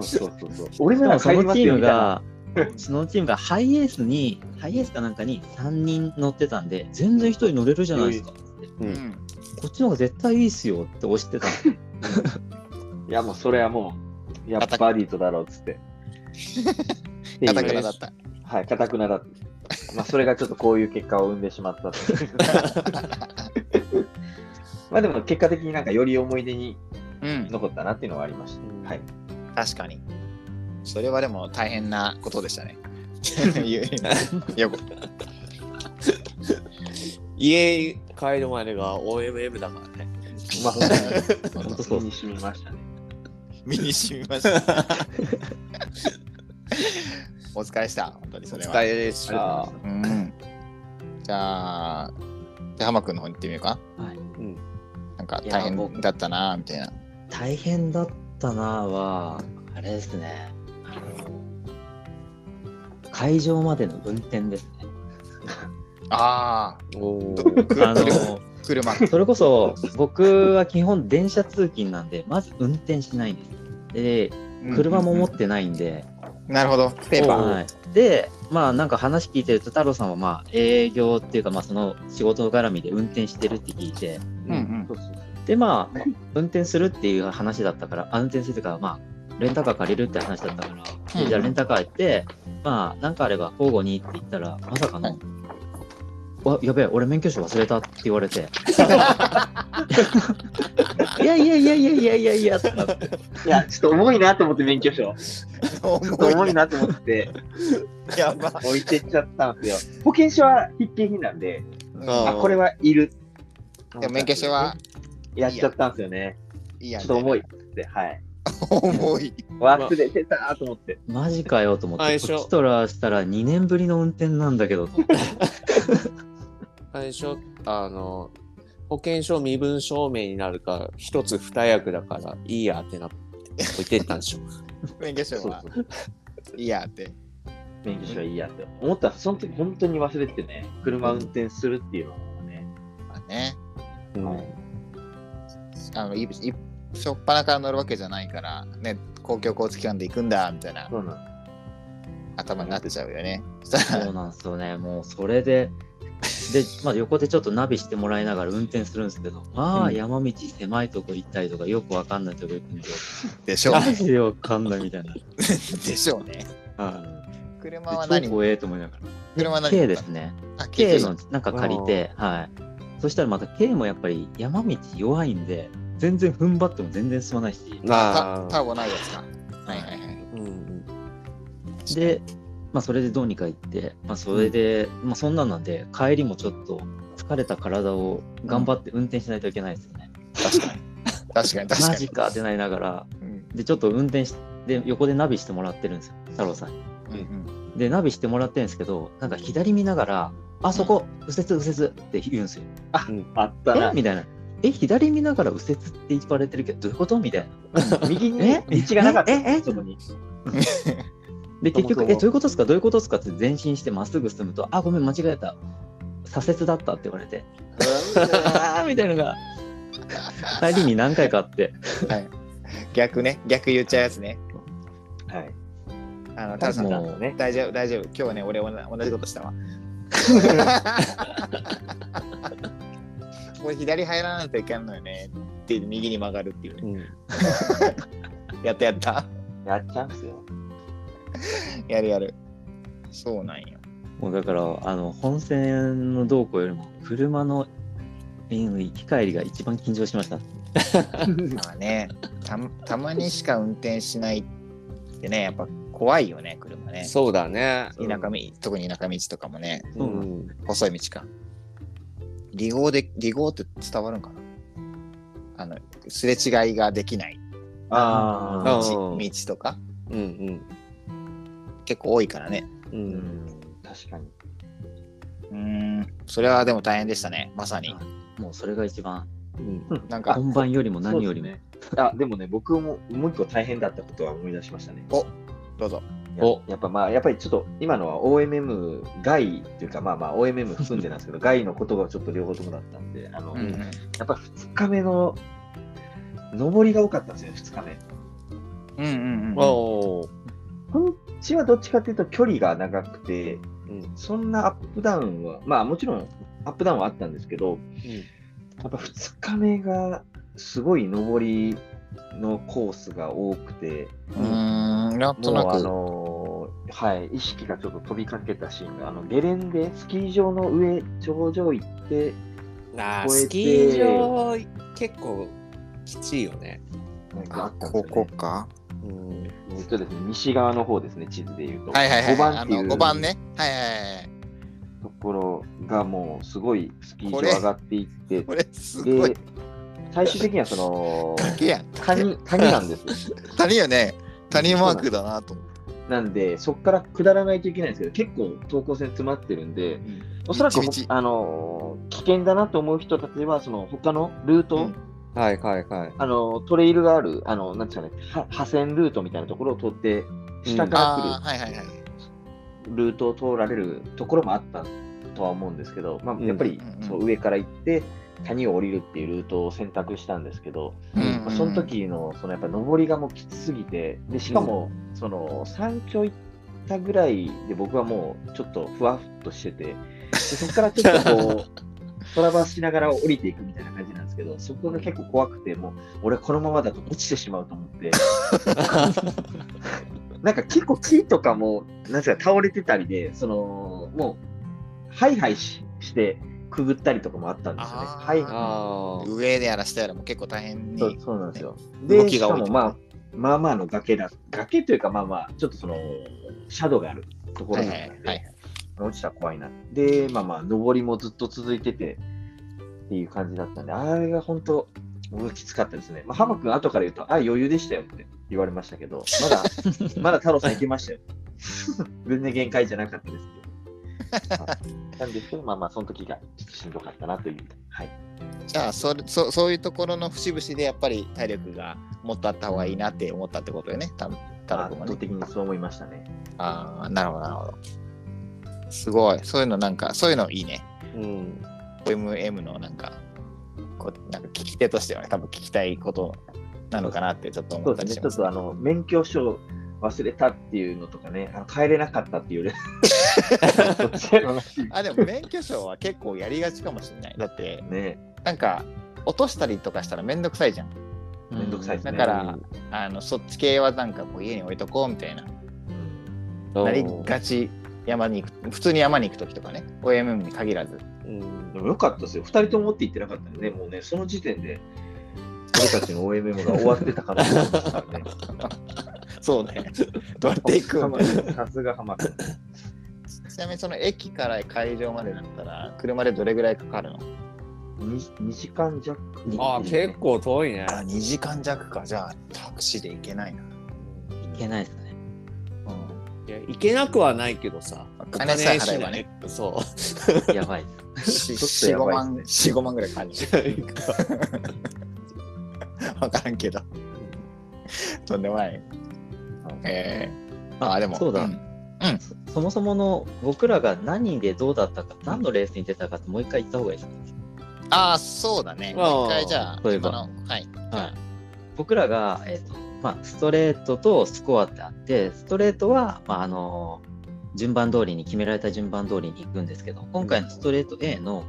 [SPEAKER 4] そうそうそうそう。俺
[SPEAKER 1] で
[SPEAKER 4] なら
[SPEAKER 1] も
[SPEAKER 4] 帰
[SPEAKER 1] そ
[SPEAKER 4] り
[SPEAKER 1] の
[SPEAKER 4] ます
[SPEAKER 1] チ
[SPEAKER 4] よ
[SPEAKER 1] ーム
[SPEAKER 4] みたいな。
[SPEAKER 1] が、そのチームがハイエースに、ハイエースかなんかに3人乗ってたんで、全然1人乗れるじゃないですか。
[SPEAKER 2] う
[SPEAKER 3] うんん。
[SPEAKER 1] こっちの方が絶対いいっすよって押してた。
[SPEAKER 4] いやもうそれはもう、やっぱバディとだろうっ つって。
[SPEAKER 3] カタカナだった。
[SPEAKER 4] はい、かたくなだった。まあそれがちょっとこういう結果を生んでしまったっていう まあでも結果的になんかより思い出に
[SPEAKER 3] うん。
[SPEAKER 4] 残ったなっていうのはありました。
[SPEAKER 2] うん
[SPEAKER 4] はい。
[SPEAKER 3] 確かに。それはでも大変なことでしたね。いやよく
[SPEAKER 2] 家帰るまでが OMM だからね。
[SPEAKER 4] まあ本当に、
[SPEAKER 3] 本
[SPEAKER 4] 本
[SPEAKER 3] 当そ
[SPEAKER 4] 当そううに染みましたね。
[SPEAKER 3] 身に染みました。 お疲れでした。本当にそ
[SPEAKER 2] お
[SPEAKER 3] れ
[SPEAKER 2] 疲
[SPEAKER 3] は。
[SPEAKER 2] れでし
[SPEAKER 4] ありがとうございま
[SPEAKER 2] た
[SPEAKER 4] した。
[SPEAKER 3] うん。じゃあ、じゃあ浜君の方に行ってみようか。
[SPEAKER 1] はい
[SPEAKER 2] うん
[SPEAKER 3] なんか大
[SPEAKER 1] いや
[SPEAKER 3] 変
[SPEAKER 1] 僕
[SPEAKER 3] だったなみたいな。
[SPEAKER 1] 大変だったなぁは、あれですね。あの会場までの運転ですね。
[SPEAKER 3] ああ、
[SPEAKER 2] お
[SPEAKER 3] ど
[SPEAKER 2] ー
[SPEAKER 3] く
[SPEAKER 1] あの
[SPEAKER 3] 車車。
[SPEAKER 1] それこそ僕は基本電車通勤なんで、まず運転しないんです。で、車も持っ
[SPEAKER 3] うん
[SPEAKER 1] てないんで、
[SPEAKER 3] なるほど。ペーパー。
[SPEAKER 1] はい、で、まあなんか話聞いてると、太郎さんはまあ営業っていうか、まあその仕事絡みで運転してるって聞いて、
[SPEAKER 3] うんうん。
[SPEAKER 4] そうそうそう
[SPEAKER 1] でまあ、運転するっていう話だったから、あ運転するというか、まあ、レンタカー借りるって話だったから、
[SPEAKER 3] うん
[SPEAKER 1] でじゃあレンタカー行って、まあ、なんかあれば交互にって言ったら、まさかの、
[SPEAKER 3] はい
[SPEAKER 1] わやべえ、俺免許証忘れたって言わ れて、いやいやいやいやいやいやいやってなって、
[SPEAKER 4] いや、ちょっと重いなと思って免許証。ちょっと重
[SPEAKER 3] 重
[SPEAKER 4] い
[SPEAKER 3] いな。
[SPEAKER 4] なと思って
[SPEAKER 3] やば。
[SPEAKER 4] 置いてっちゃったんですよ。保険証は必見品なんで、
[SPEAKER 2] あ
[SPEAKER 4] あ、これはいる。
[SPEAKER 3] でも免許証は。
[SPEAKER 4] やっちゃったんですよね。
[SPEAKER 3] いい
[SPEAKER 4] ち
[SPEAKER 3] や
[SPEAKER 4] ょ
[SPEAKER 3] ん
[SPEAKER 4] っと重いっつって、はい。
[SPEAKER 3] 重い。
[SPEAKER 4] 忘れてたーと思って。
[SPEAKER 1] マジかよと思っ
[SPEAKER 2] あ
[SPEAKER 1] て、
[SPEAKER 2] 一
[SPEAKER 1] こ
[SPEAKER 2] 緒
[SPEAKER 1] っちとらしたら2年ぶりの運転なんだけどと思って、
[SPEAKER 2] 最初、あの、保険証身分証明になるから、一つ二役だから、いいやってなって置いてったんで しょ。
[SPEAKER 3] 免許
[SPEAKER 4] そう
[SPEAKER 3] 証
[SPEAKER 4] そ
[SPEAKER 3] は
[SPEAKER 4] う。
[SPEAKER 3] いいやって。
[SPEAKER 4] 免許証はいいやって思ったら、その時本当に忘れててね、車運転するっていうのはね、
[SPEAKER 3] まあね。
[SPEAKER 2] うん
[SPEAKER 3] あの、い、い、しょっぱなから乗るわけじゃないから、ね、公共交通機関で行くんだ、みたいな
[SPEAKER 4] そうなん
[SPEAKER 3] 頭になっちゃうよね。そしたら
[SPEAKER 1] そうなんですよね、もうそれで、で、まあ、横でちょっとナビしてもらいながら運転するんですけど、ま
[SPEAKER 2] う
[SPEAKER 1] あ
[SPEAKER 2] ん
[SPEAKER 1] 山道狭いとこ行ったりとか、よくわかんないとこ行くんで、
[SPEAKER 3] でしょう
[SPEAKER 1] マ
[SPEAKER 3] ね。
[SPEAKER 1] ジでわかんないみたいな。
[SPEAKER 3] でしょうね。
[SPEAKER 1] はい
[SPEAKER 3] 車は
[SPEAKER 1] で超
[SPEAKER 3] 何
[SPEAKER 1] 怖えと思いながら。
[SPEAKER 3] 車は何
[SPEAKER 1] K ですね。
[SPEAKER 3] あ、軽
[SPEAKER 1] K
[SPEAKER 3] 乗
[SPEAKER 1] のなんか借りて、はい。そしたらまた K もやっぱり山道弱いんで、全然踏ん張っても全然進まないし、
[SPEAKER 3] タ
[SPEAKER 2] あ
[SPEAKER 3] ターボないやつか。はいはいはい。
[SPEAKER 2] ーうん
[SPEAKER 1] で、まあ、それでどうにか行って、まあ、それで、まあ、そんなんなんで、帰りもちょっと疲れた体を頑張って運転しないといけないですよね。
[SPEAKER 3] 確かに。確かに確かに。
[SPEAKER 1] マジかってなりながら、
[SPEAKER 3] うん。
[SPEAKER 1] で、ちょっと運転して、横でナビしてもらってるんですよ、太郎さんに。
[SPEAKER 3] うんうん。
[SPEAKER 1] で、ナビしてもらってるんですけど、なんか左見ながら、あそこ、右折、右折って言うんですよ。
[SPEAKER 4] あった
[SPEAKER 1] え
[SPEAKER 4] な。
[SPEAKER 1] みたいな。え、左見ながら右折って言われてるけど、どういうことみたいな。
[SPEAKER 4] 右に道がなかった。
[SPEAKER 1] えええ
[SPEAKER 4] そこに。
[SPEAKER 1] で、
[SPEAKER 4] そもそ
[SPEAKER 1] 結
[SPEAKER 4] も
[SPEAKER 1] 局、え、どういうことですかどういうことですかって前進してまっすぐ進むと、あ、ごめん、間違えた。左折だったって言われ て、あーみたいなのが、帰りに何回かあって、
[SPEAKER 3] 逆ね。逆言っちゃうやつね。
[SPEAKER 4] はい。
[SPEAKER 3] あの、タルさん、
[SPEAKER 1] もう
[SPEAKER 4] ね
[SPEAKER 3] 大丈夫、大丈夫。今日はね、俺、おな同じこと したわ。これ左入らないといけんのよね。って、右に曲がるっていうね。
[SPEAKER 2] うんうん
[SPEAKER 3] やったやった。
[SPEAKER 4] やっちゃうんすよ。
[SPEAKER 3] やるやる。そうなんよ。
[SPEAKER 1] もうだから、あの、本線のどうこうよりも、車の、えー行き帰りが一番緊張しました。
[SPEAKER 3] まあね、たたまにしか運転しないってね、やっぱ怖いよね、車ね。
[SPEAKER 2] そうだね。
[SPEAKER 3] 田舎道、特に田舎道とかもね、
[SPEAKER 2] う
[SPEAKER 4] うん
[SPEAKER 2] ん。
[SPEAKER 3] 細い道か。離合で、離合って伝わるんかなあの、すれ違いができない
[SPEAKER 4] あ
[SPEAKER 2] あ
[SPEAKER 4] あ。
[SPEAKER 3] 道
[SPEAKER 2] うん
[SPEAKER 3] 道とか、
[SPEAKER 2] うん
[SPEAKER 3] 結構多いからね。
[SPEAKER 2] うん。う。
[SPEAKER 4] うんん。確かに。
[SPEAKER 3] うーん、それはでも大変でしたね、まさに。
[SPEAKER 1] もうそれが一番、
[SPEAKER 2] うん。
[SPEAKER 3] なんか、
[SPEAKER 1] 本番よりも何よりも。
[SPEAKER 4] そうですね。あ、でもね、僕ももう一個大変だったことは思い出しましたね。
[SPEAKER 3] どうぞ。
[SPEAKER 4] や
[SPEAKER 2] お
[SPEAKER 4] やっぱまあ、やっぱりちょっと今のは OMM 外っていうか、まあまあ OMM 含んでなん ですけど、外の言葉がちょっと両方ともだったんで、あの、
[SPEAKER 3] うん
[SPEAKER 4] やっぱ2日目の上りが多かったんですよ、2日目。
[SPEAKER 3] うんうんうん。
[SPEAKER 2] おー
[SPEAKER 4] こっちはどっちかっていうと距離が長くて、
[SPEAKER 2] うん
[SPEAKER 4] そんなアップダウンは、まあもちろんアップダウンはあったんですけど、やっぱ2日目がすごい上りのコースが多くて、
[SPEAKER 3] うーん、なんとな
[SPEAKER 4] もうあ
[SPEAKER 3] く。
[SPEAKER 4] のーはい、意識がちょっと飛びかけたシーンが、あのゲレンデ、スキー場の上、頂上行って、
[SPEAKER 2] あー
[SPEAKER 4] 超えて
[SPEAKER 2] スキー場結構きついよね。
[SPEAKER 4] なんかあ
[SPEAKER 3] あ、
[SPEAKER 4] ったんで
[SPEAKER 3] こ
[SPEAKER 4] すよ
[SPEAKER 3] こ
[SPEAKER 4] ね。
[SPEAKER 3] か。
[SPEAKER 2] うん。
[SPEAKER 4] えっとですね、西側の方ですね、地図で言うと。
[SPEAKER 3] はいはいはい。
[SPEAKER 4] 5番
[SPEAKER 3] あ
[SPEAKER 4] ってい
[SPEAKER 3] の
[SPEAKER 4] う
[SPEAKER 3] 5番ね。はいはいはい。
[SPEAKER 4] ところが、もうすごいスキー場
[SPEAKER 3] これ
[SPEAKER 4] 上がっていって、
[SPEAKER 3] これすごい
[SPEAKER 4] で。、最終的にはそ の、
[SPEAKER 3] いや、
[SPEAKER 4] 谷、谷なんですよ。
[SPEAKER 3] 谷よね。谷マークだなと思って。
[SPEAKER 4] なんで、そこから下らないといけないんですけど、結構等高線詰まってるんで、おそらく
[SPEAKER 3] みちみち
[SPEAKER 4] あの危険だなと思う人たちは、その他のルート、
[SPEAKER 3] うん
[SPEAKER 2] はいはいはい。
[SPEAKER 4] あのトレイルがある、あのなんていうかね、は破線ルートみたいなところを通って、下
[SPEAKER 3] あ
[SPEAKER 4] か
[SPEAKER 3] あ、はいはいはい。
[SPEAKER 4] ら来るルートを通られるところもあったとは思うんですけど、ま
[SPEAKER 2] う
[SPEAKER 4] あ、
[SPEAKER 2] ん
[SPEAKER 4] やっぱり
[SPEAKER 3] うんうん
[SPEAKER 4] そう上から行って、谷を降りるっていうルートを選択したんですけど、
[SPEAKER 3] うん
[SPEAKER 4] まあその時のそのやっぱ上りがもうきつすぎて、でしかも、その山頂行ったぐらいで、僕はもうちょっとふわっとしてて、でそこからちょっと こう。トラバースしながら降りていくみたいな感じなんですけど、そこが結構怖くて、もう俺このままだと落ちてしまうと思 って、なんか結構木とかも、なんすか、倒れてたりで、その、もう、ハイハイしして、くぐったりとかもあったんですよね。
[SPEAKER 3] あー
[SPEAKER 4] はいは
[SPEAKER 2] ああ。
[SPEAKER 3] 上でやらしたやらもう結構大変
[SPEAKER 4] い。
[SPEAKER 3] に。
[SPEAKER 4] そうそうなんですよ。
[SPEAKER 3] 動
[SPEAKER 4] で、
[SPEAKER 3] き
[SPEAKER 4] し
[SPEAKER 3] が
[SPEAKER 4] か
[SPEAKER 3] 多い
[SPEAKER 4] も、
[SPEAKER 3] と
[SPEAKER 4] まあ、まあまあの崖だ、崖というか、まあまあ、ちょっとその、シャドウがあるとこ
[SPEAKER 3] は
[SPEAKER 4] ろ
[SPEAKER 3] い
[SPEAKER 4] な
[SPEAKER 3] は
[SPEAKER 4] ん
[SPEAKER 3] い
[SPEAKER 4] で、
[SPEAKER 3] はい。
[SPEAKER 4] 落ちたら怖いな。で、まあまあ、上りもずっと続いてて、っていう感じだったんで、あれが本当、僕きつかったですね。まあ、ハマ君、後から言うと、あ、余裕でしたよって言われましたけど、まだ、まだ太郎さん行けましたよ。 全然限界じゃなかったですけど。はいなんですけど、まあまあ、その時がちょっとしんどかったなという。はい。
[SPEAKER 3] じゃあそれそ、そういうところの節々でやっぱり体力がもっとあった方がいいなって思ったってことよね。たたら
[SPEAKER 4] 圧
[SPEAKER 3] くも
[SPEAKER 4] 倒
[SPEAKER 3] ね。
[SPEAKER 4] 的にそう思いましたね。
[SPEAKER 3] ああ、なるほどなるほど。すごい。そういうのなんか、そういうのいいね。
[SPEAKER 2] うん。
[SPEAKER 3] OMM のなんか、こうなんか聞き手としてはね、多分聞きたいことなのかなってちょっと
[SPEAKER 4] そ
[SPEAKER 3] 思っ
[SPEAKER 4] う
[SPEAKER 3] たり
[SPEAKER 4] です
[SPEAKER 3] し
[SPEAKER 4] ね。ちょ
[SPEAKER 3] ま
[SPEAKER 4] っ
[SPEAKER 3] す。
[SPEAKER 4] とあの、免許証忘れたっていうのとかね、あの帰れなかったっていうね。 そっちの話
[SPEAKER 3] あでも免許証は結構やりがちかもしれない。だって
[SPEAKER 4] ね、
[SPEAKER 3] なんか落としたりとかしたらめんどくさいじゃん。
[SPEAKER 4] めんどくさいです
[SPEAKER 3] だ
[SPEAKER 4] ね。
[SPEAKER 3] からあのそっち系はなんかこう家に置いとこうみたいな
[SPEAKER 2] うん
[SPEAKER 3] なりがち山に行く普通に山に行く時とかね OMM に限らず
[SPEAKER 2] うん
[SPEAKER 4] でもよかったですよ。2人とも持って行ってなかったんでね、もうね、その時点で、俺たちの OMM が終わってたから、 ね、
[SPEAKER 3] そうねどうやって行くんだよ
[SPEAKER 4] さすが浜田。
[SPEAKER 3] ちなみにその駅から会場までだったら車でどれぐらいかかるの
[SPEAKER 4] 2, 時間弱。
[SPEAKER 2] ああ、結構遠いね。
[SPEAKER 3] あ2時間弱かじゃあタクシーで行けないな、
[SPEAKER 1] いけないですね。
[SPEAKER 3] うん、
[SPEAKER 2] いや、行けなくはないけどさ。
[SPEAKER 3] お金さえ払えばね
[SPEAKER 2] お金しない。そ
[SPEAKER 1] やばいです。
[SPEAKER 4] ちょっと
[SPEAKER 3] 45
[SPEAKER 4] やばい
[SPEAKER 3] 万
[SPEAKER 4] で
[SPEAKER 3] 四五万ぐらい 感じ分からんけど とんでもないえー、 あでも
[SPEAKER 1] そうだ、
[SPEAKER 3] ん
[SPEAKER 1] そそもそもの僕らが何でどうだったか、何のレースに出たかってもう一回言った方がいいですね。
[SPEAKER 3] ああそうだね
[SPEAKER 2] あー
[SPEAKER 3] もう一回じゃあ
[SPEAKER 1] そういえば
[SPEAKER 3] 今のはい
[SPEAKER 1] はい、僕らが、えーとまあ、ストレートとスコアってあってストレートは、まあ、あの順番通りに決められた順番通りに行くんですけど今回のストレート A の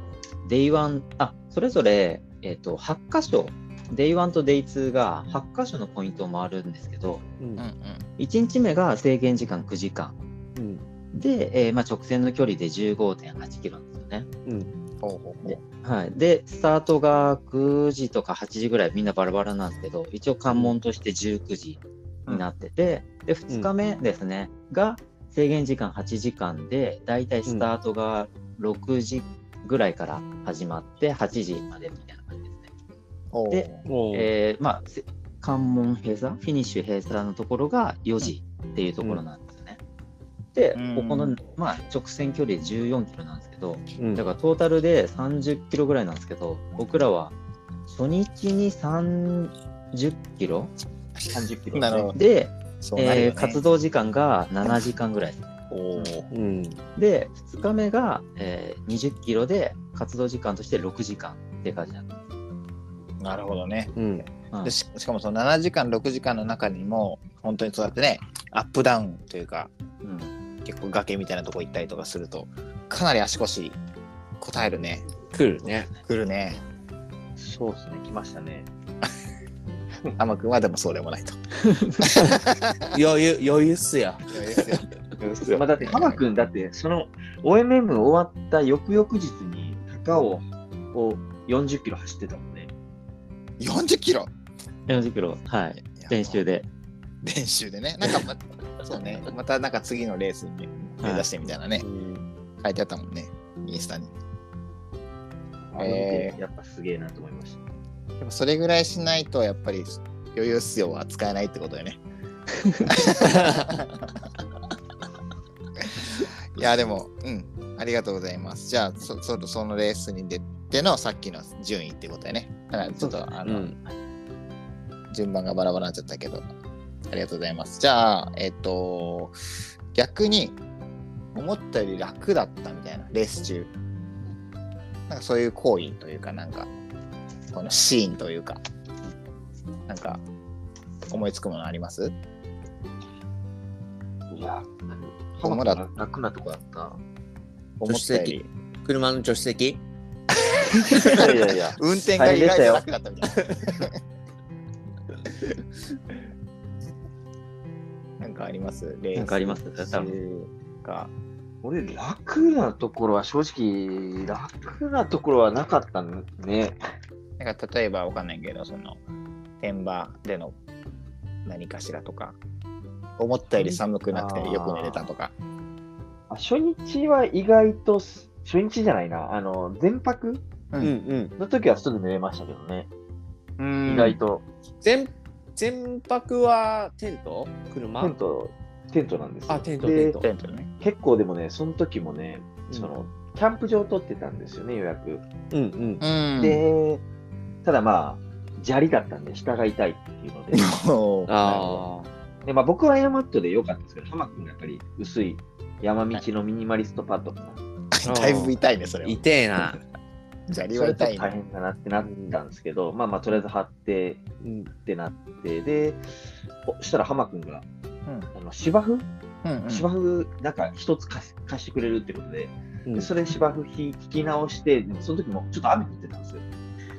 [SPEAKER 1] Day1 あそれぞれ、えー、と8箇所 Day1 と Day2 が8箇所のポイントを回るんですけど
[SPEAKER 2] う。う
[SPEAKER 3] うん
[SPEAKER 2] ん。
[SPEAKER 1] 1日目が制限時間9時間
[SPEAKER 2] うん。
[SPEAKER 1] で、えーまあ、直線の距離で15.8キロなんですよね。
[SPEAKER 2] うん。
[SPEAKER 3] うんほうほうほう
[SPEAKER 1] はい、で、スタートが9時とか8時ぐらい、みんなバラバラなんですけど、一応関門として19時になってて、で2日目ですね、が制限時間8時間でだいたいスタートが6時ぐらいから始まって8時までみたいな感じですね。
[SPEAKER 3] おー
[SPEAKER 1] で
[SPEAKER 2] おー
[SPEAKER 1] えーまあ、せ関門閉鎖フィニッシュ閉鎖のところが4時っていうところなんですよね。で
[SPEAKER 3] うん
[SPEAKER 1] ここの、まあ、直線距離で14キロなんですけど
[SPEAKER 2] うん
[SPEAKER 1] だからトータルで30キロぐらいなんですけど僕らは初日に30キロ
[SPEAKER 4] 30キロ、
[SPEAKER 3] なるほど。
[SPEAKER 1] で、
[SPEAKER 3] そうなるよ
[SPEAKER 1] え
[SPEAKER 3] ね
[SPEAKER 1] ー活動時間が7時間ぐらいです
[SPEAKER 3] おー
[SPEAKER 2] うん
[SPEAKER 1] で2日目が、えー20キロで活動時間として6時間って感じなんで
[SPEAKER 3] なるほどね。
[SPEAKER 2] うん
[SPEAKER 1] うん
[SPEAKER 3] でししかもその7時間6時間の中にも本当にそうやってねアップダウンというか
[SPEAKER 1] うん
[SPEAKER 3] 結構崖みたいなとこ行ったりとかするとかなり足腰答えるね
[SPEAKER 2] 来るね
[SPEAKER 3] くるね
[SPEAKER 4] そうですね、来ましたね。
[SPEAKER 3] 天くんはでもそうでもないと
[SPEAKER 2] 余裕余裕っすや
[SPEAKER 4] まあ、だって、浜君、だって、その OMM 終わった翌々日に、高尾を40キロ走ってたもんね。
[SPEAKER 3] 40キロ
[SPEAKER 1] 40キロはい練習で
[SPEAKER 3] 練習でねなんかまそうねまたなんか次のレースにね目指してみたいなね、書いてあったもんねインスタに
[SPEAKER 4] あれ見てやっぱすげえなと思いました。
[SPEAKER 3] でもそれぐらいしないとやっぱり余裕っすよは使えないってことよねいやでもうんありがとうございますじゃあそそそのレースに出てのさっきの順位ってことやねだからちょっとあ
[SPEAKER 2] う
[SPEAKER 3] の、
[SPEAKER 2] ん
[SPEAKER 3] 順番がバラバラになっちゃったけどありがとうございますじゃあえっ、と逆に思ったより楽だったみたいなレース中なんかそういう行為というかなんかこのシーンというかなんか思いつくものあります
[SPEAKER 4] いや、
[SPEAKER 3] ほんま
[SPEAKER 4] 浜
[SPEAKER 3] だ
[SPEAKER 4] 君が楽なとこだった。
[SPEAKER 3] 思ったより
[SPEAKER 2] 車の助手席
[SPEAKER 4] いやいやいや、
[SPEAKER 3] 運転が意外と楽だったみたい ななんかありますレース
[SPEAKER 1] なんかあります多
[SPEAKER 3] 中か
[SPEAKER 4] 俺、楽なところは正直、楽なところはなかったんですね。
[SPEAKER 3] なんか例えばわかんないけど、その、天場での何かしらとか、思ったより寒くなくてよく寝れたとか。
[SPEAKER 4] あ初日は意外とす、初日じゃないな、あの、全泊
[SPEAKER 2] うんうん
[SPEAKER 4] の時はすぐ寝れましたけどね、
[SPEAKER 3] 意
[SPEAKER 4] 意外。と。
[SPEAKER 2] 全全泊はテント車
[SPEAKER 4] テント、テントなんですよ
[SPEAKER 2] あテント
[SPEAKER 4] で
[SPEAKER 2] テント
[SPEAKER 3] テントね。
[SPEAKER 4] 結構でもね、その時もね、その、キャンプ場取ってたんですよね、予約。
[SPEAKER 2] うんうん
[SPEAKER 3] うんで、
[SPEAKER 4] で、ただまあ、砂利だったんで、下が痛いっていうの で、
[SPEAKER 3] もう
[SPEAKER 2] ああ
[SPEAKER 4] でまあ、僕はエアマットで良かったんですけど、浜君がやっぱり薄い山道のミニマリストパッドかな。
[SPEAKER 3] だいぶ痛いね、それは。
[SPEAKER 2] 痛えな
[SPEAKER 3] 砂利
[SPEAKER 4] そ
[SPEAKER 3] は
[SPEAKER 4] れちょ
[SPEAKER 3] 痛
[SPEAKER 4] っと
[SPEAKER 3] い
[SPEAKER 4] 大
[SPEAKER 3] ね。
[SPEAKER 4] 変だなってなったんですけど、まあまあ、とりあえず貼って
[SPEAKER 2] うん
[SPEAKER 4] ってなって、で、おしたら浜君が、
[SPEAKER 3] うん
[SPEAKER 4] あの芝生
[SPEAKER 3] うんうん
[SPEAKER 4] 芝生、なんか一つ貸し貸してくれるってことで、
[SPEAKER 2] う
[SPEAKER 4] で
[SPEAKER 2] ん
[SPEAKER 4] それ芝生ひ聞き直して、でもその時もちょっと雨降ってたんですよ。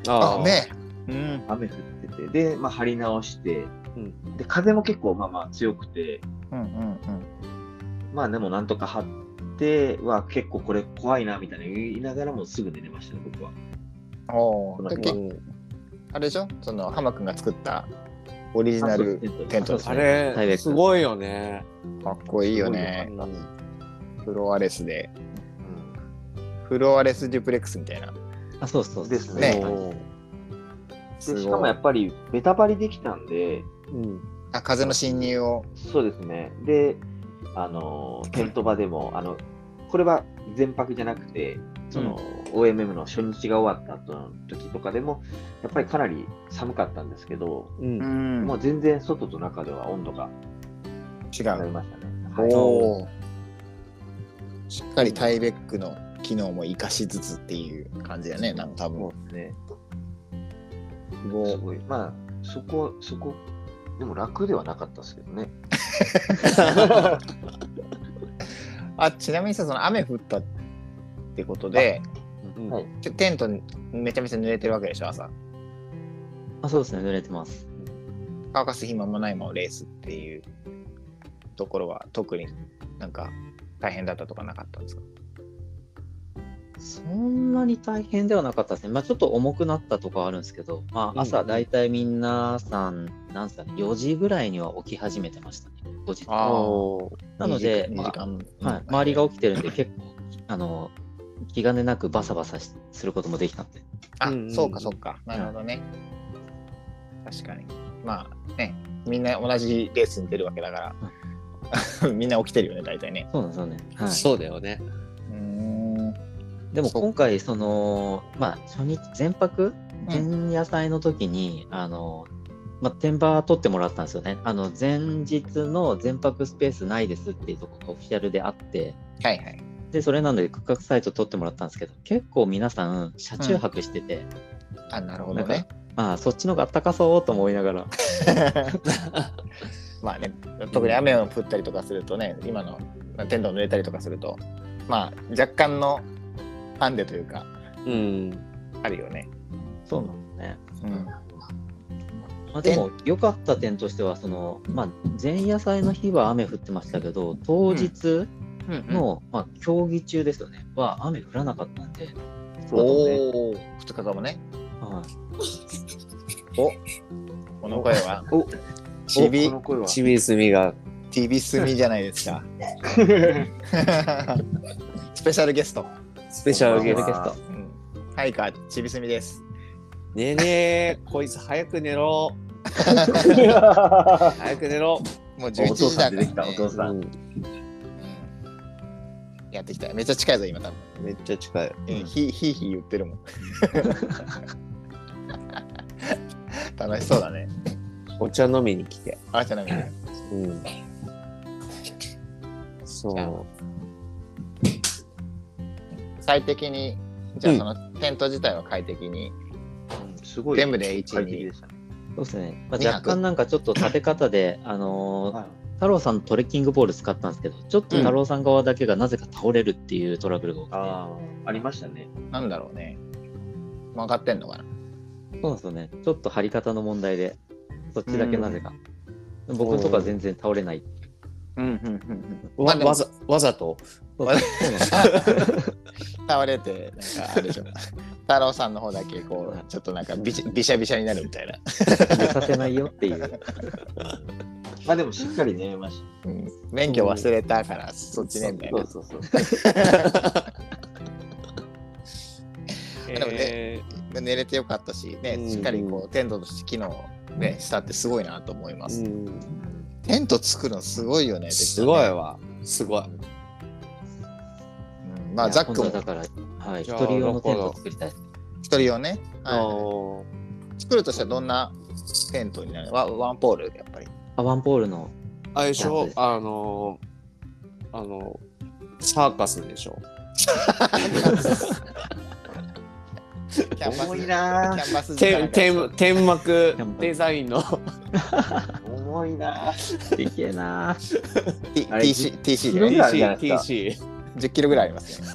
[SPEAKER 2] あ
[SPEAKER 3] あ、
[SPEAKER 2] ー
[SPEAKER 3] ね。うん。
[SPEAKER 4] 雨降ってて、で、まあ、張り直して、
[SPEAKER 2] うん
[SPEAKER 4] で、風も結構まあまあ強くて、
[SPEAKER 3] うんうん
[SPEAKER 4] まあでもなんとか張っては結構これ怖いなみたいな言いながらもすぐ寝れましたね、僕は。
[SPEAKER 3] うん。おお。で
[SPEAKER 4] う
[SPEAKER 3] けあれでしょその、浜くんが作ったオリジナルテントです
[SPEAKER 2] あ
[SPEAKER 3] ね。
[SPEAKER 2] れ
[SPEAKER 1] 体力
[SPEAKER 2] すごいよね
[SPEAKER 3] かっこいいよ
[SPEAKER 2] う
[SPEAKER 3] ね。
[SPEAKER 2] ん
[SPEAKER 3] フロアレスで。フロアレスデュプレックスみたいな。
[SPEAKER 1] あそうそうそう
[SPEAKER 4] です
[SPEAKER 3] ね
[SPEAKER 2] おー
[SPEAKER 4] で
[SPEAKER 3] す
[SPEAKER 4] しかも
[SPEAKER 3] ご
[SPEAKER 4] や
[SPEAKER 3] い。
[SPEAKER 4] っぱりベタバリできたんで、
[SPEAKER 2] うん
[SPEAKER 3] あ、風の侵入を。
[SPEAKER 4] そうですね。で、あの、テント場でも、あの、これは全泊じゃなくて、その、OMM の初日が終わった後の時とかでも、やっぱりかなり寒かったんですけど、
[SPEAKER 2] うん
[SPEAKER 3] ん
[SPEAKER 4] もう全然外と中では温度が
[SPEAKER 3] 違
[SPEAKER 4] 上が
[SPEAKER 3] う。
[SPEAKER 4] りましたね。はい
[SPEAKER 3] おお。しっかりタイベックの機能も活かしつつっていう感じだね、なんか多分
[SPEAKER 4] そ。うですね。
[SPEAKER 3] す
[SPEAKER 4] す
[SPEAKER 3] ご
[SPEAKER 4] ごい。まあ、そこ、そこ、でも楽ではなかったですけどね。
[SPEAKER 3] あちなみにさ、その雨降ったってことで、
[SPEAKER 2] うん
[SPEAKER 4] はい。
[SPEAKER 3] ちょテントめちゃめちゃ濡れてるわけでしょ、朝。
[SPEAKER 1] あそうですね濡れてます
[SPEAKER 3] 乾かす暇もないままレースっていうところは、特になんか大変だったとかなかったんですか
[SPEAKER 1] そんなに大変ではなかったですね。まあちょっと重くなったとかあるんですけど、まあ
[SPEAKER 2] うん
[SPEAKER 1] 朝
[SPEAKER 2] うん
[SPEAKER 1] 大体みんなさん、なんすかね、4時ぐらいには起き始めてましたね、5時
[SPEAKER 3] あ
[SPEAKER 2] お
[SPEAKER 1] なので、
[SPEAKER 3] 二
[SPEAKER 1] ま
[SPEAKER 3] 時
[SPEAKER 1] あ
[SPEAKER 3] 間
[SPEAKER 1] はい、周りが起きてるんで、結構、あの、気兼ねなくバサバサしすることもできたんで。
[SPEAKER 3] あ、
[SPEAKER 2] うんうん
[SPEAKER 3] そうかそうか。なるほどね。確かに。まあね、みんな同じレースに出るわけだから、 みんな起きてるよね、大体ね。
[SPEAKER 1] そうなんですよね。は
[SPEAKER 2] ー
[SPEAKER 1] い。
[SPEAKER 2] そうだよね。
[SPEAKER 3] うーん。
[SPEAKER 1] でも
[SPEAKER 3] そう
[SPEAKER 1] 今回、その、まあ、初日、全泊、
[SPEAKER 3] う
[SPEAKER 1] 前夜祭の時に、あの、まあ、テンバー取ってもらったんですよね。あの、前日の全泊スペースないですっていうところがオフィシャルであって、
[SPEAKER 3] はいはい。
[SPEAKER 1] で、それなので、区画サイト取ってもらったんですけど、結構皆さん、車中泊してて、
[SPEAKER 3] あ、なるほどね。
[SPEAKER 1] まあ、そっちの方が暖かそうと思いながら、
[SPEAKER 3] まあね、特に雨を降ったりとかするとね、今のテントが濡れたりとかすると、まあ若干のハンデというか、
[SPEAKER 2] うん。
[SPEAKER 3] あるよね。
[SPEAKER 1] そうなんですね。
[SPEAKER 3] うん。
[SPEAKER 1] まあ、でも良かった点としてはその、まあ、前夜祭の日は雨降ってましたけど当日の、まあ、競技中ですよねは雨降らなかったんで、
[SPEAKER 4] そうだね。
[SPEAKER 3] おお、2日間もね。
[SPEAKER 1] はい
[SPEAKER 3] この声 は
[SPEAKER 4] お、
[SPEAKER 3] ち
[SPEAKER 4] お
[SPEAKER 3] び
[SPEAKER 4] この声は。
[SPEAKER 2] ちびすみが。
[SPEAKER 3] ちびすみじゃないです か。スペシャルゲスト。
[SPEAKER 2] スペシャルゲスト。
[SPEAKER 4] ト。
[SPEAKER 3] うん、はいか、ちびすみです。
[SPEAKER 2] ねえねえ、こいつ早く寝ろ。早く寝ろ。
[SPEAKER 3] もう11
[SPEAKER 4] お父
[SPEAKER 3] 時だ
[SPEAKER 4] さん
[SPEAKER 3] から、ね
[SPEAKER 4] 出てきた、お父
[SPEAKER 2] う
[SPEAKER 4] さん。
[SPEAKER 2] ん。
[SPEAKER 3] うんやってきた。めっちゃ近いぞ、今多分。
[SPEAKER 2] めっちゃ近い。
[SPEAKER 3] えーひひいひい言ってるもん。楽しそうだね。
[SPEAKER 2] お茶飲みに来て。
[SPEAKER 3] あじゃなくて。
[SPEAKER 2] うん。そう。
[SPEAKER 3] 快適に、じゃあそのテント自体は快適に。
[SPEAKER 4] うんすごい。
[SPEAKER 3] 全部で一
[SPEAKER 4] 快適でしたね。
[SPEAKER 1] そうですね、まあ、
[SPEAKER 3] 二泊
[SPEAKER 1] 若干なんかちょっと立て方で、あのー
[SPEAKER 4] はい
[SPEAKER 1] 太郎さんのトレッキングボール使ったんですけどちょっと太郎さん側だけがなぜか倒れるっていうトラブルが起きて、
[SPEAKER 4] ああ、ありましたね。
[SPEAKER 3] なんだろうね。曲がってんのかな。
[SPEAKER 1] そうなんですよねちょっと張り方の問題でそっちだけなぜか、僕のとこは全然倒れない
[SPEAKER 3] うんうんうん
[SPEAKER 2] わ
[SPEAKER 3] まあ
[SPEAKER 2] わざわざと
[SPEAKER 1] そう
[SPEAKER 3] まあ
[SPEAKER 1] そうなんです
[SPEAKER 3] うん。倒れて、なんかあれでしょ。太郎さんの方だけこう、ちょっとなんかびちびしゃびしゃになるみたいな。
[SPEAKER 1] 寝させないよっていう
[SPEAKER 4] まあでもしっかり寝れまし
[SPEAKER 3] うん免許忘れたから、そっちねみた
[SPEAKER 4] た。
[SPEAKER 3] いな
[SPEAKER 4] そう。そうそう。
[SPEAKER 3] でもね
[SPEAKER 2] え
[SPEAKER 3] 寝れてよかったし、ね
[SPEAKER 2] う、ん
[SPEAKER 3] しっかりこうテントとして機能、ね、したってすごいなと思いま
[SPEAKER 2] ー
[SPEAKER 3] す。
[SPEAKER 2] うん
[SPEAKER 3] テント作るのすごいよね、
[SPEAKER 2] すごい
[SPEAKER 3] でき
[SPEAKER 2] わ。すごい。
[SPEAKER 3] たねうんま
[SPEAKER 1] い
[SPEAKER 3] あ、
[SPEAKER 1] や
[SPEAKER 3] ザックも
[SPEAKER 1] 今度はだから、はい、
[SPEAKER 2] じ
[SPEAKER 1] 一
[SPEAKER 2] ゃあ
[SPEAKER 1] 人用のテント作りたいです。
[SPEAKER 3] 一人用ね、
[SPEAKER 2] あ
[SPEAKER 3] は
[SPEAKER 2] ー
[SPEAKER 3] い、作るとしたらどんなテントになるワンワンポール、やっぱり。
[SPEAKER 1] あ、ワンポールの。
[SPEAKER 2] あれでし
[SPEAKER 1] そう
[SPEAKER 2] ょ
[SPEAKER 1] です
[SPEAKER 2] あのー、あのー、サーカスでしょ
[SPEAKER 3] キャンバス
[SPEAKER 4] 重い
[SPEAKER 3] キャ
[SPEAKER 4] な
[SPEAKER 3] ンバスじゃな
[SPEAKER 2] 天
[SPEAKER 3] いから
[SPEAKER 2] 天天幕
[SPEAKER 1] 天幕
[SPEAKER 2] デザインの
[SPEAKER 4] ぁ。重いなぁ。
[SPEAKER 1] でけえな
[SPEAKER 3] T-
[SPEAKER 4] あれ
[SPEAKER 3] TC TC で
[SPEAKER 4] 広い
[SPEAKER 3] ね
[SPEAKER 4] なあるじゃないですか
[SPEAKER 2] TC
[SPEAKER 3] 10キロぐらいありますね。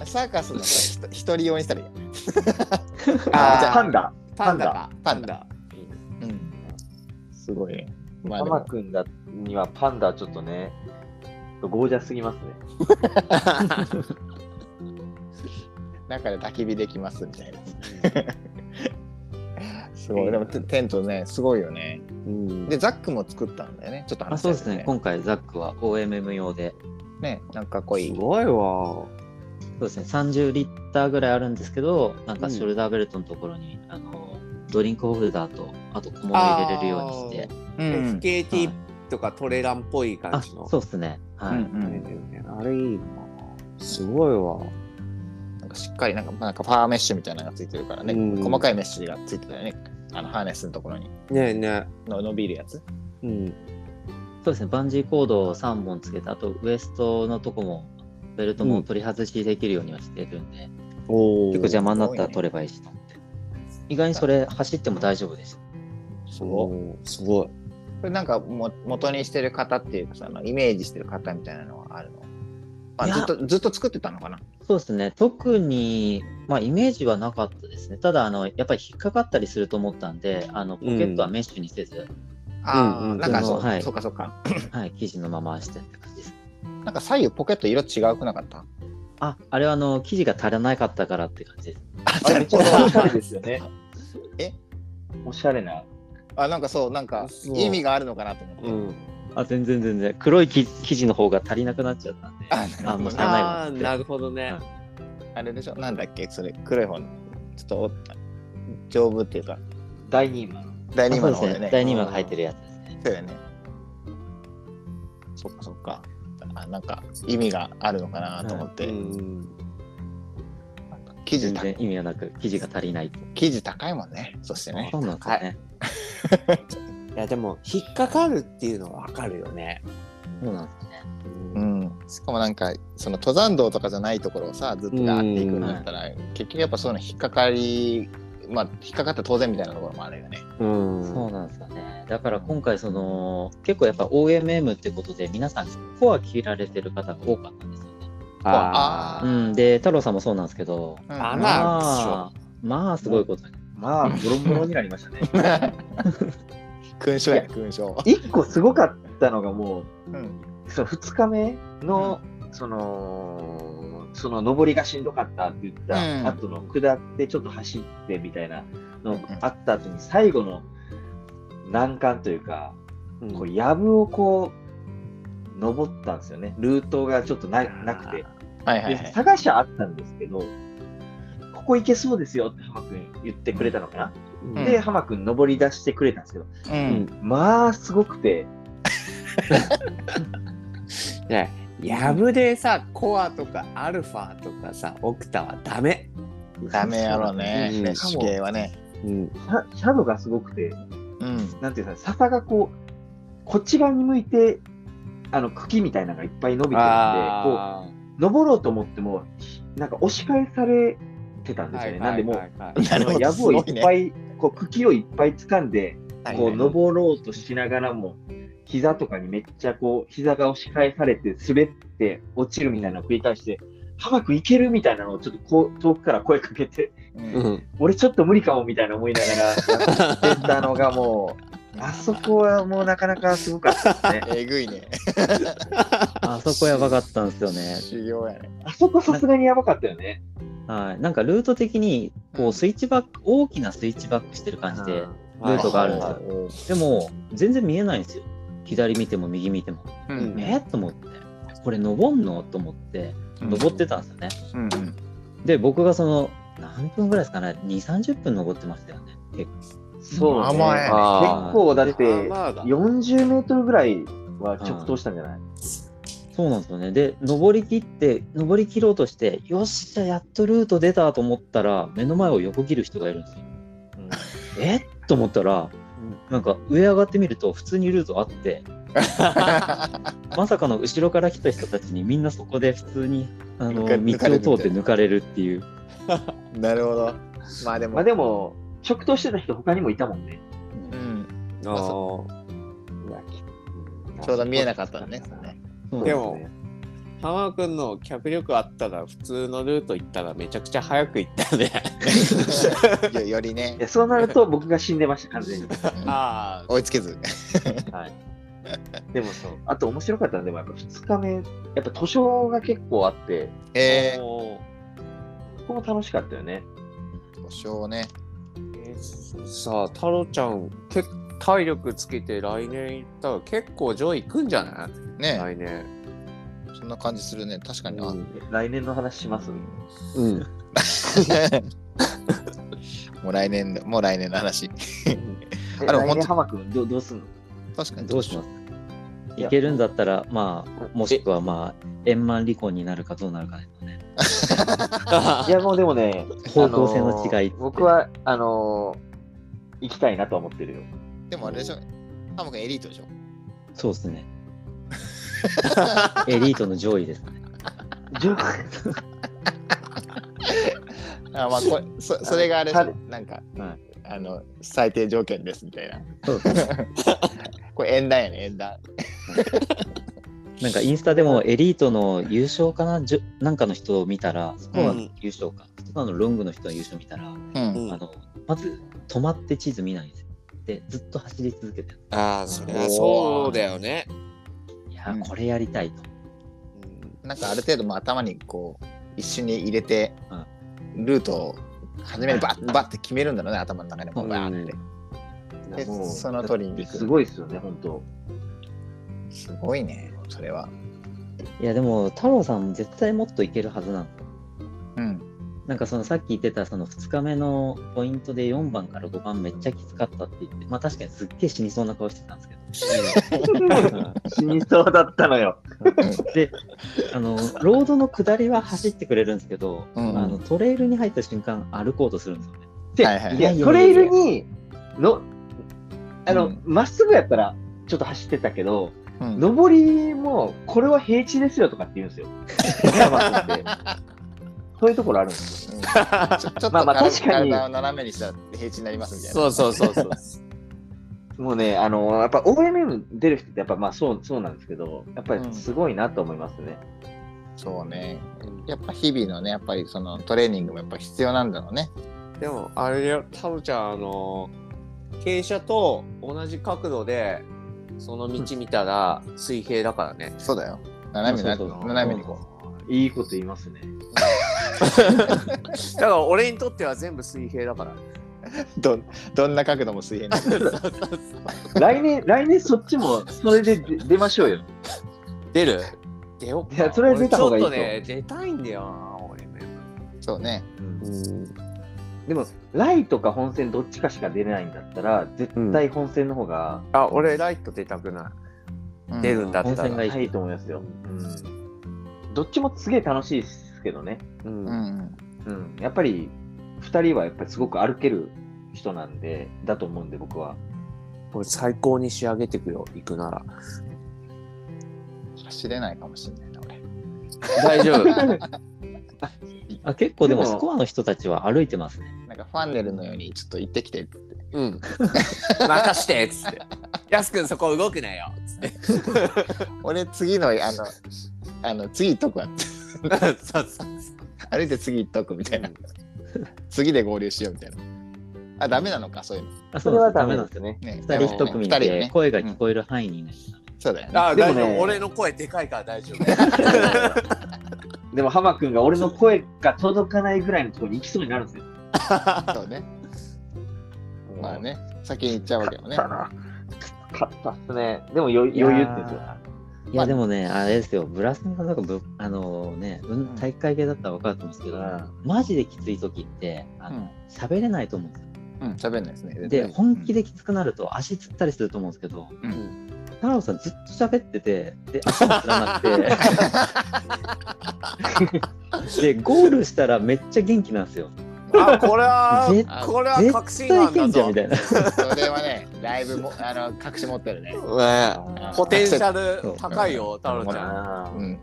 [SPEAKER 1] あ
[SPEAKER 3] サーカスのさひと一人用にしたらいいや。
[SPEAKER 2] あー
[SPEAKER 4] じゃあパンダ。
[SPEAKER 2] パンダか
[SPEAKER 3] パンダ
[SPEAKER 2] パ
[SPEAKER 3] うん、すごい。まあ
[SPEAKER 4] マ
[SPEAKER 3] で
[SPEAKER 4] マ
[SPEAKER 3] も、
[SPEAKER 4] くんだにはパンダちょっとね、ゴージャスすぎますね。
[SPEAKER 3] 中で焚き火できますみたいな。すごい。でもテテントね、すごいよね。
[SPEAKER 2] うん
[SPEAKER 3] で、ザックも作ったんだよね。ちょっと話
[SPEAKER 1] そうです
[SPEAKER 3] したよ
[SPEAKER 1] ね、今回、ザックは OMM 用で、
[SPEAKER 3] ね、なんかこうい
[SPEAKER 2] す
[SPEAKER 3] い。
[SPEAKER 2] ごいわ
[SPEAKER 1] そうですね、30リッターぐらいあるんですけど、なんかショルダーベルトのところに、あのドリンクホルダーと、あと小物入れれるようにして、
[SPEAKER 3] う
[SPEAKER 2] あー
[SPEAKER 3] ん。
[SPEAKER 1] はい
[SPEAKER 2] FKT とかトレランっぽい
[SPEAKER 1] あ
[SPEAKER 2] 感じの
[SPEAKER 1] そうですね、はい
[SPEAKER 3] うんうん
[SPEAKER 2] あれいいなすごいわ
[SPEAKER 3] なんかしっかりなんか、なんかファーメッシュみたいなのがついてるからね。
[SPEAKER 2] うん
[SPEAKER 3] 細かいメッシュがついてたよね。あのハーネスのところに
[SPEAKER 2] ねえね
[SPEAKER 3] の伸びるやつ。
[SPEAKER 2] えうん
[SPEAKER 1] そうですね、バンジーコードを3本つけて、あとウエストのとこも、ベルトも取り外しできるようにはしてるんで、
[SPEAKER 2] お
[SPEAKER 1] 結構邪魔になったら取ればいいしと思って、意外にそれ、走っても大丈夫です。
[SPEAKER 2] すごいすごい
[SPEAKER 3] これなんかも元にしてる方っていうかさ、あのイメージしてる方みたいなのはあるの。まあ、
[SPEAKER 1] いや
[SPEAKER 3] ずっとずっと作ってたのかな。
[SPEAKER 1] そうですね、特に、まあ、イメージはなかったですね、ただあの、やっぱり引っかかったりすると思ったんで、あのポケットはメッシュにせず、
[SPEAKER 3] ああ、
[SPEAKER 2] うんうん
[SPEAKER 3] なんかそう,、
[SPEAKER 1] そのはい
[SPEAKER 3] そうかそうか。
[SPEAKER 1] はい、生地のまましてって感じです。
[SPEAKER 3] なんか左右ポケット色違うくなかった。
[SPEAKER 1] あ、あれはあの、生地が足らなかったからって感じです。
[SPEAKER 4] あめっちゃおしゃれですよ ね。
[SPEAKER 3] え
[SPEAKER 4] おしゃれな。
[SPEAKER 3] あ、なんかそう、なんか
[SPEAKER 2] そう
[SPEAKER 3] 意味があるのかなと思って。
[SPEAKER 2] うん。
[SPEAKER 1] あ、全然全然。黒い生生地の方が足りなくなっちゃったんで。
[SPEAKER 3] あ、な
[SPEAKER 1] あ、
[SPEAKER 3] るほ
[SPEAKER 1] もう
[SPEAKER 3] ど
[SPEAKER 1] 足
[SPEAKER 3] ね
[SPEAKER 1] らないわ
[SPEAKER 2] あ
[SPEAKER 1] っ
[SPEAKER 2] ー
[SPEAKER 1] て。
[SPEAKER 2] なるほどね。
[SPEAKER 3] あれでしょなんだっけそれ、黒い方の。ちょっとお、丈夫っていうか、
[SPEAKER 4] 第2位は。
[SPEAKER 3] 第
[SPEAKER 1] あ
[SPEAKER 3] 2
[SPEAKER 1] そ
[SPEAKER 3] 話の
[SPEAKER 1] うです
[SPEAKER 3] 方で
[SPEAKER 1] ね。
[SPEAKER 3] ね。
[SPEAKER 1] 第2話が入ってるやつですね。
[SPEAKER 3] そうだよね。そっかそっか。あなんか意味があるのかなと思って、
[SPEAKER 2] うん。
[SPEAKER 3] 生地
[SPEAKER 1] 全
[SPEAKER 3] た
[SPEAKER 1] 然意味がなく、生地が足りない。
[SPEAKER 3] 生地高いもんね。そしてね
[SPEAKER 1] そ。うなんですよね。
[SPEAKER 2] いやでも引っかかるっていうのはわかるよね。
[SPEAKER 1] そうなんですよね。
[SPEAKER 2] うん
[SPEAKER 3] うん、しかもなんかその登山道とかじゃないところをさずっとやっていくんだったら、結局やっぱそういうの引っかかりまあ引っかかったら当然みたいなところもあるよね。
[SPEAKER 2] うん
[SPEAKER 1] そうなんですよね。だから今回、その、結構やっぱ OMM ってことで、皆さん、コア切られてる方が多かったんですよね。
[SPEAKER 2] あ
[SPEAKER 3] あ
[SPEAKER 1] う
[SPEAKER 3] ー
[SPEAKER 1] ん。で、太郎さんもそうなんですけど、
[SPEAKER 3] うん
[SPEAKER 2] あ
[SPEAKER 1] ま
[SPEAKER 2] まあ
[SPEAKER 1] あ、まあ、すごいことに。
[SPEAKER 4] まあ、ボロボロになりました ね。
[SPEAKER 3] 勲章や勲章。
[SPEAKER 4] 1個すごかったのがも
[SPEAKER 3] うん
[SPEAKER 4] う、その2日目の、その、その上りがしんどかったって言った後の下ってちょっと走ってみたいなのがあった後に最後の難関というか、
[SPEAKER 2] うん
[SPEAKER 4] こう、やぶをこう、登ったんですよね。ルートがちょっとななくて。
[SPEAKER 3] はいはいは
[SPEAKER 4] で
[SPEAKER 3] い。
[SPEAKER 4] 探しはあったんですけど、ここ行けそうですよって浜君言ってくれたのかな。
[SPEAKER 2] うん
[SPEAKER 4] で、浜君登り出してくれたんですけど、
[SPEAKER 3] う
[SPEAKER 2] うん
[SPEAKER 3] ん、
[SPEAKER 4] まあ、すごくて、
[SPEAKER 2] ねやぶでさコアとかアルファとかさオクタはダメ。
[SPEAKER 3] ダメやろうね。
[SPEAKER 2] うん
[SPEAKER 3] フレッシュ系はね。
[SPEAKER 2] うん。
[SPEAKER 4] シャシャドウがすごくて、
[SPEAKER 3] うん。
[SPEAKER 4] なんていうんですか、笹がこう、こっち側に向いて、あの茎みたいなのがいっぱい伸びてるんで、こ
[SPEAKER 2] あ
[SPEAKER 4] う登ろうと思っても、なんか押し返されてたん
[SPEAKER 2] ー
[SPEAKER 4] です
[SPEAKER 2] は
[SPEAKER 4] よ
[SPEAKER 2] い
[SPEAKER 4] ね。
[SPEAKER 2] は
[SPEAKER 4] なん
[SPEAKER 2] いはいうはい
[SPEAKER 4] でも、あの
[SPEAKER 3] なる
[SPEAKER 4] や
[SPEAKER 3] ほ
[SPEAKER 4] ぶ
[SPEAKER 3] ど
[SPEAKER 4] をいっぱい、こう茎をいっぱい掴んで、
[SPEAKER 3] はい
[SPEAKER 4] こ
[SPEAKER 3] は
[SPEAKER 4] う
[SPEAKER 3] い
[SPEAKER 4] 登ろうとしながらも、膝とかにめっちゃこう、膝が押し返されて、滑って落ちるみたいなのを繰り返して、浜くいけるみたいなのをちょっとこう遠くから声かけて、
[SPEAKER 3] うん
[SPEAKER 2] うん。
[SPEAKER 4] 俺ちょっと無理かもみたいな思いながら、やってたのがも う、あそこはもうなかなかすごかったですね。
[SPEAKER 3] えぐいね。
[SPEAKER 1] あそこやばかったんですよね。
[SPEAKER 3] 修行やね。
[SPEAKER 4] あそこさすがにやばかったよね。
[SPEAKER 1] はい、なんかルート的にこうスイッチバック大きなスイッチバックしてる感じで、ルートがあるんですよ
[SPEAKER 3] です
[SPEAKER 1] でも全然見えないんですよ左見ても右見ても、
[SPEAKER 3] よ。
[SPEAKER 2] うん
[SPEAKER 1] えっと思ってこれ登んのと思って登ってたんですよね、
[SPEAKER 3] うんうん
[SPEAKER 1] で僕がその何分ぐらいですかね2 3 0分登ってましたよね結構
[SPEAKER 4] そうね。
[SPEAKER 3] 甘い
[SPEAKER 2] あー
[SPEAKER 4] 結構だって、
[SPEAKER 2] まあまあ
[SPEAKER 4] 40メートルぐらいは直投したんじゃない
[SPEAKER 1] そうなんですよねで登り切って登り切ろうとしてよっしゃやっとルート出たと思ったら目の前を横切る人がいるんですよ
[SPEAKER 4] うん
[SPEAKER 1] えっと思ったら、なんか上上がってみると普通にルートあってまさかの後ろから来た人たちにみんなそこで普通にあの
[SPEAKER 3] 抜か抜
[SPEAKER 1] 道
[SPEAKER 3] かれる
[SPEAKER 1] を通って抜かれるっていう。
[SPEAKER 3] なるほど。まあでも。
[SPEAKER 4] まあでも、直投してた人他にもいたもんね。
[SPEAKER 3] うん。
[SPEAKER 2] あー
[SPEAKER 3] ちょうど見えなかったのね。それね
[SPEAKER 1] そう
[SPEAKER 2] でも浜尾君の脚力あったら普通のルート行ったらめちゃくちゃ早く行ったね。
[SPEAKER 3] よよりね
[SPEAKER 4] いや、そうなると僕が死んでました、完全に。
[SPEAKER 2] ああ。
[SPEAKER 3] 追いつけず。
[SPEAKER 4] はい、でもそう、あと面白かったのでもやっぱ2日目、やっぱ図書が結構あって、
[SPEAKER 3] え
[SPEAKER 2] おー
[SPEAKER 4] ここも楽しかったよね。
[SPEAKER 3] ー、故障ね。
[SPEAKER 2] えーさあ太郎ちゃんけ体力つけて来年行ったら結構上位行くんじゃない、
[SPEAKER 3] ね、
[SPEAKER 2] 来年。
[SPEAKER 3] そんな感じするね。確かに。あ
[SPEAKER 2] うん
[SPEAKER 4] 来年の話します
[SPEAKER 2] うん
[SPEAKER 3] もう来年の、もう来年の話。
[SPEAKER 4] え
[SPEAKER 3] あでも
[SPEAKER 4] 来
[SPEAKER 3] 本
[SPEAKER 4] 年
[SPEAKER 3] 当
[SPEAKER 4] 浜君どうどうすんの
[SPEAKER 3] 確かに。
[SPEAKER 1] どうします
[SPEAKER 4] い
[SPEAKER 1] い
[SPEAKER 4] や
[SPEAKER 1] けるんだったら、まあ、もしくはまあ、円満離婚になるかどうなるかですよね。
[SPEAKER 4] いや、もうでもね、
[SPEAKER 1] 方向性の違いっつ
[SPEAKER 4] あのー
[SPEAKER 1] って
[SPEAKER 4] 僕は、あのー行きたいなとは思っ てるよ。
[SPEAKER 3] でもあれでしょ。ハム君エリートでしょ。
[SPEAKER 1] そうです ね。エリートの上位ですね。
[SPEAKER 4] じゃ
[SPEAKER 3] あまあこれそ、それがあれでし
[SPEAKER 4] は
[SPEAKER 3] ょ
[SPEAKER 4] い。
[SPEAKER 3] なんか、
[SPEAKER 1] はい
[SPEAKER 3] あの、最低条件ですみたいな。
[SPEAKER 1] そうですね。
[SPEAKER 3] これ、縁談やね、縁談。
[SPEAKER 1] なんかインスタでもエリートの優勝かな、じゅなんかの人を見たら、スコアの優勝か、スコアのロングの人の優勝見たら、
[SPEAKER 3] うん。
[SPEAKER 1] あのまず止まって地図見ないんですよ。で、ずっと走り続けてる。
[SPEAKER 2] ああそれはそうだよね。
[SPEAKER 1] いやー
[SPEAKER 3] うん
[SPEAKER 1] これやりたいと。
[SPEAKER 3] なんか、ある程度、もう頭にこう、一緒に入れて、ルートを初めにバッバッて決めるんだろうね頭の中でもうバーって、
[SPEAKER 4] いやもう
[SPEAKER 3] その通りに
[SPEAKER 4] だってすごいですよね、本当。
[SPEAKER 3] すごいねそれはい
[SPEAKER 1] やでも太郎さん絶対もっといけるはずなの。
[SPEAKER 3] うん
[SPEAKER 1] なんかそのさっき言ってたその2日目のポイントで4番から5番めっちゃきつかったって言って、まあ確かにすっげえ死にそうな顔してたんですけど。
[SPEAKER 4] 死にそうだったのよ。
[SPEAKER 1] で、あの、ロードの下りは走ってくれるんですけど、
[SPEAKER 3] うん
[SPEAKER 1] あのトレイルに入った瞬間歩こうとするんですよね。
[SPEAKER 4] で、
[SPEAKER 3] はい
[SPEAKER 4] い
[SPEAKER 3] はい
[SPEAKER 4] やトレイルに、の、あ
[SPEAKER 3] う
[SPEAKER 4] の
[SPEAKER 3] ん、
[SPEAKER 4] ま、っすぐやったら、ちょっと走ってたけど、
[SPEAKER 3] うん
[SPEAKER 4] 上りも、これは平地ですよとかって言うんですよ。山松 ってそういうところあるんですよ。
[SPEAKER 3] うんちょちょっと
[SPEAKER 4] まあまあ
[SPEAKER 3] 体
[SPEAKER 4] 確かに
[SPEAKER 3] 体を斜めにしたら平地になりますみたい な。
[SPEAKER 2] そうそうそうそう。
[SPEAKER 4] もうね、あの、やっぱ OMM 出る人って、やっぱまあそう、そうなんですけど、やっぱりすごいなと思いますね。
[SPEAKER 3] そうね。やっぱ日々のね、やっぱりそのトレーニングもやっぱ必要なんだろうね。
[SPEAKER 2] でもあれよタロちゃんあの傾斜と同じ角度でその道見たら水平だからね。
[SPEAKER 3] そうだよ。斜めにな
[SPEAKER 4] そうそうそう
[SPEAKER 3] 斜めにこ
[SPEAKER 4] いいこと言います ね。
[SPEAKER 2] だから俺にとっては全部水平だから。
[SPEAKER 3] う。どんどんな角度も水平に。
[SPEAKER 4] 来年、来年そっちも、それで出出ましょうよ。
[SPEAKER 2] 出る出よう
[SPEAKER 4] い
[SPEAKER 2] か。
[SPEAKER 4] やそれは出た方がいいと
[SPEAKER 2] 俺ちょっとね出たいんだよな俺ね。
[SPEAKER 3] そうね。
[SPEAKER 4] でも、ライとか本線どっちかしか出れないんだったら、絶対本線の方が
[SPEAKER 2] あ俺ライト出たくな
[SPEAKER 3] う
[SPEAKER 2] い。
[SPEAKER 3] ん
[SPEAKER 2] 出るんだってた
[SPEAKER 1] 本線が
[SPEAKER 2] ら。
[SPEAKER 1] い
[SPEAKER 4] い
[SPEAKER 1] い
[SPEAKER 4] いと思いますよ。うんどっちもすげえ楽しいですけどね。
[SPEAKER 2] う
[SPEAKER 3] うんんうん。
[SPEAKER 4] うん、やっぱり、2人はやっぱりすごく歩ける人なんで、だと思うんで、僕は。
[SPEAKER 2] これ最高に仕上げてくよ行くなら。
[SPEAKER 3] 走れないかもしれないな俺。
[SPEAKER 2] 大丈夫。
[SPEAKER 1] あ結構でも
[SPEAKER 4] でも
[SPEAKER 1] スコアの人たちは歩いてますね。
[SPEAKER 3] なんかファンネルのようにちょっと行ってきてっつって。
[SPEAKER 2] うん。 任してっつって。やすくんそこ動くなよっつって。
[SPEAKER 3] 俺次のあのあの次行っとくわって。
[SPEAKER 2] そうそう
[SPEAKER 3] 歩いて次行っとくみたいな。
[SPEAKER 2] うん
[SPEAKER 3] 次で合流しようみたいな。あダメなのかそういうの。
[SPEAKER 1] あ
[SPEAKER 4] それはダメな
[SPEAKER 1] な
[SPEAKER 4] んん
[SPEAKER 1] で
[SPEAKER 4] ですす
[SPEAKER 1] よ。
[SPEAKER 4] ね。
[SPEAKER 3] ね。
[SPEAKER 1] 二人一
[SPEAKER 3] 二
[SPEAKER 1] 組
[SPEAKER 3] 人
[SPEAKER 1] で
[SPEAKER 3] ね。
[SPEAKER 1] 声が聞こえる範囲にいないとダメ
[SPEAKER 3] そうだよね。
[SPEAKER 2] あ、
[SPEAKER 4] で
[SPEAKER 2] 大
[SPEAKER 4] もね
[SPEAKER 2] 丈夫。俺の声でかいから大丈夫。
[SPEAKER 4] でも、浜君が俺の声が届かないぐらいのところに行きそうになるんですよ。
[SPEAKER 3] そうね。まあね。先に行っちゃうわけよね。
[SPEAKER 4] 勝ったっすね。でも余余
[SPEAKER 1] いやー
[SPEAKER 4] 裕って言うんですよ。
[SPEAKER 1] いやでもね、あれですよ、ブラスさんがなんかぶ、あのね、うん体育会系だったら分かると思うんですけど、
[SPEAKER 4] うん
[SPEAKER 1] マジできつい時って、あ
[SPEAKER 3] う
[SPEAKER 1] の
[SPEAKER 3] ん。
[SPEAKER 1] 喋れないと思うんですよ。
[SPEAKER 3] うん、喋んないですね。
[SPEAKER 1] で、本気できつくなると足つったりすると思うんですけど、
[SPEAKER 3] うん
[SPEAKER 1] 太郎さんずっと喋ってて、 で、足もつらなくて、で、 ゴールしたらめっちゃ元気なんですよ。
[SPEAKER 2] あ、これ
[SPEAKER 1] ぜ
[SPEAKER 2] は、これは確
[SPEAKER 1] 絶
[SPEAKER 2] 信
[SPEAKER 1] 対い
[SPEAKER 2] 犯
[SPEAKER 1] け
[SPEAKER 2] だ
[SPEAKER 1] んじゃ
[SPEAKER 2] ぞ
[SPEAKER 1] んみ。たいな。
[SPEAKER 3] それはね、だいぶもあの隠し持ってるね。
[SPEAKER 2] ね
[SPEAKER 3] あー
[SPEAKER 2] ポテンシャル高いよ、太郎ちゃん。
[SPEAKER 4] あー
[SPEAKER 3] うん。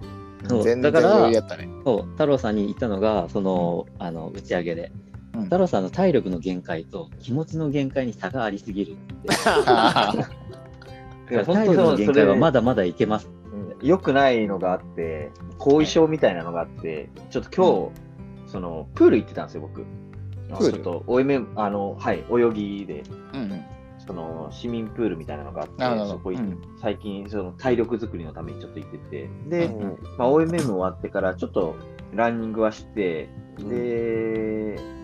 [SPEAKER 1] そう
[SPEAKER 3] 全
[SPEAKER 1] だ
[SPEAKER 3] 然
[SPEAKER 1] から
[SPEAKER 3] 余裕やったね。
[SPEAKER 1] そう、太郎さんに言ったのが、その、あの、打ち上げで。
[SPEAKER 3] うん
[SPEAKER 1] 太郎さんの体力の限界と気持ちの限界に差がありすぎるって。
[SPEAKER 3] あー
[SPEAKER 4] いや
[SPEAKER 1] 体
[SPEAKER 4] 本当
[SPEAKER 1] 力
[SPEAKER 4] そ
[SPEAKER 1] の
[SPEAKER 4] う
[SPEAKER 1] 限
[SPEAKER 4] それ
[SPEAKER 1] 界は
[SPEAKER 4] は
[SPEAKER 1] ま
[SPEAKER 4] ま
[SPEAKER 1] だまだいけます。
[SPEAKER 4] 良くないのがあって、後遺症みたいなのがあって、ちょっと今日、そのプール行ってたんですよ、僕。
[SPEAKER 3] プール
[SPEAKER 4] ちょっと、おいめ、あの、はい、泳ぎで、
[SPEAKER 3] うんうん。
[SPEAKER 4] その市民プールみたいなのがあって、
[SPEAKER 3] なるほど。
[SPEAKER 4] そこ
[SPEAKER 3] う
[SPEAKER 4] 行っ
[SPEAKER 3] ん
[SPEAKER 4] 最近、その体力作りのためにちょっと行ってて、で、
[SPEAKER 3] うん
[SPEAKER 4] まあ、OMM 終わってから、ちょっとランニングはして、で、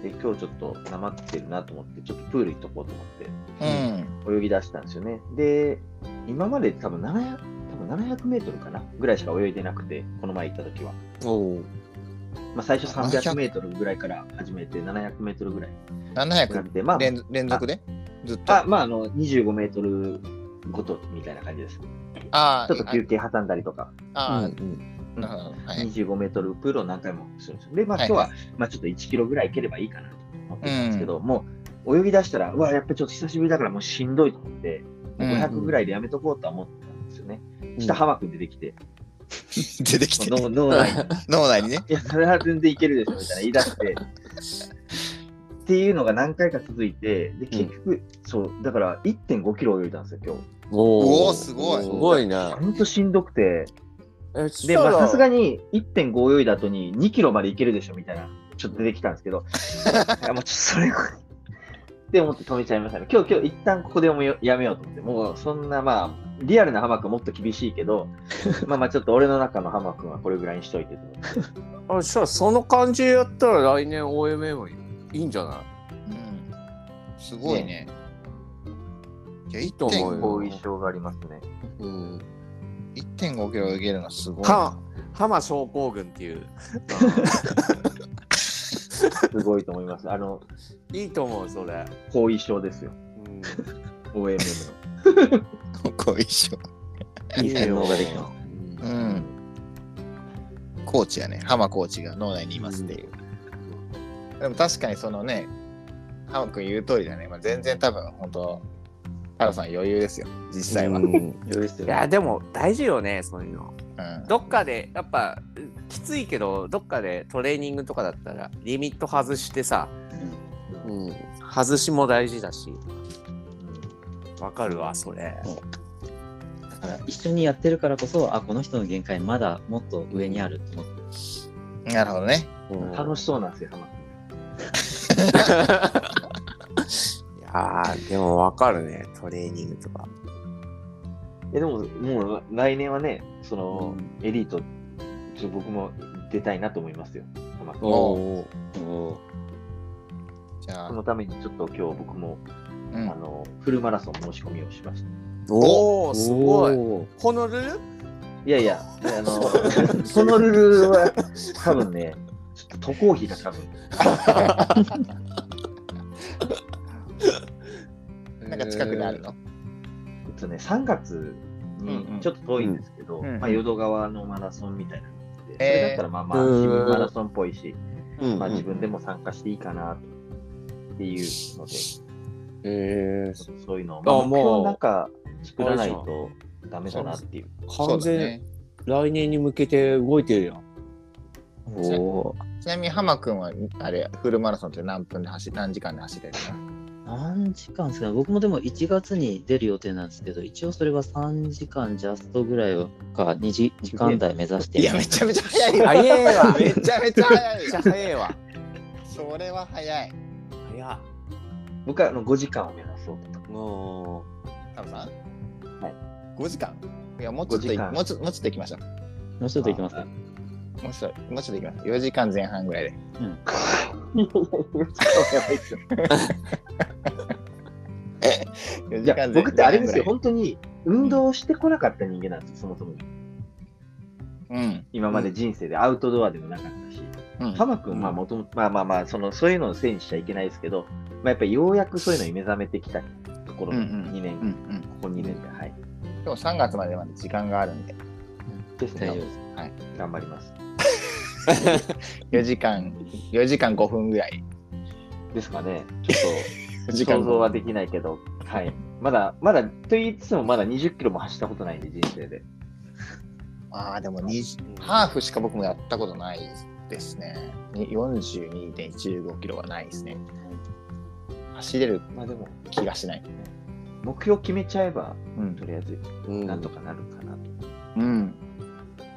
[SPEAKER 4] で今日ちょっとなまってるなと思って、ちょっとプール行っとこうと思って。
[SPEAKER 3] うん。
[SPEAKER 4] 泳ぎ出したんですよね。で、今まで多分700、多分700メートルかなぐらいしか泳いでなくて、この前行った時は。
[SPEAKER 2] おう
[SPEAKER 4] まあ、最初
[SPEAKER 3] 700
[SPEAKER 4] 300メートルぐらいから始めて、700メートルぐらいやっ
[SPEAKER 3] 700
[SPEAKER 4] て、まあ、
[SPEAKER 3] 連連続でずっと。
[SPEAKER 4] あまあ、あの、25メートルごとみたいな感じです。ち
[SPEAKER 3] あ
[SPEAKER 4] ょ
[SPEAKER 3] ー
[SPEAKER 4] っと休憩挟んだりとか、
[SPEAKER 3] あー、
[SPEAKER 4] うん
[SPEAKER 3] なるほど。はい。
[SPEAKER 4] 25メートルプールを何回もするんですよ。で、まあ、
[SPEAKER 3] はい
[SPEAKER 4] 今日は、まあ、ちょっと1キロぐらい行ければいいかなと思ってたんですけど、もう、泳ぎ出したら、うわ、やっぱちょっと久しぶりだからもうしんどいと思って、
[SPEAKER 3] うん
[SPEAKER 4] 500ぐらいでやめとこうとは思ってたんですよね。そしたら浜君出てきて、
[SPEAKER 3] 出てきて、
[SPEAKER 4] 脳脳内に
[SPEAKER 3] 脳内にね。
[SPEAKER 4] いや、それは全然いけるでしょみたいな言い出して。っていうのが何回か続いて、で結局、そう、だから1.5キロ泳いだんですよ、今日。
[SPEAKER 2] お
[SPEAKER 3] お
[SPEAKER 2] う
[SPEAKER 3] ーすごい
[SPEAKER 2] すごいね。
[SPEAKER 4] ほんとしんどくて、
[SPEAKER 2] え、そし
[SPEAKER 4] で、
[SPEAKER 2] た
[SPEAKER 4] まあ
[SPEAKER 2] ら
[SPEAKER 4] さすがに1.5泳いだ後に2キロまでいけるでしょみたいな、ちょっと出てきたんですけど、いやもうちょっとそれはって思って止めちゃいましたね。今日、今日、一旦ここでもうやめようと思って、もうそんな、まあ、リアルなハマ君もっと厳しいけ ど、まあまあ、ちょっと俺の中のハマ君はこれぐらいにしといてと思って。
[SPEAKER 2] あしたらその感じやったら来年 OMM いいんじゃない
[SPEAKER 3] うん。すごいね。いや、
[SPEAKER 2] いいと思うよ
[SPEAKER 4] 後遺症がありますね。
[SPEAKER 2] うん
[SPEAKER 3] 1.5キロ泳げるのすごいな
[SPEAKER 2] は。浜症候群っていう
[SPEAKER 4] すごいと思います。あの、
[SPEAKER 2] いいと思うそれ、
[SPEAKER 4] 後遺症ですよ。
[SPEAKER 2] うん、
[SPEAKER 4] OMM
[SPEAKER 3] 後遺症。
[SPEAKER 1] いい洗脳ができた。
[SPEAKER 3] うん。コーチやね。浜コーチが脳内にいますっていう。でも確かにそのね、浜君言う通りだね。まあ、全然多分、本当太郎さん余裕ですよ。実際は。うん。
[SPEAKER 2] い
[SPEAKER 1] よろしい
[SPEAKER 2] やでも大事よねそういうのどっかでやっぱきついけどどっかでトレーニングとかだったらリミット外してさ、うん、外しも大事だしわかるわそれ
[SPEAKER 1] 一緒にやってるからこそ、あ、この人の限界まだもっと上にあると思って。
[SPEAKER 3] なるほどね。
[SPEAKER 2] うんい
[SPEAKER 4] 楽しそうなんですよ、浜
[SPEAKER 2] やーでもわかるねトレーニングとか
[SPEAKER 4] 君。え、でも、もう来年はね、その、エリート、ちょっと僕も出たいなと思いますよ、浜君。
[SPEAKER 3] お
[SPEAKER 2] お
[SPEAKER 3] じゃ
[SPEAKER 4] そ
[SPEAKER 3] あ、
[SPEAKER 4] のためにちょっと今日僕も、
[SPEAKER 3] う
[SPEAKER 4] あ
[SPEAKER 3] ん。
[SPEAKER 4] の、フルマラソン申し込みをしました。
[SPEAKER 2] おーすごい
[SPEAKER 1] い。
[SPEAKER 2] ホノルル
[SPEAKER 4] いやい や、あの、 このルールは多分ね、ちょっと渡航費が多分。
[SPEAKER 3] なんか近くであるの
[SPEAKER 4] えっとね、3月に
[SPEAKER 3] うんうん
[SPEAKER 4] ちょっと遠いんですけど、
[SPEAKER 3] うん
[SPEAKER 4] まあ、淀川のマラソンみたいなので、そ
[SPEAKER 3] えー
[SPEAKER 4] れだったらまあまあ、
[SPEAKER 2] う
[SPEAKER 4] 市
[SPEAKER 2] ん
[SPEAKER 4] 民マラソンっぽいし、
[SPEAKER 2] うん
[SPEAKER 4] まあ、自分でも参加していいかなっていうので、ち
[SPEAKER 2] え
[SPEAKER 4] ょっとそういうのを、
[SPEAKER 2] あ
[SPEAKER 4] まあ、目
[SPEAKER 2] もう
[SPEAKER 4] 標の中作らないとダメだなっていう。
[SPEAKER 3] そう
[SPEAKER 2] 完
[SPEAKER 3] だ
[SPEAKER 2] 全、
[SPEAKER 3] ね。
[SPEAKER 2] 来年に向けて動いてるやん
[SPEAKER 1] おー
[SPEAKER 3] ちなみに浜君は、あれ、フルマラソンって何分で走何時間で走れる
[SPEAKER 1] 何時間ですかね僕もでも1月に出る予定なんですけど、一応それは3時間ジャストぐらいか、2時時間台目指して
[SPEAKER 3] のいや、
[SPEAKER 1] る。
[SPEAKER 3] めちゃめちゃ早いよ。
[SPEAKER 2] 早えわめ
[SPEAKER 3] め
[SPEAKER 2] っ
[SPEAKER 3] ちゃめちゃ早い
[SPEAKER 2] ち
[SPEAKER 3] よ
[SPEAKER 2] ゃ。早えわ
[SPEAKER 3] それは早い。
[SPEAKER 2] 早っ
[SPEAKER 4] 僕はあの5時間を目指そうと。
[SPEAKER 2] も
[SPEAKER 3] タムさん
[SPEAKER 4] はい
[SPEAKER 3] 5時間いや、もうちょっ
[SPEAKER 4] 5
[SPEAKER 3] と
[SPEAKER 4] 時
[SPEAKER 3] い、
[SPEAKER 4] 間
[SPEAKER 3] もうちょもうちょっと行きましょう。
[SPEAKER 1] もうちょっとい きます
[SPEAKER 4] あ
[SPEAKER 3] もうちょっと、もうちょっと行きましょう。4時間前半ぐらいで。4
[SPEAKER 4] い
[SPEAKER 3] 時間前半ぐら
[SPEAKER 4] や
[SPEAKER 3] い
[SPEAKER 4] 僕ってあれですよ、本当に運動をしてこなかった人間なんですよ、そもそも。
[SPEAKER 3] うん。
[SPEAKER 4] 今まで人生でアウトドアでもなかったし。
[SPEAKER 3] うん。
[SPEAKER 4] ハマ君、まあ、もともと、まあまあまあ、その、そういうのをせいにしちゃいけないですけど、まあ、やっぱりようやくそういうのに目覚めてきたところ、
[SPEAKER 3] うんうん
[SPEAKER 4] 2年、
[SPEAKER 3] うんう
[SPEAKER 4] こ
[SPEAKER 3] ん。
[SPEAKER 4] こ2年で、はい。
[SPEAKER 3] 今日3月までまで時間があるんで、
[SPEAKER 4] です
[SPEAKER 1] 大丈夫
[SPEAKER 4] ね、
[SPEAKER 1] です。
[SPEAKER 4] 頑張ります。
[SPEAKER 3] 4時間、4時間5分ぐらい。
[SPEAKER 4] ですかね、ちょ
[SPEAKER 3] 4
[SPEAKER 4] っと、
[SPEAKER 3] 時間
[SPEAKER 4] 想
[SPEAKER 3] 5
[SPEAKER 4] 像
[SPEAKER 3] 分
[SPEAKER 4] はできないけど、はい。まだ、まだ、と言いつつも、まだ20キロも走ったことないんで、人生で。
[SPEAKER 3] ああ、でも20
[SPEAKER 2] う
[SPEAKER 3] ハーフしか僕もやったことないですね。に42.115キロはないですね。走れる
[SPEAKER 4] まあでも、
[SPEAKER 3] 気がしない。
[SPEAKER 4] 目標決めちゃえば、
[SPEAKER 3] うん
[SPEAKER 4] と。りあえず、
[SPEAKER 2] うん
[SPEAKER 4] なんとかなるかなと。
[SPEAKER 3] うん。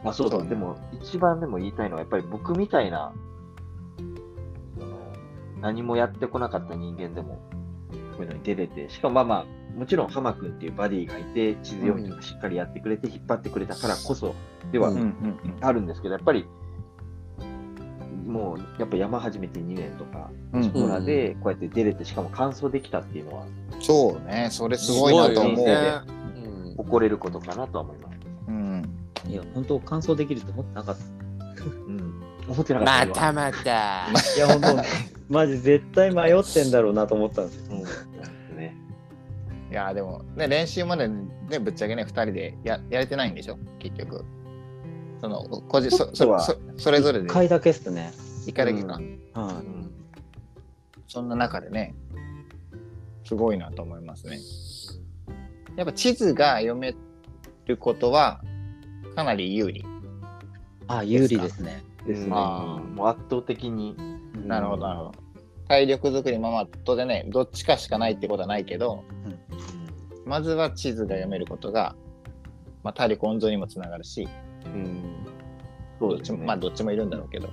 [SPEAKER 4] まあそう
[SPEAKER 3] そう
[SPEAKER 4] だ、
[SPEAKER 3] ね
[SPEAKER 4] でも一番でも言いたいのは、やっぱり僕みたいな、その何もやってこなかった人間でも、こういうのに出れて、しかもまあまあ、もちろん浜君っていうバディがいて、地図読みとかしっかりやってくれて、引っ張ってくれたからこそでは
[SPEAKER 2] うん
[SPEAKER 3] うん
[SPEAKER 4] あるんですけど、やっぱり、もうやっぱ山始めて2年とか、
[SPEAKER 3] うんうん
[SPEAKER 4] コロナでこうやって出れて、しかも完走できたっていうのは、
[SPEAKER 3] そうね、それすごいなと思う。
[SPEAKER 2] すごい
[SPEAKER 4] よ
[SPEAKER 2] ねうん
[SPEAKER 4] 誇れることかなとは思います。
[SPEAKER 3] うん、
[SPEAKER 1] いや、本当、完走できると思ってなかった。
[SPEAKER 4] うん。思ってなかっ
[SPEAKER 2] ま
[SPEAKER 4] た今
[SPEAKER 2] たまた。
[SPEAKER 1] いや、本当、マジ絶対迷ってんだろうなと思ったんですよ。
[SPEAKER 4] うんね
[SPEAKER 3] いやでも、ね、練習まで、ね、ぶっちゃけね2人でややれてないんでしょ結局その個人そ
[SPEAKER 4] ちょっと
[SPEAKER 3] そ
[SPEAKER 4] は
[SPEAKER 3] そそれぞれ
[SPEAKER 1] 一
[SPEAKER 3] で
[SPEAKER 1] 回だけっすね。
[SPEAKER 3] 一回だけか、
[SPEAKER 1] は
[SPEAKER 4] うん
[SPEAKER 3] そんな中でねすごいなと思いますねやっぱ地図が読めることはかなり有利
[SPEAKER 1] い。あ、有利ですね。
[SPEAKER 4] ですね。
[SPEAKER 3] あー
[SPEAKER 4] もう圧倒的に。
[SPEAKER 3] なるほどなるほど体力作りまあまあ当然ねどっちかしかないってことはないけどまずは地図が読めることが、まあ、体力温存にもつながるし
[SPEAKER 4] そ
[SPEAKER 3] ど
[SPEAKER 4] う
[SPEAKER 3] っ
[SPEAKER 4] で
[SPEAKER 3] ち
[SPEAKER 4] す
[SPEAKER 3] も
[SPEAKER 4] ね。
[SPEAKER 3] まあどっちもいるんだろうけど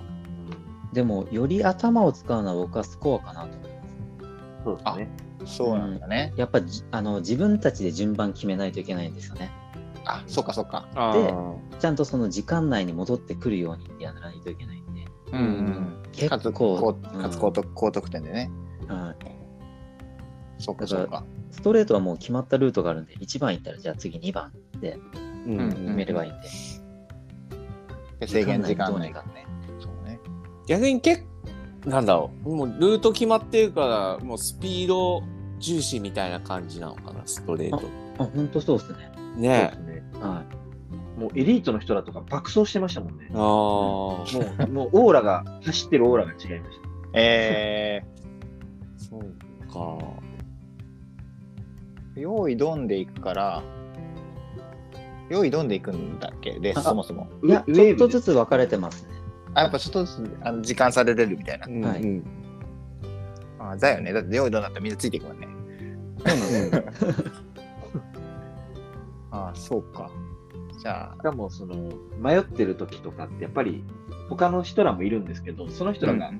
[SPEAKER 1] でも、より頭を使うのは僕はスコアかなと思います。
[SPEAKER 4] そうですね。
[SPEAKER 3] そうなんだね。
[SPEAKER 1] やっぱじあの自分たちで順番決めないといけないんですよね。
[SPEAKER 3] あ、そっかそっか。
[SPEAKER 2] あー
[SPEAKER 1] ちゃんとその時間内に戻ってくるようにやらないといけないんで。
[SPEAKER 3] うん
[SPEAKER 2] うん
[SPEAKER 1] 結
[SPEAKER 3] かつ
[SPEAKER 1] 構
[SPEAKER 3] 高、
[SPEAKER 1] うん
[SPEAKER 3] かつ高得高得点でね。
[SPEAKER 1] はい
[SPEAKER 3] そっか
[SPEAKER 1] だから
[SPEAKER 3] そっか。
[SPEAKER 1] ストレートはもう決まったルートがあるんで、1番行ったらじゃあ次2番って
[SPEAKER 2] うん
[SPEAKER 3] うん
[SPEAKER 1] 決めればいいんで。
[SPEAKER 3] で制限時間内
[SPEAKER 1] 時間内どうにかね
[SPEAKER 3] そうね。
[SPEAKER 2] 逆に結構なんだろうもうルート決まってるからもうスピード重視みたいな感じなのかなストレート
[SPEAKER 1] あ、ほんとそうですね。
[SPEAKER 2] ねえ
[SPEAKER 4] そうですね
[SPEAKER 1] はい。
[SPEAKER 4] もうエリートの人らとか爆走してましたもんね。
[SPEAKER 2] あー
[SPEAKER 4] もう、もうオーラが、走ってるオーラが違いました。
[SPEAKER 3] え
[SPEAKER 2] そうか
[SPEAKER 3] ー、 用意どんでいくから、用意どんでいくんだっけで、
[SPEAKER 1] あ
[SPEAKER 3] そもそも。
[SPEAKER 1] いや、
[SPEAKER 4] ウ
[SPEAKER 1] ちょっと
[SPEAKER 4] で
[SPEAKER 1] ずつ分かれてますね。
[SPEAKER 3] あ、やっぱちょっとずつあの時間差で出るみたいな
[SPEAKER 2] う。ん
[SPEAKER 1] はい
[SPEAKER 2] うん
[SPEAKER 3] あだよね。だって用意どんだったらみんなついていくもんね。 あそうか。じゃあ
[SPEAKER 4] し、かもその迷ってる時とかってやっぱり他の人らもいるんですけどその人らが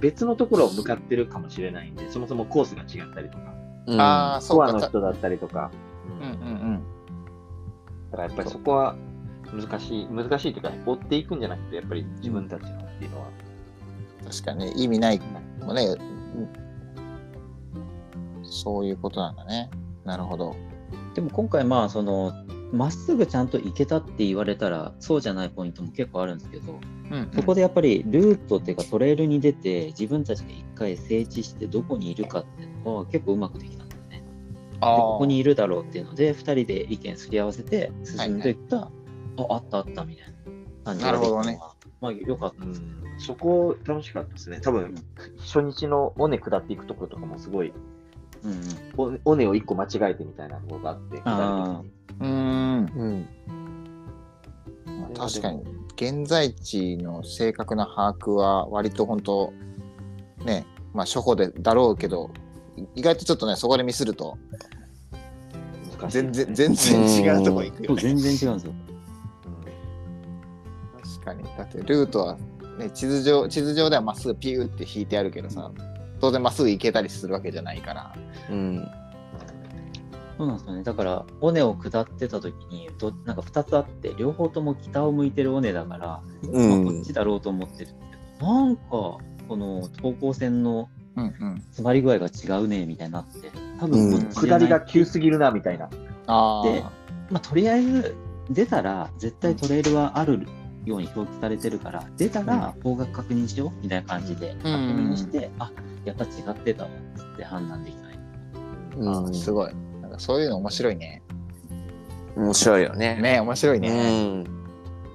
[SPEAKER 4] 別のところを向かってるかもしれないんで、そもそもコースが違ったりとか
[SPEAKER 2] うん
[SPEAKER 3] ああ、そ
[SPEAKER 4] コア
[SPEAKER 3] う
[SPEAKER 4] の
[SPEAKER 3] か。
[SPEAKER 4] 人だったりとか、
[SPEAKER 3] うんう
[SPEAKER 4] うんん
[SPEAKER 3] うん。
[SPEAKER 4] だからやっぱりそこは難しい難しいというか追っていくんじゃなくてやっぱり自分たちのっていうのは、
[SPEAKER 3] 確かに意味ないもんね、うんそういうことなんだねなるほど
[SPEAKER 1] でも今回まあそのまっすぐちゃんと行けたって言われたらそうじゃないポイントも結構あるんですけどそこ
[SPEAKER 3] で
[SPEAKER 1] でやっぱりルートっていうかトレイルに出て自分たちが一回整地してどこにいるかっていうのは結構うまくできたんですね。で
[SPEAKER 3] あー
[SPEAKER 1] ここにいるだろうっていうので2人で意見すり合わせて進んでいった、ああったあったみたいな感じができたのは
[SPEAKER 3] なる
[SPEAKER 1] まあよかったです。
[SPEAKER 4] そこ楽しかったですね多分初日の尾根下っていくところとかもすごい
[SPEAKER 1] うんうん
[SPEAKER 4] 尾尾根を1個間違えてみたいなのがあって下
[SPEAKER 1] あー
[SPEAKER 4] り的に
[SPEAKER 3] うーん
[SPEAKER 2] うん
[SPEAKER 3] まあ確かに現在地の正確な把握は割と本当ねまあ初歩でだろうけどい意外とちょっとねそこでミスると
[SPEAKER 4] 難しい
[SPEAKER 3] 全
[SPEAKER 4] です
[SPEAKER 3] 然
[SPEAKER 4] ね
[SPEAKER 3] 全然違うとこ行く
[SPEAKER 1] そ
[SPEAKER 3] よ
[SPEAKER 1] う
[SPEAKER 3] ね
[SPEAKER 1] 全然違うんですよ。
[SPEAKER 3] 確かにだってルートは、ね、地図上地図上ではまっすぐピューって引いてあるけどさ当然まっすぐ行けたりするわけじゃないから
[SPEAKER 2] うん
[SPEAKER 1] そうなんですよね。だから、尾根を下ってた時に、どなんか2つあって、両方とも北を向いてる尾根だから、
[SPEAKER 2] う
[SPEAKER 1] まあ
[SPEAKER 2] ん
[SPEAKER 1] こっちだろうと思ってるんですけど、なんか、この等高線の
[SPEAKER 3] うんうん
[SPEAKER 1] 詰まり具合が違うね、みたいになって、多
[SPEAKER 2] う
[SPEAKER 1] 分
[SPEAKER 2] ん
[SPEAKER 1] こっちじ
[SPEAKER 4] 下
[SPEAKER 1] ゃない
[SPEAKER 4] りが急すぎるなみたいな
[SPEAKER 3] あ
[SPEAKER 1] で
[SPEAKER 3] あ
[SPEAKER 1] まあ、とりあえず、出たら、絶対トレイルはあるように表記されてるから、出たら方角確認しよう、みたいな感じで、確認して、あ、やっぱ違ってたわ、つって判断できない。
[SPEAKER 3] あーすごい。なんかそういうの面白いね。
[SPEAKER 2] 面白いよね
[SPEAKER 3] ね面白い
[SPEAKER 2] うん
[SPEAKER 3] ね。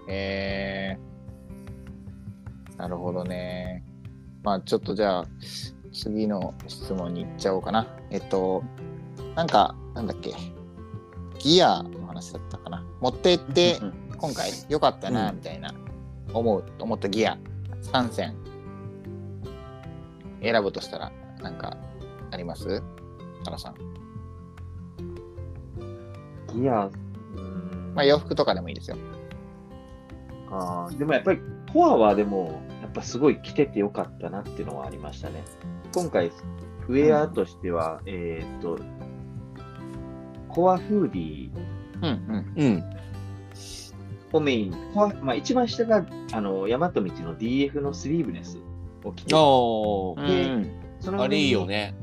[SPEAKER 3] えー、なるほどね。まあちょっとじゃあ次の質問に行っちゃおうかな。えっとなんかなんだっけギアの話だったかな。持って行って
[SPEAKER 1] うんうん
[SPEAKER 3] 今回良かったな
[SPEAKER 2] うん
[SPEAKER 3] みたいな思う思ったギア3選選ぶとしたらなんかあります？タラさん。
[SPEAKER 4] ギア、
[SPEAKER 3] まあ洋服とかでもいいですよ。
[SPEAKER 4] あーでもやっぱりコアはでも、やっぱすごい着ててよかったなっていうのはありましたね。今回、ウェアとしては、えーっと、コアフーディー
[SPEAKER 3] うんうん。
[SPEAKER 2] うん
[SPEAKER 4] をメイン、コアまあ、一番下があの大和道の DF のスリーブレスを着て、
[SPEAKER 2] おー
[SPEAKER 4] で
[SPEAKER 3] うん
[SPEAKER 4] その
[SPEAKER 2] あ
[SPEAKER 4] 上に
[SPEAKER 2] れいいよ。ね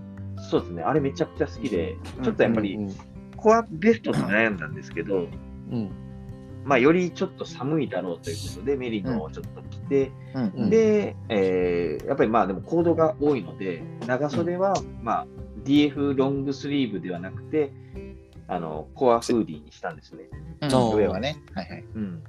[SPEAKER 4] そうですね、あれめちゃくちゃ好きで、
[SPEAKER 3] うん
[SPEAKER 4] ちょっとやっぱり
[SPEAKER 2] うん
[SPEAKER 4] コアベストと悩んだんですけど、
[SPEAKER 2] うん
[SPEAKER 4] まあ、よりちょっと寒いだろうということで、メリノをちょっと着て、
[SPEAKER 3] うんうん
[SPEAKER 4] で、えーやっぱりまあでも行動が多いので長袖はまあ DF ロングスリーブではなくてあのコアフーディーにしたんですね。
[SPEAKER 3] うん
[SPEAKER 2] そう
[SPEAKER 3] 上はね。はいはい。
[SPEAKER 4] うん、